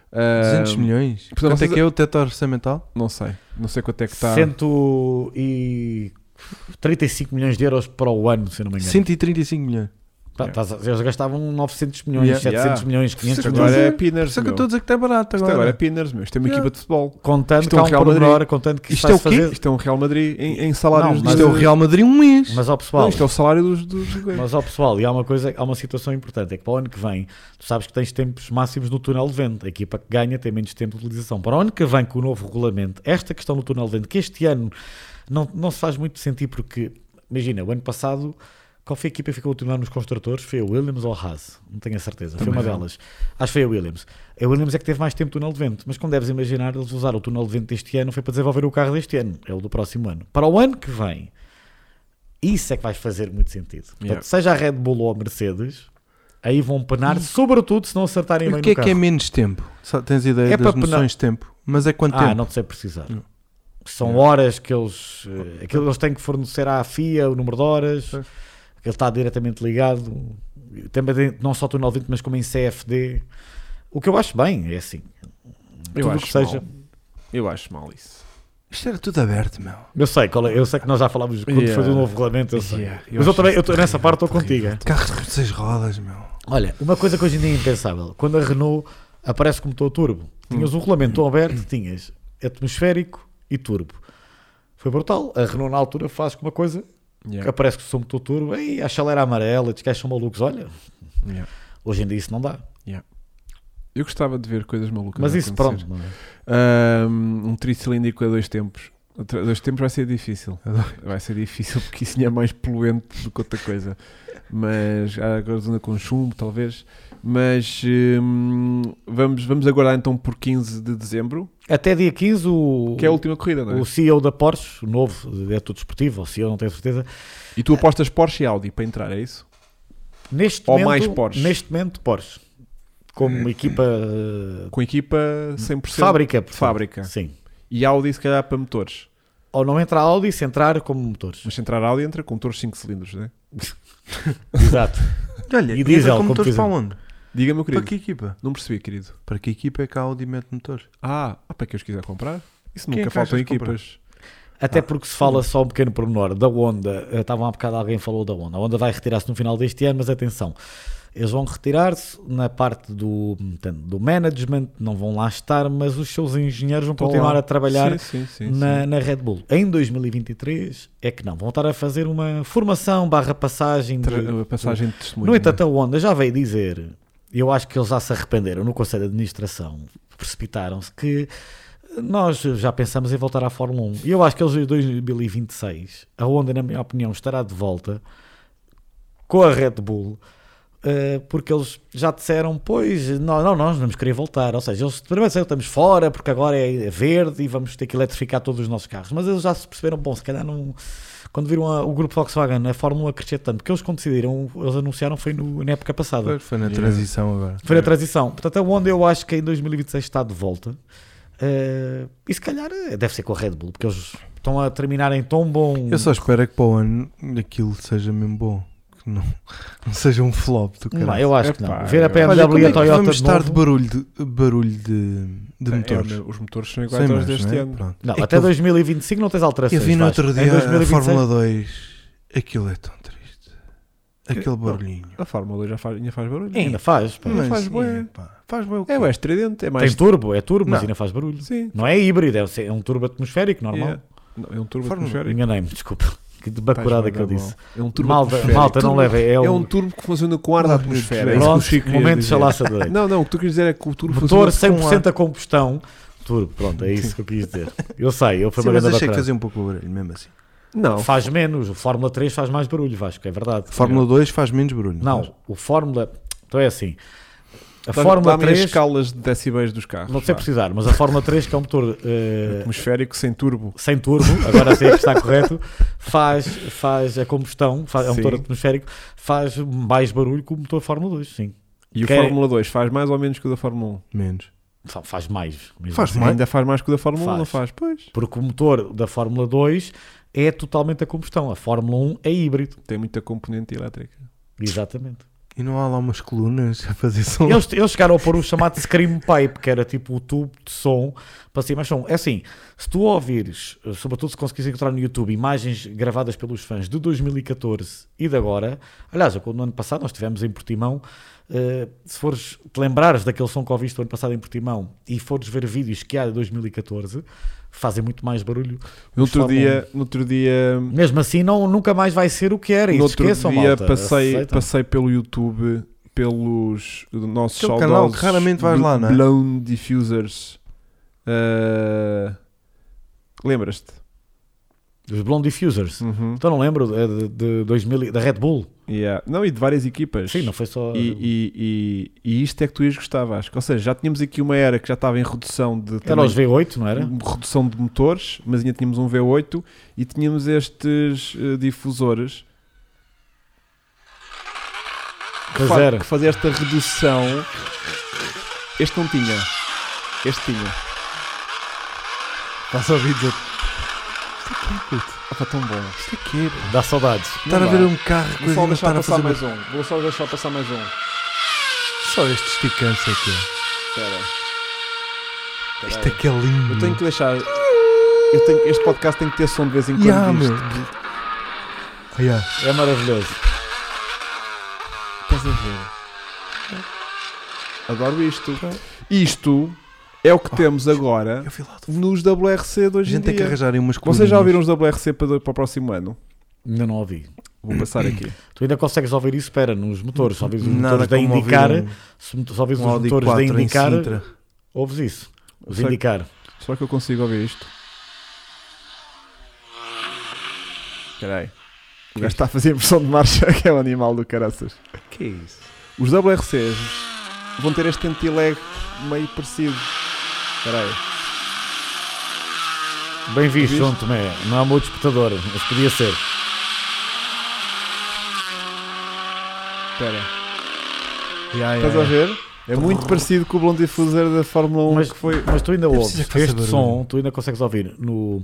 Speaker 1: Ah,
Speaker 2: 200 milhões.
Speaker 1: portanto,
Speaker 2: Quanto é
Speaker 1: vocês-
Speaker 2: que é o teto orçamental?
Speaker 1: Não sei. Não sei quanto é que está.
Speaker 3: 135 milhões de euros para o ano, se não me engano.
Speaker 2: 135 milhões.
Speaker 3: Pá, estás a- eles gastavam 900 milhões,
Speaker 2: Yeah.
Speaker 3: 700
Speaker 1: Yeah.
Speaker 3: milhões, 500
Speaker 2: Sim,
Speaker 1: Agora
Speaker 3: milhões.
Speaker 1: é
Speaker 2: Mas é-
Speaker 1: Pinners.
Speaker 2: Só que tá. eu estou a
Speaker 1: meu.
Speaker 2: dizer que está barato
Speaker 1: Isto
Speaker 2: agora.
Speaker 1: agora é Pinners, meu. Isto é uma
Speaker 2: Yeah.
Speaker 1: equipa de futebol.
Speaker 3: Contando
Speaker 1: Isto
Speaker 3: que
Speaker 1: é um
Speaker 3: há um
Speaker 1: Real Madrid.
Speaker 3: pormenor, contando que
Speaker 2: Isto
Speaker 3: vai
Speaker 2: é o quê?
Speaker 3: fazer...
Speaker 1: Isto é um Real Madrid em, em salários
Speaker 3: Não, mas-
Speaker 2: Isto é o Real Madrid um mês.
Speaker 3: Mas ao
Speaker 1: Não,
Speaker 3: pessoal,
Speaker 1: isto é o salário dos, dos jogadores.
Speaker 3: mas ao pessoal, e há uma coisa, há uma situação importante, é que para o ano que vem, tu sabes que tens tempos máximos no túnel de vento, a equipa que ganha tem menos tempo de utilização. Para o ano que vem, com o novo regulamento, esta questão do túnel de vento, que este ano não, não se faz muito sentir, porque, imagina, o ano passado, qual foi a equipa que ficou a túnel nos construtores? Foi a Williams ou a Haas? Não tenho a certeza, foi uma delas. Acho que foi a Williams. A Williams é que teve mais tempo de túnel de vento, mas como deves imaginar, eles usaram o túnel de vento deste ano, foi para desenvolver o carro deste ano, é o do próximo ano. Para o ano que vem, isso é que vai fazer muito sentido. Portanto,
Speaker 1: Yeah.
Speaker 3: seja a Red Bull ou a Mercedes, aí vão penar, sobretudo se não acertarem
Speaker 2: E
Speaker 3: bem
Speaker 2: o que é
Speaker 3: no
Speaker 2: que é
Speaker 3: carro.
Speaker 2: menos tempo? Só tens ideia
Speaker 3: É
Speaker 2: das
Speaker 3: para penar-
Speaker 2: noções de tempo. Mas é quanto
Speaker 3: ah,
Speaker 2: tempo?
Speaker 3: não te sei precisar.
Speaker 2: Não.
Speaker 3: São horas que eles, eh, aquilo que eles têm que fornecer à FIA, o número de horas,
Speaker 2: Pois.
Speaker 3: que ele está diretamente ligado. Também tem- não só túnel 20, mas como em CFD. O que eu acho bem, é assim.
Speaker 1: Eu
Speaker 3: tudo o
Speaker 1: acho
Speaker 3: que seja.
Speaker 1: mal. Eu acho mal isso.
Speaker 2: Isto era tudo aberto, meu.
Speaker 3: Eu sei, qual é- eu sei que nós já falámos quando
Speaker 1: Yeah.
Speaker 3: foi do novo regulamento, eu sei.
Speaker 1: Yeah, eu
Speaker 3: mas eu
Speaker 1: acho
Speaker 3: também,
Speaker 1: isso
Speaker 3: eu tô- nessa parte estou contigo. eh.
Speaker 2: Carros de seis rodas, meu.
Speaker 3: Olha, uma coisa que hoje em dia é impensável. Quando a Renault aparece como motor turbo, tinhas um regulamento
Speaker 1: Hum.
Speaker 3: tão aberto, tinhas atmosférico e turbo. Foi brutal. A Renault na altura faz uma coisa que
Speaker 1: Yeah.
Speaker 3: aparece com o som motor turbo, ei, a chaleira amarela, diz que acham malucos. Olha,
Speaker 1: Yeah.
Speaker 3: hoje em dia isso não dá.
Speaker 1: Eu gostava de ver coisas malucas.
Speaker 3: Mas
Speaker 1: a
Speaker 3: isso
Speaker 1: acontecer.
Speaker 3: pronto. não é?
Speaker 1: Ahm, um tricilíndrico a dois tempos. Outra- Dois tempos vai ser difícil. Vai ser difícil porque isso é mais poluente do que outra coisa. Mas há agora zona com chumbo, talvez. Mas hum, vamos, vamos aguardar então por 15 de dezembro,
Speaker 3: Até dia 15 o,
Speaker 1: que é a última corrida, não é?
Speaker 3: o CEO da Porsche, o novo diretor desportivo, o CEO, não tenho certeza,
Speaker 1: E tu apostas Porsche e Audi para entrar, é isso?
Speaker 3: neste
Speaker 1: Ou
Speaker 3: momento,
Speaker 1: mais Porsche.
Speaker 3: Neste momento Porsche, como equipa eh,
Speaker 1: Com equipa 100%
Speaker 3: fábrica. portanto.
Speaker 1: fábrica.
Speaker 3: Sim.
Speaker 1: E Audi, se calhar, para motores.
Speaker 3: Ou não entra a Audi se entrar como motores.
Speaker 1: Mas se entrar Audi, entra com motores 5 cilindros, não é?
Speaker 3: Exato.
Speaker 2: Olha,
Speaker 3: E
Speaker 2: e
Speaker 3: diesel,
Speaker 2: diesel, com
Speaker 3: como
Speaker 2: motores
Speaker 3: dizem.
Speaker 2: para onde?
Speaker 1: Diga-me,
Speaker 2: Para
Speaker 1: querido.
Speaker 2: que equipa?
Speaker 1: Não percebi, querido.
Speaker 2: Para que equipa é que a Audi mete motores?
Speaker 1: Ah, ah, para que eu os quiser comprar? Isso
Speaker 2: Quem é
Speaker 1: nunca
Speaker 2: que achas
Speaker 1: faltam
Speaker 2: que compra?
Speaker 1: equipas.
Speaker 3: Até porque se fala só um pequeno pormenor da Honda, eh, estava há bocado alguém falou da Honda. A Honda vai retirar-se no final deste ano, mas atenção, eles vão retirar-se na parte do, portanto, do management, não vão lá estar, mas os seus engenheiros vão
Speaker 1: Estão
Speaker 3: continuar
Speaker 1: lá.
Speaker 3: a trabalhar
Speaker 1: Sim, sim, sim,
Speaker 3: na,
Speaker 1: sim.
Speaker 3: na Red Bull. Em 2023 é que não, vão estar a fazer uma formação barra passagem de,
Speaker 1: Tra- a passagem de testemunho. é?
Speaker 3: No entanto, a Honda já veio dizer, eu acho que eles já se arrependeram no Conselho de Administração, precipitaram-se, que nós já pensamos em voltar à Fórmula 1. E eu acho que eles em 2026, a Honda, na minha opinião, estará de volta com a Red Bull. eh, porque eles já disseram, pois não, não, nós vamos querer voltar. Ou seja, eles primeiro disseram estamos fora porque agora é verde e vamos ter que eletrificar todos os nossos carros. Mas eles já se perceberam, bom, se calhar não, quando viram a- o grupo Volkswagen a Fórmula crescer tanto, porque eles quando decidiram, eles anunciaram foi no- na época passada.
Speaker 2: Pois, Foi na
Speaker 1: Yeah.
Speaker 2: transição agora.
Speaker 3: Foi na transição. Portanto, é onde eu acho que em 2026 está de volta. Eh, e se calhar eh, deve ser com a Red Bull, porque eles estão a terminar em tão bom.
Speaker 2: Eu só espero é que para o ano aquilo seja mesmo bom. Que não, não seja um flop do
Speaker 3: Não,
Speaker 2: caralho.
Speaker 3: Hum, eu acho que
Speaker 1: Epá,
Speaker 3: não. Ver a
Speaker 1: eu-
Speaker 3: BMW
Speaker 2: Olha, como
Speaker 3: e
Speaker 2: é
Speaker 3: a
Speaker 2: que
Speaker 3: Toyota
Speaker 2: vamos
Speaker 3: de
Speaker 2: estar de
Speaker 3: novo,
Speaker 2: barulho de, barulho de, de
Speaker 1: É,
Speaker 2: motores.
Speaker 1: é, os motores são
Speaker 2: Sem
Speaker 1: iguais aos
Speaker 2: mais,
Speaker 1: deste
Speaker 2: não é?
Speaker 1: ano.
Speaker 2: Pronto.
Speaker 3: não,
Speaker 2: É que
Speaker 3: até
Speaker 2: eu-
Speaker 3: 2025 não tens alterações.
Speaker 2: Eu vi no
Speaker 3: vais.
Speaker 2: outro
Speaker 3: em
Speaker 2: dia a
Speaker 3: 2026,
Speaker 2: Fórmula 2. Aquilo é tão triste. Aquele barulhinho.
Speaker 1: A Fórmula 2 já faz, ainda faz barulho.
Speaker 3: ainda faz. pá.
Speaker 1: Mas faz
Speaker 2: sim,
Speaker 1: bué.
Speaker 2: pá, Faz bué o quê?
Speaker 1: É o S Tridente, é mais.
Speaker 3: Tem turbo, é turbo, mas
Speaker 2: Não.
Speaker 3: ainda faz barulho.
Speaker 1: Sim.
Speaker 3: Não é híbrido, é um- é um turbo atmosférico normal.
Speaker 1: Yeah. Não, é um turbo
Speaker 2: Fórmula-
Speaker 1: atmosférico.
Speaker 3: Enganei-me, desculpa. Que bacurada
Speaker 1: Estás
Speaker 3: que eu
Speaker 1: bem,
Speaker 3: disse.
Speaker 1: mal. É um turbo
Speaker 3: malta,
Speaker 1: atmosférico.
Speaker 3: malta, não leva. É,
Speaker 1: É
Speaker 3: o-
Speaker 1: um turbo que funciona com ar da
Speaker 2: Pronto,
Speaker 1: atmosfera. É isso que o
Speaker 3: Pronto,
Speaker 1: Chico queria
Speaker 3: momento de
Speaker 1: dizer.
Speaker 3: chalaça de direito.
Speaker 1: Não, não, o que tu queres dizer é que o turbo
Speaker 3: Motor
Speaker 1: funciona com
Speaker 3: 100% a combustão. Turbo, pronto, é isso que eu quis dizer. Eu sei, eu fui
Speaker 2: Sim,
Speaker 3: uma
Speaker 2: mas
Speaker 3: grande
Speaker 2: achei que
Speaker 3: bacana.
Speaker 2: fazia um pouco o barulho, mesmo assim.
Speaker 1: Não,
Speaker 3: Faz menos, o Fórmula 3 faz mais barulho, Vasco, é verdade.
Speaker 2: Fórmula 2 faz menos barulho. faz?
Speaker 3: Não, o Fórmula. Então é assim. A
Speaker 1: Dá-
Speaker 3: Fórmula
Speaker 1: dá-me as
Speaker 3: 3.
Speaker 1: escalas de decibéis dos carros.
Speaker 3: Não sei
Speaker 1: vá.
Speaker 3: precisar, mas a Fórmula 3, que é um motor eh,
Speaker 1: Atmosférico sem turbo.
Speaker 3: sem turbo, agora sei que está correto, faz, faz a combustão, faz, é um
Speaker 1: Sim.
Speaker 3: motor atmosférico, faz mais barulho que o motor Fórmula 2, sim.
Speaker 1: E o
Speaker 3: Quer-
Speaker 1: Fórmula 2 faz mais ou menos que o da Fórmula 1?
Speaker 2: Menos.
Speaker 3: Fa- Faz mais. mesmo
Speaker 2: Faz
Speaker 3: assim.
Speaker 1: Sim,
Speaker 2: mais?
Speaker 1: Ainda faz mais que o da Fórmula 1, não faz?
Speaker 3: Faz.
Speaker 1: Pois.
Speaker 3: Porque o motor da Fórmula 2 é totalmente a combustão. A Fórmula 1 é híbrido.
Speaker 1: Tem muita componente elétrica.
Speaker 3: Exatamente.
Speaker 2: E não há lá umas colunas a fazer som.
Speaker 3: Eles, eles chegaram a pôr o chamado scream pipe, que era tipo o tubo de som para cima. Mas são, é assim, se tu ouvires, eh, sobretudo se conseguires encontrar no YouTube, imagens gravadas pelos fãs de 2014 e de agora, aliás, quando no ano passado nós estivemos em Portimão, eh, se fores te lembrares daquele som que ouviste o ano passado em Portimão e fores ver vídeos que há de 2014, fazem muito mais barulho.
Speaker 1: No
Speaker 3: Os
Speaker 1: outro
Speaker 3: Fórmula um.
Speaker 1: dia, no outro dia,
Speaker 3: Mesmo assim, não, nunca mais vai ser o que era.
Speaker 1: no
Speaker 3: Isso
Speaker 1: outro
Speaker 3: esqueçam,
Speaker 1: dia
Speaker 3: malta.
Speaker 1: passei,
Speaker 3: Aceitam.
Speaker 1: passei pelo YouTube pelos nossos saudosos
Speaker 2: Aquele canal que raramente vais
Speaker 1: bl-
Speaker 2: lá, não é?
Speaker 1: Blown Diffusers. Ah, Lembras-te?
Speaker 3: Os Blonde Diffusers.
Speaker 1: Uhum.
Speaker 3: Então não lembro é de, de 2000, e- da Red Bull.
Speaker 1: Yeah. Não, e de várias equipas.
Speaker 3: Sim, não foi só.
Speaker 1: E, e- e- e isto é que tu ias gostar, Vasco. Ou seja, já tínhamos aqui uma era que já estava em redução de
Speaker 3: Era
Speaker 1: tamanho
Speaker 3: os V8, não era?
Speaker 1: redução de motores, mas ainda tínhamos um V8 e tínhamos estes eh, difusores que,
Speaker 3: Pois
Speaker 1: fa-
Speaker 3: era.
Speaker 1: que fazia esta redução. Este não tinha. Este tinha.
Speaker 2: Passa ouvidos
Speaker 1: Ah,
Speaker 2: a
Speaker 1: pá, tão bom.
Speaker 2: é Isto é que é, pá.
Speaker 3: Dá saudades.
Speaker 2: Estar a
Speaker 1: dá.
Speaker 2: ver um carro
Speaker 1: Vou
Speaker 2: coisa
Speaker 1: só
Speaker 2: e não
Speaker 1: deixar
Speaker 2: estar a
Speaker 1: passar
Speaker 2: fazer
Speaker 1: mais um. Vou só deixar passar mais um.
Speaker 2: Só este é esticância aqui.
Speaker 1: Espera.
Speaker 2: ó.
Speaker 1: Espera
Speaker 2: Isto é
Speaker 1: aí.
Speaker 2: que é lindo.
Speaker 1: Eu tenho que deixar. eu tenho- este podcast tem que ter som de vez em quando.
Speaker 2: Yeah,
Speaker 1: disto.
Speaker 2: meu. Ah, yeah.
Speaker 3: É maravilhoso.
Speaker 1: Estás a ver? Adoro isto.
Speaker 2: Tá.
Speaker 1: Isto é o que temos agora
Speaker 2: Oh, Eu vi lá. do-
Speaker 1: nos WRC de
Speaker 2: A
Speaker 1: hoje em
Speaker 2: gente tem que
Speaker 1: dia.
Speaker 2: arranjar aí umas colunas.
Speaker 1: Vocês já ouviram os WRC para, para o próximo ano?
Speaker 3: Ainda não ouvi.
Speaker 1: Vou passar aqui.
Speaker 3: Tu ainda consegues ouvir isso, espera, nos motores. Só ouves os
Speaker 2: Nada
Speaker 3: motores da
Speaker 2: como ouvir
Speaker 3: indicar.
Speaker 2: um-
Speaker 3: Se só ouves
Speaker 2: um
Speaker 3: os
Speaker 2: Audi
Speaker 3: motores da
Speaker 2: 4 em
Speaker 3: indicar, É
Speaker 2: Sintra. É
Speaker 3: ouves isso. Os
Speaker 1: Sei-
Speaker 3: indicar.
Speaker 1: Será que eu consigo ouvir isto? Caralho. O gajo está a fazer impressão de marcha, que é o animal do caraças.
Speaker 2: Que é isso?
Speaker 1: Os WRCs vão ter este anti-lag meio parecido. Caralho.
Speaker 3: Bem visto,
Speaker 1: Viste?
Speaker 3: João Tomé. Não há meu disputador, mas podia ser.
Speaker 1: Espera.
Speaker 2: Ya, ya,
Speaker 1: Estás
Speaker 2: ya.
Speaker 1: a ver? É muito parecido com o Blond Diffuser da Fórmula 1
Speaker 3: Mas,
Speaker 1: que foi.
Speaker 3: mas tu ainda ouves
Speaker 2: preciso que faça
Speaker 3: este
Speaker 2: barulho.
Speaker 3: som, tu ainda consegues ouvir no,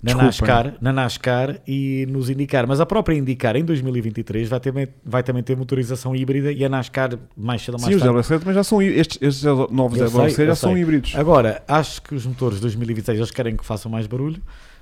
Speaker 3: na,
Speaker 1: Desculpa.
Speaker 3: NASCAR, na NASCAR e nos indicar. Mas a própria indicar em 2023 vai, ter, vai também ter motorização híbrida e a NASCAR mais cedo ou mais
Speaker 1: Sim, os
Speaker 3: tarde.
Speaker 1: WRC também já são. hí- Estes, estes novos
Speaker 3: Eu sei,
Speaker 1: WRC já
Speaker 3: eu
Speaker 1: são
Speaker 3: sei.
Speaker 1: híbridos.
Speaker 3: Agora, acho que os motores de 2026 eles querem que façam mais barulho.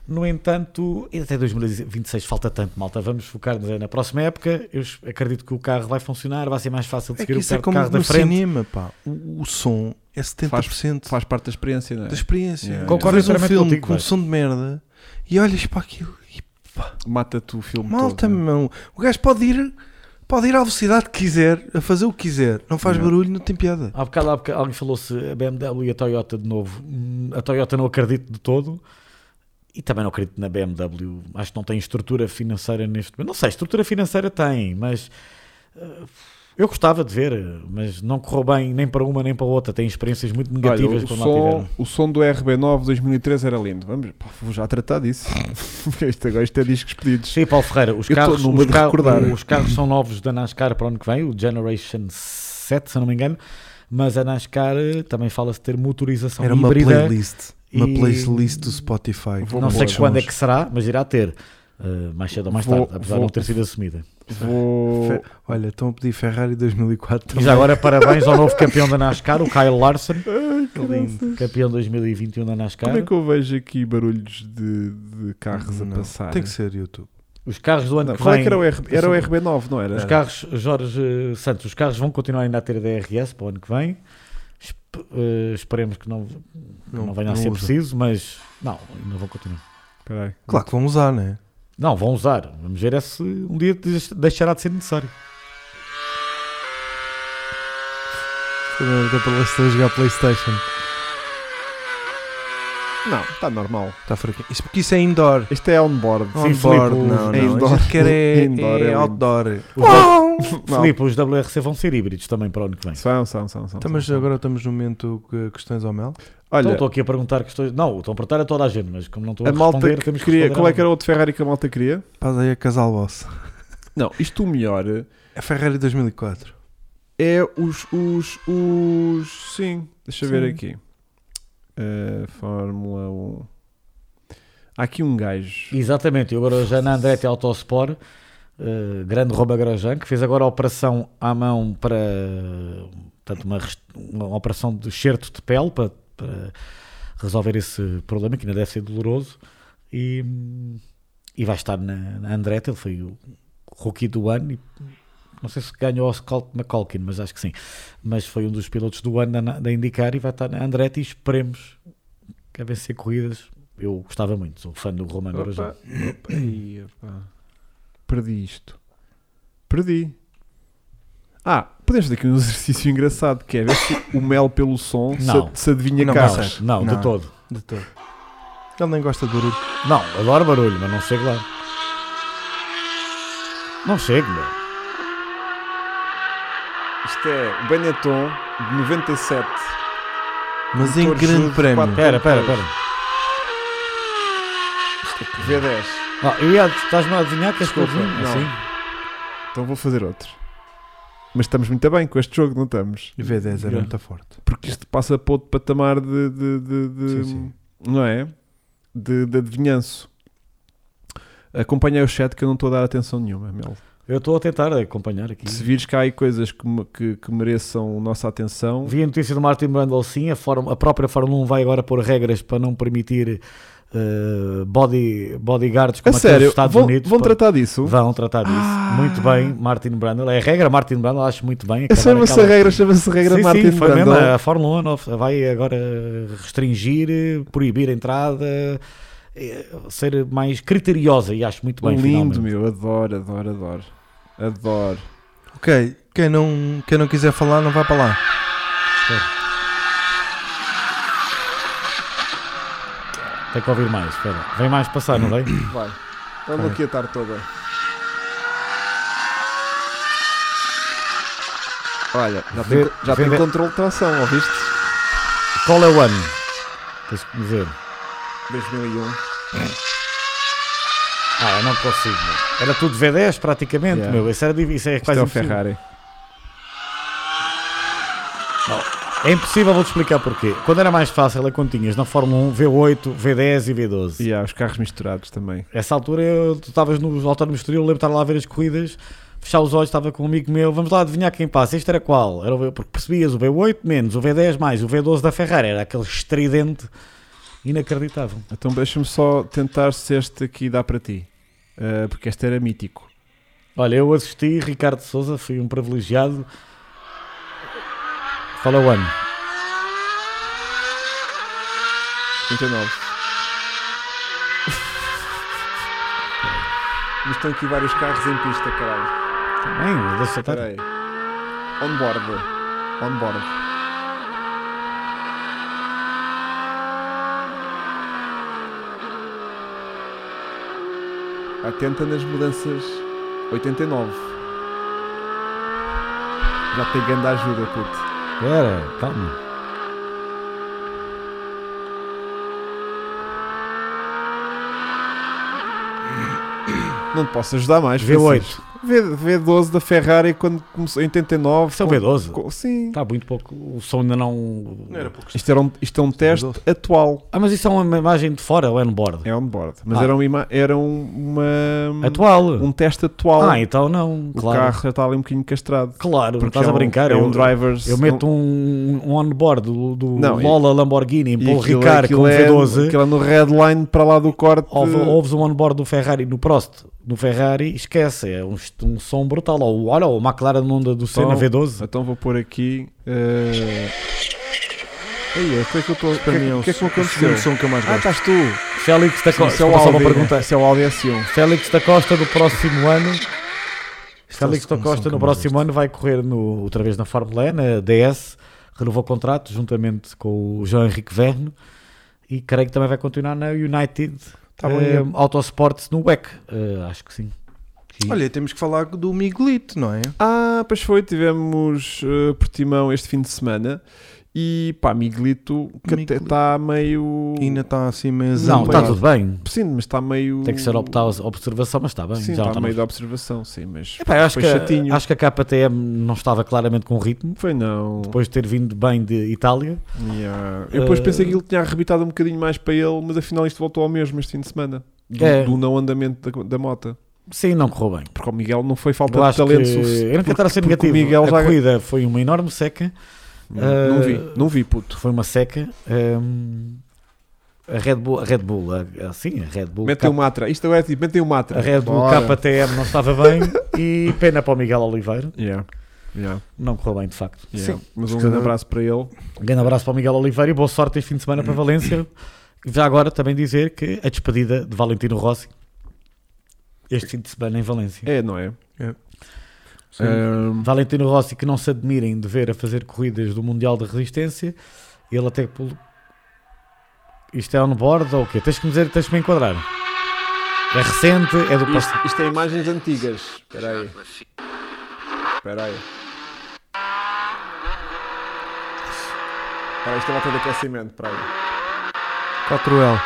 Speaker 3: No entanto, e até 2026 falta tanto, malta. Vamos focar-nos aí na próxima época. Eu es- acredito que o carro vai funcionar, vai ser mais fácil de
Speaker 2: É
Speaker 3: seguir
Speaker 2: que
Speaker 3: o
Speaker 2: isso é
Speaker 3: carro,
Speaker 2: como
Speaker 3: carro da
Speaker 2: no
Speaker 3: frente.
Speaker 2: cinema, pá. O, o som é 70%
Speaker 1: Faz parte da experiência, não é?
Speaker 2: da experiência.
Speaker 1: Yeah,
Speaker 2: Tu
Speaker 1: Concordo
Speaker 2: vês um
Speaker 3: inteiramente
Speaker 2: filme
Speaker 3: contigo,
Speaker 2: com um
Speaker 3: vai.
Speaker 2: som de merda e olhas para aquilo e
Speaker 1: Mata-te o filme
Speaker 2: malta,
Speaker 1: todo. não é?
Speaker 2: meu. O gajo pode ir, pode ir à velocidade que quiser, a fazer o que quiser. Não faz
Speaker 1: Yeah.
Speaker 2: barulho, não tem piada.
Speaker 3: Há bocado, há bocado alguém falou-se a BMW e a Toyota de novo. Hum, A Toyota não acredito de todo. E também não acredito na BMW. Acho que não tem estrutura financeira neste momento. Não sei, estrutura financeira tem, mas eh, eu gostava de ver, mas não correu bem nem para uma nem para outra. Tem experiências muito
Speaker 1: Olha,
Speaker 3: negativas
Speaker 1: o,
Speaker 3: quando lá tiveram.
Speaker 1: som, o som do RB9 2013 era lindo. Vamos, pá, vou já tratar disso. isto agora isto é discos pedidos.
Speaker 3: Sim, Paulo Ferreira, os
Speaker 1: Eu tô
Speaker 3: carros,
Speaker 1: numa
Speaker 3: os,
Speaker 1: de
Speaker 3: carro-
Speaker 1: recordar.
Speaker 3: os carros são novos da NASCAR para o ano que vem, o Generation 7, se eu não me engano. Mas a NASCAR eh, também fala-se de ter motorização
Speaker 2: Era uma
Speaker 3: híbrida.
Speaker 2: playlist. Uma
Speaker 3: Então, e-
Speaker 2: playlist do Spotify.
Speaker 1: Vou
Speaker 3: não sei
Speaker 1: pôr.
Speaker 3: quando é que será, mas irá ter. eh, mais cedo ou mais
Speaker 1: Vou-
Speaker 3: tarde, apesar de
Speaker 1: vou-
Speaker 3: não ter sido assumida.
Speaker 1: Vou.
Speaker 2: Fe- Olha, estão a pedir Ferrari 2004
Speaker 3: E
Speaker 2: também.
Speaker 3: já agora, parabéns ao novo campeão da NASCAR, o Kyle Larson, campeão 2021 da NASCAR.
Speaker 1: Como é que eu vejo aqui barulhos de, de carros a
Speaker 2: Não,
Speaker 1: passar?
Speaker 2: Tem que ser YouTube.
Speaker 3: Os carros do ano
Speaker 1: Não,
Speaker 3: que
Speaker 1: qual é
Speaker 3: vem.
Speaker 1: que era o, R- era o RB9, não era?
Speaker 3: Os carros, Jorge Santos, os carros vão continuar ainda a ter DRS para o ano que vem. Esp- eh, esperemos que não, que não, venha a ser
Speaker 2: usa.
Speaker 3: preciso, mas não, ainda vão continuar.
Speaker 1: Espera aí.
Speaker 2: Claro que vão usar, né?
Speaker 3: Não, vão usar. Vamos ver é se um dia des- deixará de ser necessário.
Speaker 2: Também até para estou a jogar Playstation.
Speaker 1: Não, está normal.
Speaker 2: Está fraquinho. Isso porque isso é indoor.
Speaker 1: Este é onboard.
Speaker 3: Sim,
Speaker 2: Onboard,
Speaker 3: Filipe,
Speaker 2: não, não.
Speaker 1: é
Speaker 2: A
Speaker 1: indoor.
Speaker 2: gente quer é,
Speaker 1: Indoor,
Speaker 2: é
Speaker 1: é
Speaker 2: outdoor.
Speaker 3: Os
Speaker 1: Não.
Speaker 3: Filipe, os WRC vão ser híbridos também para o ano que vem.
Speaker 1: São, são, são. são,
Speaker 2: Então, mas
Speaker 1: são.
Speaker 2: agora estamos no momento que questões ao Mel.
Speaker 3: Então,
Speaker 1: Olha,
Speaker 3: estou aqui a perguntar questões. Não, estou a perguntar a toda a gente, mas como não estou a,
Speaker 1: a malta
Speaker 3: responder,
Speaker 1: que
Speaker 3: temos que
Speaker 1: queria.
Speaker 3: responder
Speaker 1: Qual é
Speaker 3: a um.
Speaker 1: que era o outro Ferrari que a malta queria?
Speaker 2: Faz aí a casal boss.
Speaker 1: Não, isto o melhor
Speaker 2: A Ferrari 2004.
Speaker 1: é os. os, os sim, deixa eu ver
Speaker 2: Sim.
Speaker 1: aqui. Uh, Fórmula 1. Há aqui um gajo.
Speaker 3: Exatamente, e agora já na Andretti Autosport, eh, grande Roma Grosjean, que fez agora a operação à mão para portanto, uma, rest- uma operação de excerto de pele para, para resolver esse problema que ainda deve ser doloroso. E, hum, e vai estar na, na Andretti, ele foi o rookie do ano. E, não sei se ganhou o Scott McColkin, mas acho que sim. Mas foi um dos pilotos do ano da, da Indicar e vai estar na Andretti. E esperemos que a vencer corridas. Eu gostava muito, sou fã do Roman
Speaker 1: Opa,
Speaker 3: Grosjean.
Speaker 1: opa, aí, opa. Perdi isto. Perdi. Ah, podemos fazer aqui um exercício engraçado que é ver se o mel pelo som se,
Speaker 3: Não.
Speaker 1: se adivinha
Speaker 2: Não
Speaker 1: carros.
Speaker 2: vai ser.
Speaker 3: Não,
Speaker 2: Não.
Speaker 3: de todo.
Speaker 2: De todo. Ele nem gosta de barulho.
Speaker 3: Não, adoro barulho, mas não chego lá. Não chego, meu.
Speaker 1: Isto é o Benetton de 97.
Speaker 2: Mas em
Speaker 1: Motor
Speaker 2: grande
Speaker 1: Juve
Speaker 2: prémio.
Speaker 1: quatro-
Speaker 3: Pera, pera, pera.
Speaker 1: V10.
Speaker 3: Não, Ah, eu ia, estás-me a adivinhar que és
Speaker 1: Desculpa,
Speaker 3: cozinho?
Speaker 1: não.
Speaker 3: Assim?
Speaker 1: Então vou fazer outro. Mas estamos muito bem com este jogo, não estamos?
Speaker 2: V10 era
Speaker 1: Yeah.
Speaker 2: muito forte.
Speaker 1: Porque isto passa para outro patamar de. de, de- de-
Speaker 2: Sim, sim.
Speaker 1: Não é? De, de adivinhanço. Acompanhei o chat que eu não estou a dar atenção nenhuma, Mel.
Speaker 3: Eu estou a tentar acompanhar aqui.
Speaker 1: Se vires que há aí coisas que, me- que, que mereçam nossa atenção,
Speaker 3: Vi a notícia do Martin Brundle, sim, a, forma- a própria Fórmula 1 vai agora pôr regras para não permitir eh, body, bodyguards
Speaker 1: a
Speaker 3: como aqueles dos
Speaker 1: sério,
Speaker 3: Estados
Speaker 1: vão,
Speaker 3: Unidos.
Speaker 1: vão
Speaker 3: para-
Speaker 1: tratar disso? Ah.
Speaker 3: Vão tratar disso. Muito bem, Martin Brundle. É a regra Martin Brundle, acho muito bem.
Speaker 1: Essa
Speaker 3: acabar
Speaker 1: chama-se
Speaker 3: aquela-
Speaker 1: regra, É chama-se regra
Speaker 3: sim,
Speaker 1: Martin
Speaker 3: sim, foi
Speaker 1: Brundle.
Speaker 3: mesmo. é, A Fórmula 1 não- vai agora restringir, eh, proibir a entrada, eh, ser mais criteriosa e acho muito bem.
Speaker 1: Lindo,
Speaker 3: finalmente.
Speaker 1: meu, adoro, adoro, adoro. Adoro.
Speaker 2: Ok, quem não, quem não quiser falar, não vai para lá.
Speaker 3: Tem que ouvir mais. Espera. Vem mais passar, não vem?
Speaker 1: Então, Vai. Ando aqui a tarde toda. Olha, já tem,
Speaker 3: Ver-
Speaker 1: co- já tem
Speaker 3: ver-
Speaker 1: controle de tração, ouviste?
Speaker 3: Qual é o ano? Tens que me dizer.
Speaker 1: 2001.
Speaker 3: Ah, eu não consigo. meu. Era tudo V10 praticamente,
Speaker 1: Yeah.
Speaker 3: meu. Isso, era, di- isso é
Speaker 1: Isto
Speaker 3: quase
Speaker 1: é o
Speaker 3: impossível.
Speaker 1: Ferrari.
Speaker 3: É impossível, vou-te explicar porquê. Quando era mais fácil é quando tinhas na Fórmula 1 V8, V10 e V12.
Speaker 1: E há os carros misturados também.
Speaker 3: Essa altura eu, tu estavas no autónomo exterior, eu lembro de estar lá a ver as corridas, fechar os olhos, estava com um amigo meu, vamos lá adivinhar quem passa, este era qual? Era o, V- porque percebias o V8 menos, o V10 mais, o V12 da Ferrari, era aquele estridente inacreditável.
Speaker 1: Então deixa-me só tentar se este aqui dá para ti. Ah, porque este era mítico.
Speaker 3: Olha, eu assisti Ricardo Souza, fui um privilegiado. Fala o ano.
Speaker 1: 39. Mas estão aqui vários carros em pista, caralho.
Speaker 3: Bem, deixa estar.
Speaker 1: Espera aí. Onboard. Onboard. Atenta nas mudanças. 89. Já tem grande ajuda, puto.
Speaker 3: Espera,
Speaker 1: tá.
Speaker 3: calma.
Speaker 1: Não te posso ajudar mais.
Speaker 3: V8.
Speaker 1: V, V12 da Ferrari quando começou em 89.
Speaker 3: Isso é o V12.
Speaker 1: Com- Sim.
Speaker 3: Está muito pouco. O som ainda não.
Speaker 2: Não era pouco.
Speaker 1: Isto, era um, isto é um teste atual.
Speaker 3: Ah, mas isso é uma imagem de fora, o onboard.
Speaker 1: É onboard. Mas
Speaker 3: Ah.
Speaker 1: era, uma, ima- era um, uma-
Speaker 3: Atual.
Speaker 1: um teste atual.
Speaker 3: Ah, então não.
Speaker 1: o
Speaker 3: Claro.
Speaker 1: carro já está ali um bocadinho castrado.
Speaker 3: Claro,
Speaker 1: Porque
Speaker 3: estás
Speaker 1: é
Speaker 3: a
Speaker 1: um-
Speaker 3: brincar.
Speaker 1: É
Speaker 3: eu,
Speaker 1: um drivers.
Speaker 3: eu meto um, um onboard do, do
Speaker 1: Não, e-
Speaker 3: Lola Lamborghini um em
Speaker 1: e
Speaker 3: Paul
Speaker 1: aquilo-
Speaker 3: Ricard
Speaker 1: aquilo
Speaker 3: com
Speaker 1: é-
Speaker 3: V12.
Speaker 1: Aquilo é no redline para lá do corte.
Speaker 3: Ouve, ouves um onboard do Ferrari no Prost, no Ferrari, esquece, é um, est- um som brutal. Ou, olha, o McLaren onda do Senna
Speaker 1: Então-
Speaker 3: V12.
Speaker 1: Então vou pôr aqui. eh, Ei, é, o que é que eu estou. O que,
Speaker 2: Para mim é
Speaker 1: é-
Speaker 2: um
Speaker 1: o que é que me
Speaker 2: o segundo
Speaker 1: aconteceu?
Speaker 2: som que eu mais
Speaker 1: Ah,
Speaker 2: gosto.
Speaker 1: estás tu.
Speaker 3: Félix da Costa,
Speaker 1: Isso é o Audi.
Speaker 3: pergunta.
Speaker 1: Isso é o Audi S1.
Speaker 3: Félix da Costa do próximo ano. Félix da
Speaker 2: segundo som
Speaker 3: Costa
Speaker 2: que
Speaker 3: no
Speaker 2: eu mais
Speaker 3: próximo ano vai correr no, outra vez na Fórmula E, na DS, renovou o contrato juntamente com o João Henrique Verne e creio que também vai continuar na United
Speaker 2: Tá bom,
Speaker 3: eh,
Speaker 2: é.
Speaker 3: Autosports no WEC. Eh, acho que sim. E-
Speaker 2: Olha, temos que falar do Miguelito, não é?
Speaker 1: Ah, pois foi, tivemos eh, Portimão este fim de semana e pá, Miguelito que até
Speaker 2: Miguelito.
Speaker 1: está meio.
Speaker 2: E ainda está assim meio
Speaker 3: não, está
Speaker 2: zambalhado.
Speaker 3: tudo bem.
Speaker 1: Sim, mas está meio.
Speaker 3: Tem que ser optar a observação, mas está bem.
Speaker 1: Sim,
Speaker 3: já não
Speaker 1: está
Speaker 3: está
Speaker 1: meio
Speaker 3: mais-
Speaker 1: de observação, sim, mas.
Speaker 3: Epá, eu acho,
Speaker 1: foi
Speaker 3: que,
Speaker 1: chatinho.
Speaker 3: acho que a KTM não estava claramente com ritmo,
Speaker 1: Foi não.
Speaker 3: depois de ter vindo bem de Itália.
Speaker 1: Yeah. Eu depois
Speaker 3: Eh,
Speaker 1: pensei que ele tinha arrebitado um bocadinho mais para ele, mas afinal isto voltou ao mesmo este fim de semana. Do,
Speaker 3: É.
Speaker 1: do não andamento da, da mota.
Speaker 3: Sim, não correu bem.
Speaker 1: Porque o Miguel não foi falta
Speaker 3: Eu
Speaker 1: de
Speaker 3: acho que...
Speaker 1: talento
Speaker 3: Eu não
Speaker 1: suficiente.
Speaker 3: quero estar a ser
Speaker 1: porque o
Speaker 3: negativo.
Speaker 1: Miguel
Speaker 3: a
Speaker 1: já-
Speaker 3: corrida foi uma enorme seca,
Speaker 1: Não
Speaker 3: Eh,
Speaker 1: vi, não vi, puto.
Speaker 3: foi uma seca. hum, a Red Bull, a Red Bull, a- a- sim, a Red Bull.
Speaker 1: Metem o Matra, isto agora é tipo, metem o Matra.
Speaker 3: a Red Bull
Speaker 1: Bora.
Speaker 3: KTM não estava bem e pena para o Miguel Oliveira,
Speaker 1: Yeah. Yeah.
Speaker 3: não correu bem de facto.
Speaker 1: Yeah.
Speaker 2: Sim.
Speaker 1: Mas
Speaker 2: Se
Speaker 1: um grande
Speaker 2: calhar-
Speaker 1: abraço para ele.
Speaker 3: Um grande abraço para o Miguel Oliveira e boa sorte este fim de semana para Valência. Já agora também dizer que a despedida de Valentino Rossi este fim de semana em Valência.
Speaker 1: É, não é?
Speaker 2: Sim.
Speaker 1: Ahm,
Speaker 3: Valentino Rossi, que não se admirem de ver a fazer corridas do Mundial da Resistência, ele até pelo. Isto é on-board ou o quê? Tens que me dizer, tens que me enquadrar. É recente, é do passado.
Speaker 1: isto, isto é imagens antigas. Espera aí. Espera aí. Espera aí, isto é lata de aquecimento. Espera aí.
Speaker 2: 4L.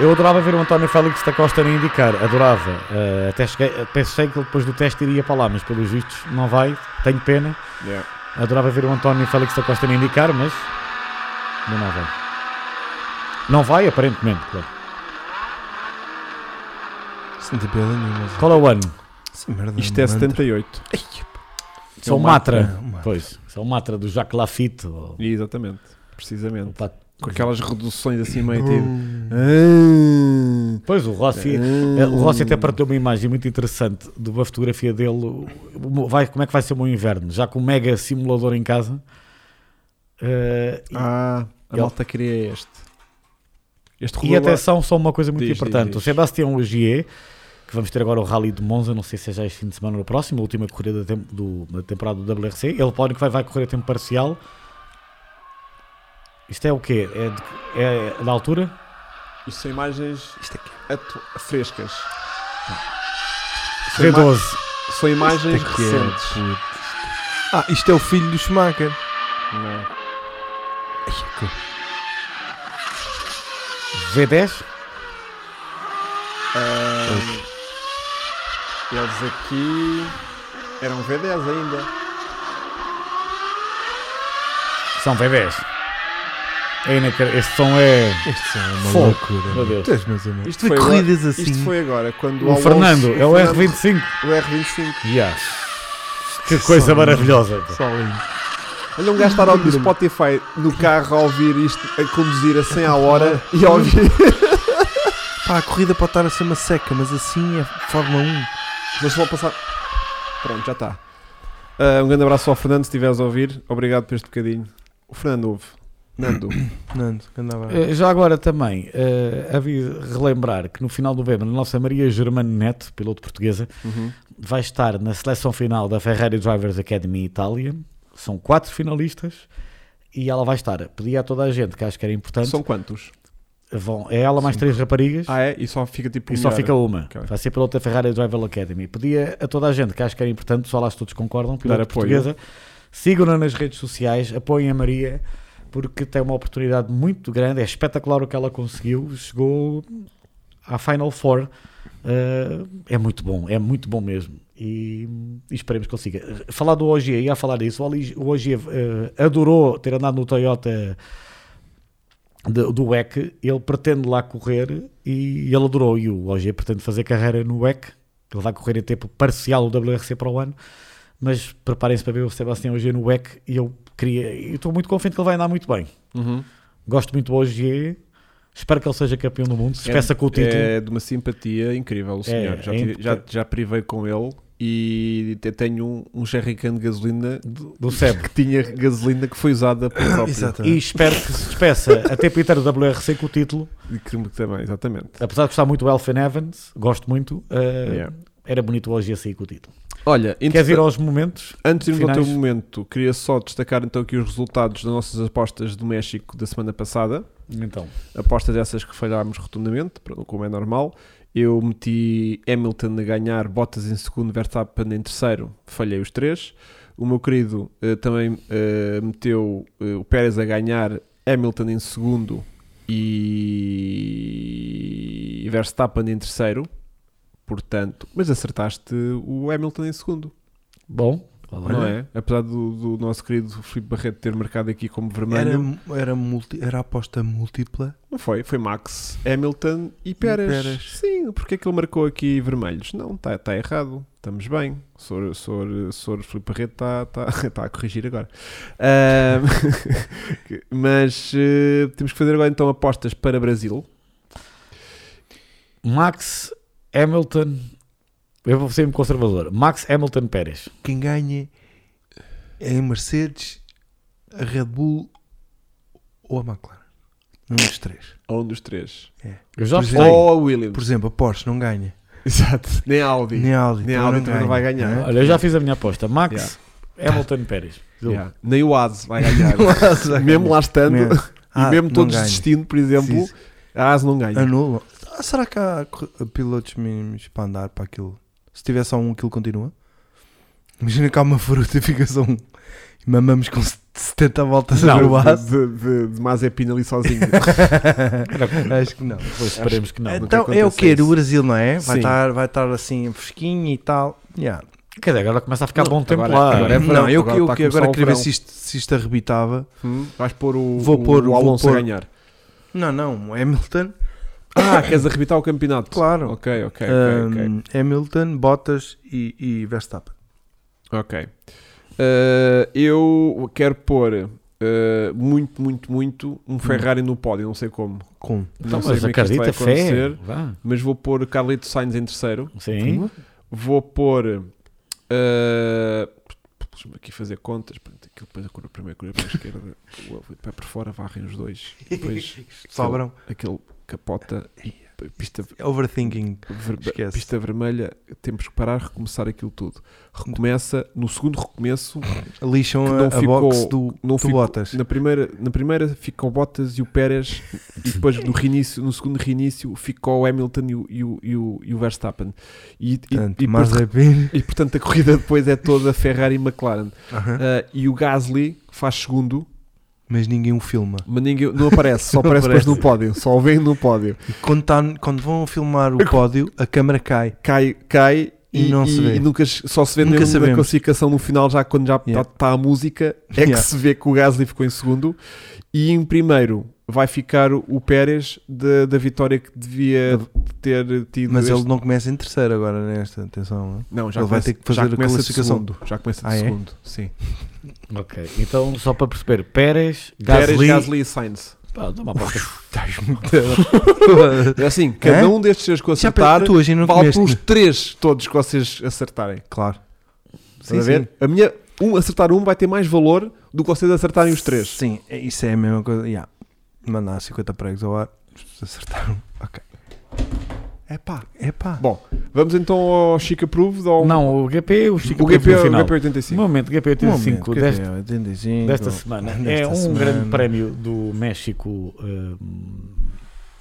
Speaker 3: Eu adorava ver o António Félix da Costa nem indicar, adorava. Eh, até cheguei, pensei que ele depois do teste iria para lá, mas pelos vistos não vai, tenho pena.
Speaker 1: Yeah.
Speaker 3: Adorava ver o António Félix da Costa nem indicar, mas. mas não vai. Não vai, aparentemente, claro.
Speaker 2: Sem ter piada nenhuma. Zé.
Speaker 3: Qual é o ano?
Speaker 2: Essa merda
Speaker 1: Isto é
Speaker 2: mantra.
Speaker 1: 78.
Speaker 3: São
Speaker 2: um
Speaker 3: Matra.
Speaker 2: É um matra.
Speaker 3: Pois, são Matra do Jacques Lafitte. Ou...
Speaker 1: Exatamente.
Speaker 3: ou
Speaker 1: Precisamente.
Speaker 3: pá-
Speaker 1: Com aquelas reduções assim meio tipo.
Speaker 2: Hum.
Speaker 1: Ah,
Speaker 3: Pois, o Rossi.
Speaker 1: É.
Speaker 3: eh, O Rossi até partiu uma imagem muito interessante de uma fotografia dele. o- o- Vai, como é que vai ser o meu inverno? Já com um mega simulador em casa. Eh, e-
Speaker 1: Ah, a
Speaker 3: Ele-
Speaker 1: malta queria este. Este
Speaker 3: e,
Speaker 1: regular.
Speaker 3: atenção, só uma coisa muito
Speaker 1: Diz, diz,
Speaker 3: importante: o
Speaker 1: diz.
Speaker 3: Sebastião Ogier, que vamos ter agora o Rally de Monza, não sei se é já este fim de semana ou no próximo, a última corrida da, tem- do- da temporada do WRC. Ele pode que vai, vai correr a tempo parcial. Isto é o quê? É, de- é da altura?
Speaker 1: Isto são imagens.
Speaker 2: Ah, Isto aqui. é
Speaker 1: atu- frescas. São, ima-
Speaker 3: G12.
Speaker 1: são imagens
Speaker 2: Isto é que é,
Speaker 1: recentes.
Speaker 2: Ah, isto é o filho do Schumacher.
Speaker 1: Não. é?
Speaker 3: G10?
Speaker 1: É, Ahm, eles aqui eram V10 ainda.
Speaker 3: São V10. É inacre- Este som é.
Speaker 2: Este som é uma
Speaker 3: Fogo.
Speaker 2: loucura.
Speaker 3: Meu Deus.
Speaker 2: Tu és, meus amores.
Speaker 1: Isto
Speaker 2: Foi
Speaker 1: foi agora-
Speaker 2: corridas assim.
Speaker 1: Isto foi agora, quando
Speaker 3: O
Speaker 1: Alonso-
Speaker 3: Fernando, é o
Speaker 1: Fernando-
Speaker 3: R25.
Speaker 1: O R25.
Speaker 3: Yeah. Que coisa
Speaker 2: Som.
Speaker 3: maravilhosa. então. pá.
Speaker 2: Só lindo.
Speaker 1: Olha, um gajo estar no Spotify no carro a ouvir isto, a conduzir a 100 à hora e a ouvir.
Speaker 2: Pá, a corrida pode estar a ser uma seca, mas assim é Fórmula 1.
Speaker 1: Mas vou passar. Pronto, já está. Ah, um grande abraço ao Fernando, se estiveres a ouvir. Obrigado por este bocadinho. O Fernando ouve. Nando.
Speaker 2: Nando, andava.
Speaker 3: Eh, Já agora também, eh, havia relembrar que no final do Weber, a nossa Maria Germano Neto, piloto portuguesa,
Speaker 1: Uhum.
Speaker 3: vai estar na seleção final da Ferrari Drivers Academy Itália. São quatro finalistas e ela vai estar. Pedi a toda a gente, que acho que era importante.
Speaker 1: São quantos?
Speaker 3: Vão, é ela mais três raparigas
Speaker 1: Ah, é? E só fica tipo.
Speaker 3: e só
Speaker 1: melhor.
Speaker 3: fica uma.
Speaker 1: Ok.
Speaker 3: Vai ser pilota da Ferrari Driver Academy. Pedia a toda a gente, que acho que era importante, só lá se todos concordam,
Speaker 1: Dar
Speaker 3: pilota
Speaker 1: apoio.
Speaker 3: um portuguesa. Sigam-na nas redes sociais, apoiem a Maria, porque tem uma oportunidade muito grande. É espetacular o que ela conseguiu. Chegou à Final Four. Uh, é muito bom, é muito bom mesmo. E, e esperemos que consiga. Falar do Ogier, ia falar disso. O Oli- O Ogier uh, adorou ter andado no Toyota de- do WEC. Ele pretende lá correr e ele adorou. E o Ogier pretende fazer carreira no WEC. Ele vai correr em tempo parcial do WRC para o ano. Mas preparem-se para ver o Sebastião Ogier no WEC. E eu queria, eu estou muito confiante que ele vai andar muito bem.
Speaker 1: Uhum.
Speaker 3: Gosto muito do Ogier. Espero que ele seja campeão do mundo. Se peça com o título.
Speaker 1: É de uma simpatia incrível, o senhor. já,
Speaker 3: é
Speaker 1: tive-
Speaker 3: impe-
Speaker 1: já, já privei com ele e até tenho um, um jerrycan de gasolina
Speaker 3: do- Do SEB.
Speaker 1: que tinha gasolina que foi usada por próprio.
Speaker 2: Exatamente.
Speaker 3: E espero que se despeça até Peter do WRC com o título.
Speaker 1: E que também, exatamente.
Speaker 3: Apesar de gostar muito do Elfin Evans, gosto muito. uh,
Speaker 1: Yeah.
Speaker 3: Era bonito hoje a sair com o título.
Speaker 1: Olha,
Speaker 3: Queres ir aos momentos?
Speaker 1: Antes de irmos ao teu
Speaker 3: Finais.
Speaker 1: momento, queria só destacar então aqui os resultados das nossas apostas do México da semana passada.
Speaker 3: Então,
Speaker 1: Apostas essas que falhámos rotundamente, pronto, como é normal. Eu meti Hamilton a ganhar, Bottas em segundo, Verstappen em terceiro, falhei os três. O meu querido eh, também eh, meteu eh, o Pérez a ganhar, Hamilton em segundo e Verstappen em terceiro. Portanto, mas acertaste o Hamilton em segundo.
Speaker 3: bom.
Speaker 1: Não é? Apesar do, do nosso querido Filipe Barreto ter marcado aqui como vermelho,
Speaker 2: Era, era, multi, era aposta múltipla.
Speaker 1: não foi? Foi Max, Hamilton e Pérez.
Speaker 2: Pérez.
Speaker 1: Sim, porque é que ele marcou aqui vermelhos? Não, está tá errado. Estamos bem. O senhor, o senhor, o senhor Filipe Barreto está tá, tá a corrigir agora. Ahm, mas eh, temos que fazer agora então apostas para Brasil.
Speaker 3: Max Hamilton. Eu vou ser um conservador. Max Hamilton Pérez.
Speaker 2: Quem ganha é a Mercedes, a Red Bull ou a McLaren. Um dos três.
Speaker 1: Ou um dos três.
Speaker 3: Eu já
Speaker 2: Por
Speaker 3: apostei.
Speaker 2: exemplo.
Speaker 1: Ou a Williams.
Speaker 2: Por exemplo, a Porsche não ganha.
Speaker 1: Exato. Nem a Audi.
Speaker 2: Nem a Audi.
Speaker 1: Nem a
Speaker 2: também
Speaker 1: Audi também não vai ganhar.
Speaker 2: não é?
Speaker 3: Olha, eu já fiz a minha aposta. Max Hamilton Pérez.
Speaker 1: Yeah. Nem o AS vai ganhar.
Speaker 2: Mas vai
Speaker 1: mesmo lá estando,
Speaker 2: ganhar. Ah,
Speaker 1: e mesmo
Speaker 2: não
Speaker 1: todos
Speaker 2: ganha.
Speaker 1: desistindo, por exemplo,
Speaker 2: Sim,
Speaker 1: a AS não ganha.
Speaker 2: Anulam. Ah, será que há cor- pilotos mínimos para andar para aquilo? Se tiver só um, aquilo continua? Imagina que há uma fruta e fica só um. E mamamos com 70 voltas a
Speaker 1: Não,
Speaker 2: gravar.
Speaker 1: de, de, de, de Mazepin ali sozinho.
Speaker 2: Acho que não.
Speaker 3: Depois esperemos que não.
Speaker 1: nunca
Speaker 2: então é o
Speaker 1: aconteceu
Speaker 2: quê?
Speaker 1: isso.
Speaker 2: No Brasil, não é?
Speaker 1: Sim.
Speaker 2: Vai estar, vai estar assim fresquinho e tal. Yeah.
Speaker 3: Quer dizer, agora começa a ficar
Speaker 1: Não,
Speaker 3: bom tempo
Speaker 1: agora-
Speaker 3: lá.
Speaker 1: agora é verão,
Speaker 2: não, eu,
Speaker 1: agora
Speaker 2: eu,
Speaker 1: está a
Speaker 2: que agora
Speaker 1: começar o
Speaker 2: queria ver
Speaker 1: verão.
Speaker 2: se isto, se isto arrebitava.
Speaker 1: Hum, Vais pôr o,
Speaker 2: Vou
Speaker 1: o,
Speaker 2: pôr-
Speaker 1: o
Speaker 2: vou
Speaker 1: Alonso
Speaker 2: pôr-
Speaker 1: a ganhar.
Speaker 2: Não, não, Hamilton,
Speaker 1: Ah, queres arrebitar o campeonato?
Speaker 2: claro.
Speaker 1: Ok, ok, ok. ok.
Speaker 2: Um, Hamilton, Bottas e, e Verstappen.
Speaker 1: Ok. Uh, eu quero pôr uh, muito, muito, muito
Speaker 2: Hum.
Speaker 1: um Ferrari no pódio, não sei como.
Speaker 2: Com.
Speaker 1: Não
Speaker 3: Então,
Speaker 1: sei
Speaker 3: mas
Speaker 1: como é que isto vai
Speaker 3: acredita, fé.
Speaker 1: acontecer,
Speaker 3: Vá.
Speaker 1: mas vou pôr Carlito Sainz em terceiro.
Speaker 3: Sim.
Speaker 1: Vou pôr. Uh, Deixa-me aqui fazer contas. Pronto, aquilo depois a cura para a primeira, a cura para a esquerda. O Alfredo vai para fora, varrem os dois. Depois
Speaker 2: Sobram.
Speaker 1: aquele capota e pista,
Speaker 2: Overthinking.
Speaker 1: ver-
Speaker 2: Esquece.
Speaker 1: pista vermelha, temos que parar, recomeçar aquilo tudo. Recomeça, no segundo recomeço,
Speaker 2: Lixam
Speaker 1: Que
Speaker 2: a,
Speaker 1: não
Speaker 2: a
Speaker 1: ficou-
Speaker 2: box do,
Speaker 1: não
Speaker 2: do
Speaker 1: ficou-
Speaker 2: Bottas.
Speaker 1: na primeira, na primeira fica o Bottas e o Pérez, e depois no, reinício, no segundo reinício ficou o Hamilton e o, e o, e o, e o Verstappen. E, e-
Speaker 2: Portanto, é-
Speaker 1: e, portanto,
Speaker 2: Mazepin.
Speaker 1: e, portanto, a corrida depois é toda Ferrari e McLaren. Ah, e o Gasly faz segundo,
Speaker 2: Mas ninguém o filma.
Speaker 1: mas ninguém, não aparece, só
Speaker 2: Não
Speaker 1: aparece depois
Speaker 2: aparece.
Speaker 1: no pódio, só o vem no pódio.
Speaker 2: E quando, tá- quando vão filmar o pódio, a câmara cai.
Speaker 1: Cai, cai
Speaker 2: E
Speaker 1: e,
Speaker 2: não se vê.
Speaker 1: e nunca se- só se vê
Speaker 2: Nunca
Speaker 1: mesmo na
Speaker 2: sabemos.
Speaker 1: classificação no final, já quando já está
Speaker 2: Yeah.
Speaker 1: a música, é
Speaker 2: Yeah.
Speaker 1: que se vê que o Gasly ficou em segundo e em primeiro vai ficar o Pérez da, da vitória que devia ter tido.
Speaker 2: Mas
Speaker 1: este-
Speaker 2: ele não começa em terceiro agora nesta, atenção. não é?
Speaker 1: não, já
Speaker 2: ele vai
Speaker 1: começa,
Speaker 2: ter que fazer
Speaker 1: já
Speaker 2: a
Speaker 1: começa de
Speaker 2: classificação.
Speaker 1: segundo, já começa de
Speaker 2: Ah, é?
Speaker 1: segundo, sim.
Speaker 3: Ok, então só para perceber, Pérez, Gasly...
Speaker 1: Pérez, Gasly e Sainz.
Speaker 3: Pá, dá uma aposta.
Speaker 2: Estás muito.
Speaker 1: É assim, cada
Speaker 2: É?
Speaker 1: um destes três que eu
Speaker 2: Já
Speaker 1: acertar
Speaker 2: pe- tu hoje não
Speaker 1: vale
Speaker 2: comeste.
Speaker 1: pelos três todos que vocês acertarem.
Speaker 2: Claro.
Speaker 1: Estás a ver? A minha, um, acertar um vai ter mais valor do que vocês acertarem os três.
Speaker 2: Sim, é- isso é a mesma coisa. Yeah. Mandar 50 pregos ao ar. se Acertaram. Ok. É pá. É pá.
Speaker 1: Bom, vamos então ao Chica um Approved ou
Speaker 3: Não, o GP, o Chico
Speaker 1: o GP,
Speaker 3: no final.
Speaker 1: o GP
Speaker 3: No
Speaker 1: 85.
Speaker 3: momento, GP
Speaker 2: Um
Speaker 3: 85 desta,
Speaker 2: é
Speaker 3: desta semana. é um
Speaker 2: prémio.
Speaker 3: grande prémio do México. hum,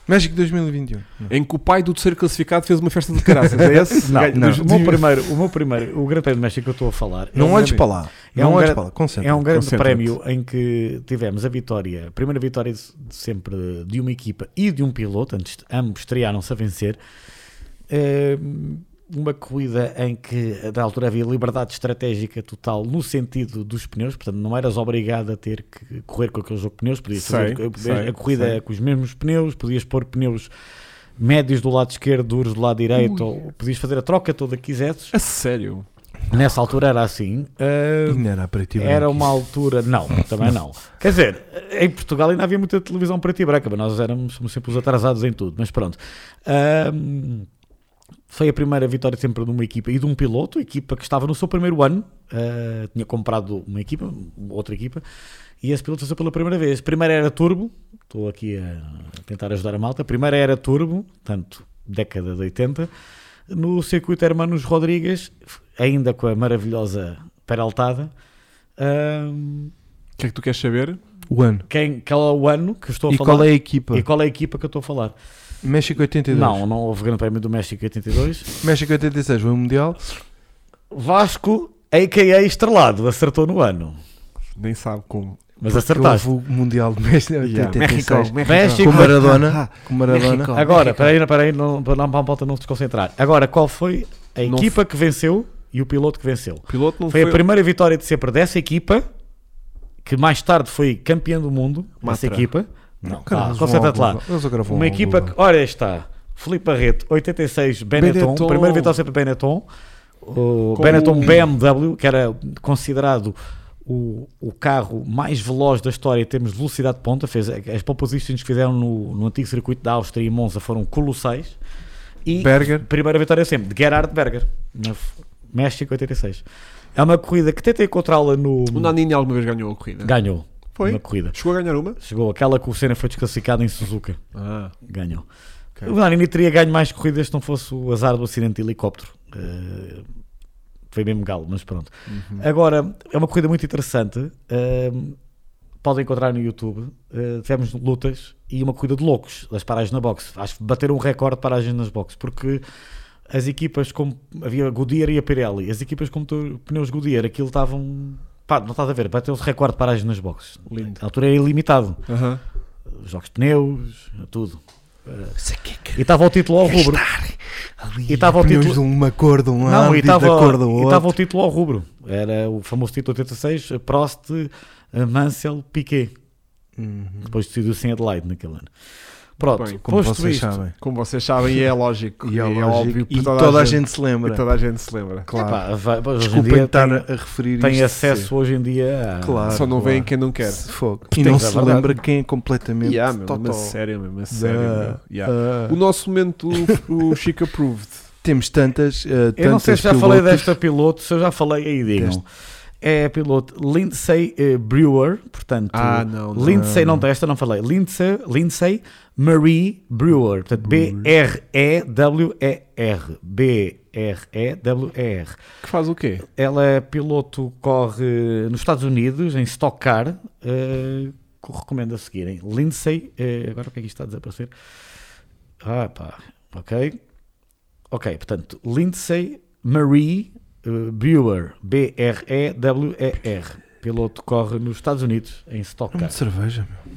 Speaker 2: México 2021.
Speaker 1: Em que o pai do terceiro classificado fez uma festa de caraças, é esse?
Speaker 3: Não,
Speaker 1: Ganho
Speaker 2: não.
Speaker 1: dos-
Speaker 3: O meu primeiro, o meu primeiro, o Grande Prémio do México que eu estou a falar. é
Speaker 2: Não
Speaker 3: um
Speaker 2: olhes
Speaker 3: grande-
Speaker 2: para lá.
Speaker 3: é
Speaker 2: não
Speaker 3: um
Speaker 2: olhes
Speaker 3: grande-
Speaker 2: para lá. Concentra.
Speaker 3: É um grande
Speaker 1: Concentra-te.
Speaker 3: prémio em que tivemos a vitória, a primeira vitória de de sempre de uma equipa e de um piloto, antes ambos estrearam-se a vencer. Hum, Uma corrida em que, da altura, havia liberdade estratégica total no sentido dos pneus, portanto, não eras obrigado a ter que correr com aquele jogo de pneus, podias fazer
Speaker 1: Sei,
Speaker 3: a- a-
Speaker 1: sei,
Speaker 3: a corrida é
Speaker 1: sei.
Speaker 3: com os mesmos pneus, podias pôr pneus médios do lado esquerdo, duros do lado direito, ou podias fazer a troca toda que quisesses.
Speaker 1: A sério?
Speaker 3: Nessa altura era assim. Ah,
Speaker 2: Não era aperitivo.
Speaker 3: era uma altura. Não, também não. Quer dizer, em Portugal ainda havia muita televisão preta e branca, mas nós éramos somos sempre os atrasados em tudo. Mas pronto. Ahm, foi a primeira vitória sempre de uma equipa e de um piloto, equipa que estava no seu primeiro ano, ah, tinha comprado uma equipa, outra equipa, e esse piloto venceu pela primeira vez. Primeira era turbo, estou aqui a tentar ajudar a malta. Primeira era turbo, tanto década de 80, no circuito Hermanos Rodrigues, ainda com a maravilhosa peraltada. Ahm,
Speaker 1: O que é que tu queres saber?
Speaker 2: O ano.
Speaker 3: quem, qual é o ano que eu estou a
Speaker 2: E
Speaker 3: falar?
Speaker 2: qual é a equipa?
Speaker 3: E qual é a equipa que eu estou a falar?
Speaker 2: México 82.
Speaker 3: Não, não houve Grande Prémio do México 82.
Speaker 2: México 86 foi o Mundial.
Speaker 3: Vasco, a.k.a. Estrelado, acertou no ano.
Speaker 1: Nem sabe como.
Speaker 3: Mas
Speaker 2: Porque
Speaker 3: acertaste.
Speaker 2: Houve o Mundial de É, México 86.
Speaker 3: México.
Speaker 2: Com Maradona. Com Maradona.
Speaker 1: México.
Speaker 3: Agora, peraí, peraí, não, para não, para a malta não se desconcentrar. Agora, qual foi a
Speaker 1: Não
Speaker 3: equipa que venceu e o piloto que venceu?
Speaker 1: O piloto não
Speaker 3: Foi
Speaker 1: foi,
Speaker 3: a primeira vitória de sempre dessa equipa, que mais tarde foi campeã do mundo,
Speaker 1: Matra.
Speaker 3: essa equipa. Não,
Speaker 2: Cara,
Speaker 3: tá,
Speaker 2: eles vão
Speaker 3: concentra-te
Speaker 2: ao
Speaker 3: lá.
Speaker 2: Google. Eles agora vão
Speaker 3: Uma
Speaker 2: ao
Speaker 3: equipa que,
Speaker 2: Google.
Speaker 3: olha está, Filipe Barreto, 86, Benetton,
Speaker 1: Benetton.
Speaker 3: primeira vitória sempre Benetton, o
Speaker 1: Com um
Speaker 3: Benetton
Speaker 1: o-
Speaker 3: BMW, que era considerado o, o carro mais veloz da história em termos de velocidade de ponta, fez, as pole positions que fizeram no, no antigo circuito da Áustria e Monza foram colossais, e
Speaker 2: Berger.
Speaker 3: primeira vitória sempre, de Gerhard Berger, na F- México 86. É uma corrida que tentei encontrá-la no...
Speaker 1: O Nanini alguma vez ganhou a corrida?
Speaker 3: Ganhou.
Speaker 1: Foi?
Speaker 3: Uma corrida.
Speaker 1: Chegou a ganhar uma?
Speaker 3: Chegou aquela que o Senna foi desclassificado em Suzuka.
Speaker 1: Ah,
Speaker 3: Ganhou.
Speaker 1: Ok.
Speaker 3: O Nanini teria ganho mais corridas se não fosse o azar do acidente de helicóptero. Eh, foi mesmo galo, mas pronto.
Speaker 1: Hum. Uhum.
Speaker 3: Agora, é uma corrida muito interessante. eh, podem encontrar no YouTube. Eh, tivemos lutas e uma corrida de loucos das paragens na boxe. Acho que bateram um recorde de paragens nas boxes porque as equipas como havia a Goodyear e a Pirelli, as equipas com motor- pneus Goodyear, aquilo estavam. Pá, não estás a ver, bateu-se recorde de paragens nas boxes.
Speaker 1: lindo.
Speaker 3: Na altura era ilimitado
Speaker 1: Aham.
Speaker 3: jogos de pneus, tudo. E estava o título ao rubro. E estava o
Speaker 2: Pneus de
Speaker 3: título.
Speaker 2: uma cor de um
Speaker 3: Não,
Speaker 2: lado
Speaker 3: e
Speaker 2: e da
Speaker 3: estava
Speaker 2: cor do
Speaker 3: e
Speaker 2: outro.
Speaker 3: estava o título ao rubro. Era o famoso título 86, Prost, Mansell, Piquet.
Speaker 2: Uhum.
Speaker 3: Depois decidiu sem Adelaide naquele ano. Pronto,
Speaker 1: Bem,
Speaker 2: Como
Speaker 3: posto
Speaker 2: vocês
Speaker 3: isto,
Speaker 2: sabem.
Speaker 1: Como vocês sabem, é lógico.
Speaker 2: E é lógico.
Speaker 1: óbvio.
Speaker 2: E
Speaker 1: para
Speaker 2: toda a gente se lembra.
Speaker 1: e toda a gente se lembra.
Speaker 2: Claro.
Speaker 3: epá, vai- hoje em
Speaker 2: Desculpem
Speaker 3: dia
Speaker 2: estar
Speaker 3: tem-
Speaker 2: a referir
Speaker 3: tem
Speaker 2: isto.
Speaker 3: acesso hoje em dia a...
Speaker 2: Claro.
Speaker 1: Só não
Speaker 2: claro.
Speaker 1: veem quem não quer.
Speaker 2: Fogo. E não
Speaker 3: Tens a
Speaker 2: se
Speaker 3: verdade.
Speaker 2: lembra quem é completamente
Speaker 1: Yeah, meu,
Speaker 2: totó.
Speaker 1: mas sério mesmo, mas sério
Speaker 2: Da-
Speaker 1: meu. Yeah.
Speaker 2: Ah.
Speaker 1: O nosso momento, o Chico Approved.
Speaker 2: Temos tantas. eh,
Speaker 3: Eu não sei
Speaker 2: tantas
Speaker 3: se já falei
Speaker 2: pilotos.
Speaker 3: desta piloto, se eu já falei aí, digam. é a piloto Lindsay eh, Brewer, portanto,
Speaker 1: Ah, não, não.
Speaker 3: Lindsay, não, esta não falei, Lindsay, Lindsay Marie Brewer, portanto, B-R-E-W-E-R, B-R-E-W-E-R.
Speaker 1: Que faz o quê?
Speaker 3: Ela é piloto, corre nos Estados Unidos, em Stock Car, eh, que eu recomendo a seguirem. Lindsay, eh, agora o que é que isto está a desaparecer? Ah, pá, ok. Ok, portanto, Lindsay Marie eh, Brewer, B-R-E-W-E-R. Piloto corre nos Estados Unidos, em Stock
Speaker 2: Nome
Speaker 3: Car.
Speaker 2: de cerveja, meu.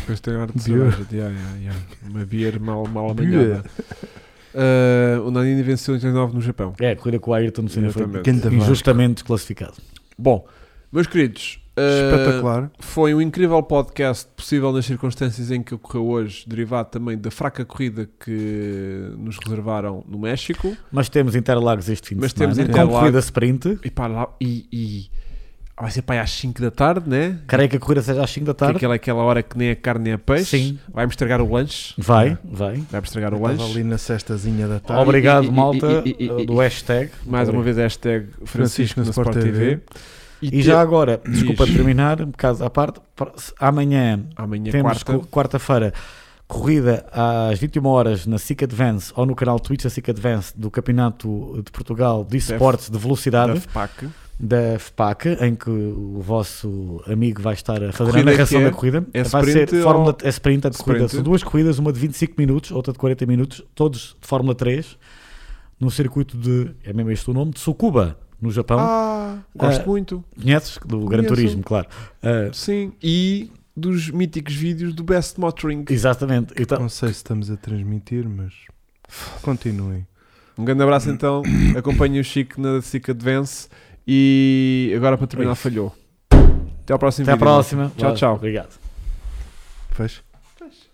Speaker 1: Depois tem arte de
Speaker 2: Beer.
Speaker 1: cerveja. Yeah, yeah, yeah. Uma beer mal, mal
Speaker 2: Beer.
Speaker 1: amanhada. Ah, o Nanini venceu em 89 no Japão.
Speaker 3: É, a corrida com o Ayrton Senna foi
Speaker 1: Exatamente.
Speaker 2: Ganda vasca.
Speaker 3: injustamente desclassificado.
Speaker 1: Bom, meus queridos, ah,
Speaker 2: Espetacular.
Speaker 1: Foi um incrível podcast, possível nas circunstâncias em que ocorreu hoje, derivado também da fraca corrida que nos reservaram no México.
Speaker 3: Mas temos Interlagos este fim de
Speaker 1: Mas
Speaker 3: semana.
Speaker 1: temos
Speaker 3: Com
Speaker 1: Interlagos.
Speaker 3: corrida sprint.
Speaker 1: E pá, lá, e, e- vai ser para aí às 5 da tarde, né?
Speaker 3: Creio que a corrida seja às 5 da
Speaker 1: Que é
Speaker 3: tarde.
Speaker 1: aquela, aquela hora que nem é carne nem é peixe.
Speaker 3: Sim.
Speaker 1: Vai-me estragar o lanche.
Speaker 3: Vai, vai.
Speaker 1: Vai-me estragar
Speaker 2: Eu
Speaker 1: o
Speaker 2: Estava
Speaker 1: lanche.
Speaker 2: ali na cestazinha da tarde.
Speaker 3: Obrigado,
Speaker 1: Tá. e- e-
Speaker 3: malta,
Speaker 1: e- e- e- e-
Speaker 3: do hashtag.
Speaker 1: Mais uma vez, hashtag Francisco, na Sport TV.
Speaker 3: E já agora,
Speaker 1: Diz.
Speaker 3: desculpa terminar, um bocado à parte, pra- se- amanhã
Speaker 1: Amanhã,
Speaker 3: temos
Speaker 1: quarta.
Speaker 3: co- quarta-feira corrida às 21 horas na SIC Advance ou no canal Twitch da SIC Advance do Campeonato de Portugal de Esportes de
Speaker 1: Da
Speaker 3: Velocidade
Speaker 1: FPAC.
Speaker 3: da FPAC, em que o vosso amigo vai estar a fazer a
Speaker 1: Corrida
Speaker 3: narração
Speaker 1: que é?
Speaker 3: da corrida.
Speaker 1: É
Speaker 3: vai
Speaker 1: sprint
Speaker 3: ser Fórmula
Speaker 1: ou-
Speaker 3: é sprint, a de corrida.
Speaker 1: Sprint?
Speaker 3: São duas corridas, uma de 25 minutos, outra de 40 minutos, todos de Fórmula 3, no circuito de, é mesmo este o nome, de Tsukuba, no Japão.
Speaker 1: Ah, gosto
Speaker 3: Então, Ah,
Speaker 1: muito.
Speaker 3: Conheces? Do Gran
Speaker 1: Conheço.
Speaker 3: Turismo, claro. Ah,
Speaker 1: Sim. E dos míticos vídeos do Best Motoring.
Speaker 3: exatamente. Então,
Speaker 2: Não sei se estamos a transmitir, mas continuem.
Speaker 1: Um grande abraço então. Acompanhe o Chico na SIC Advance. E agora para terminar,
Speaker 3: Ui.
Speaker 1: falhou. Até ao próximo
Speaker 3: É até à
Speaker 1: vídeo.
Speaker 3: próxima.
Speaker 1: Tchau, tchau.
Speaker 3: Obrigado.
Speaker 2: Fecha.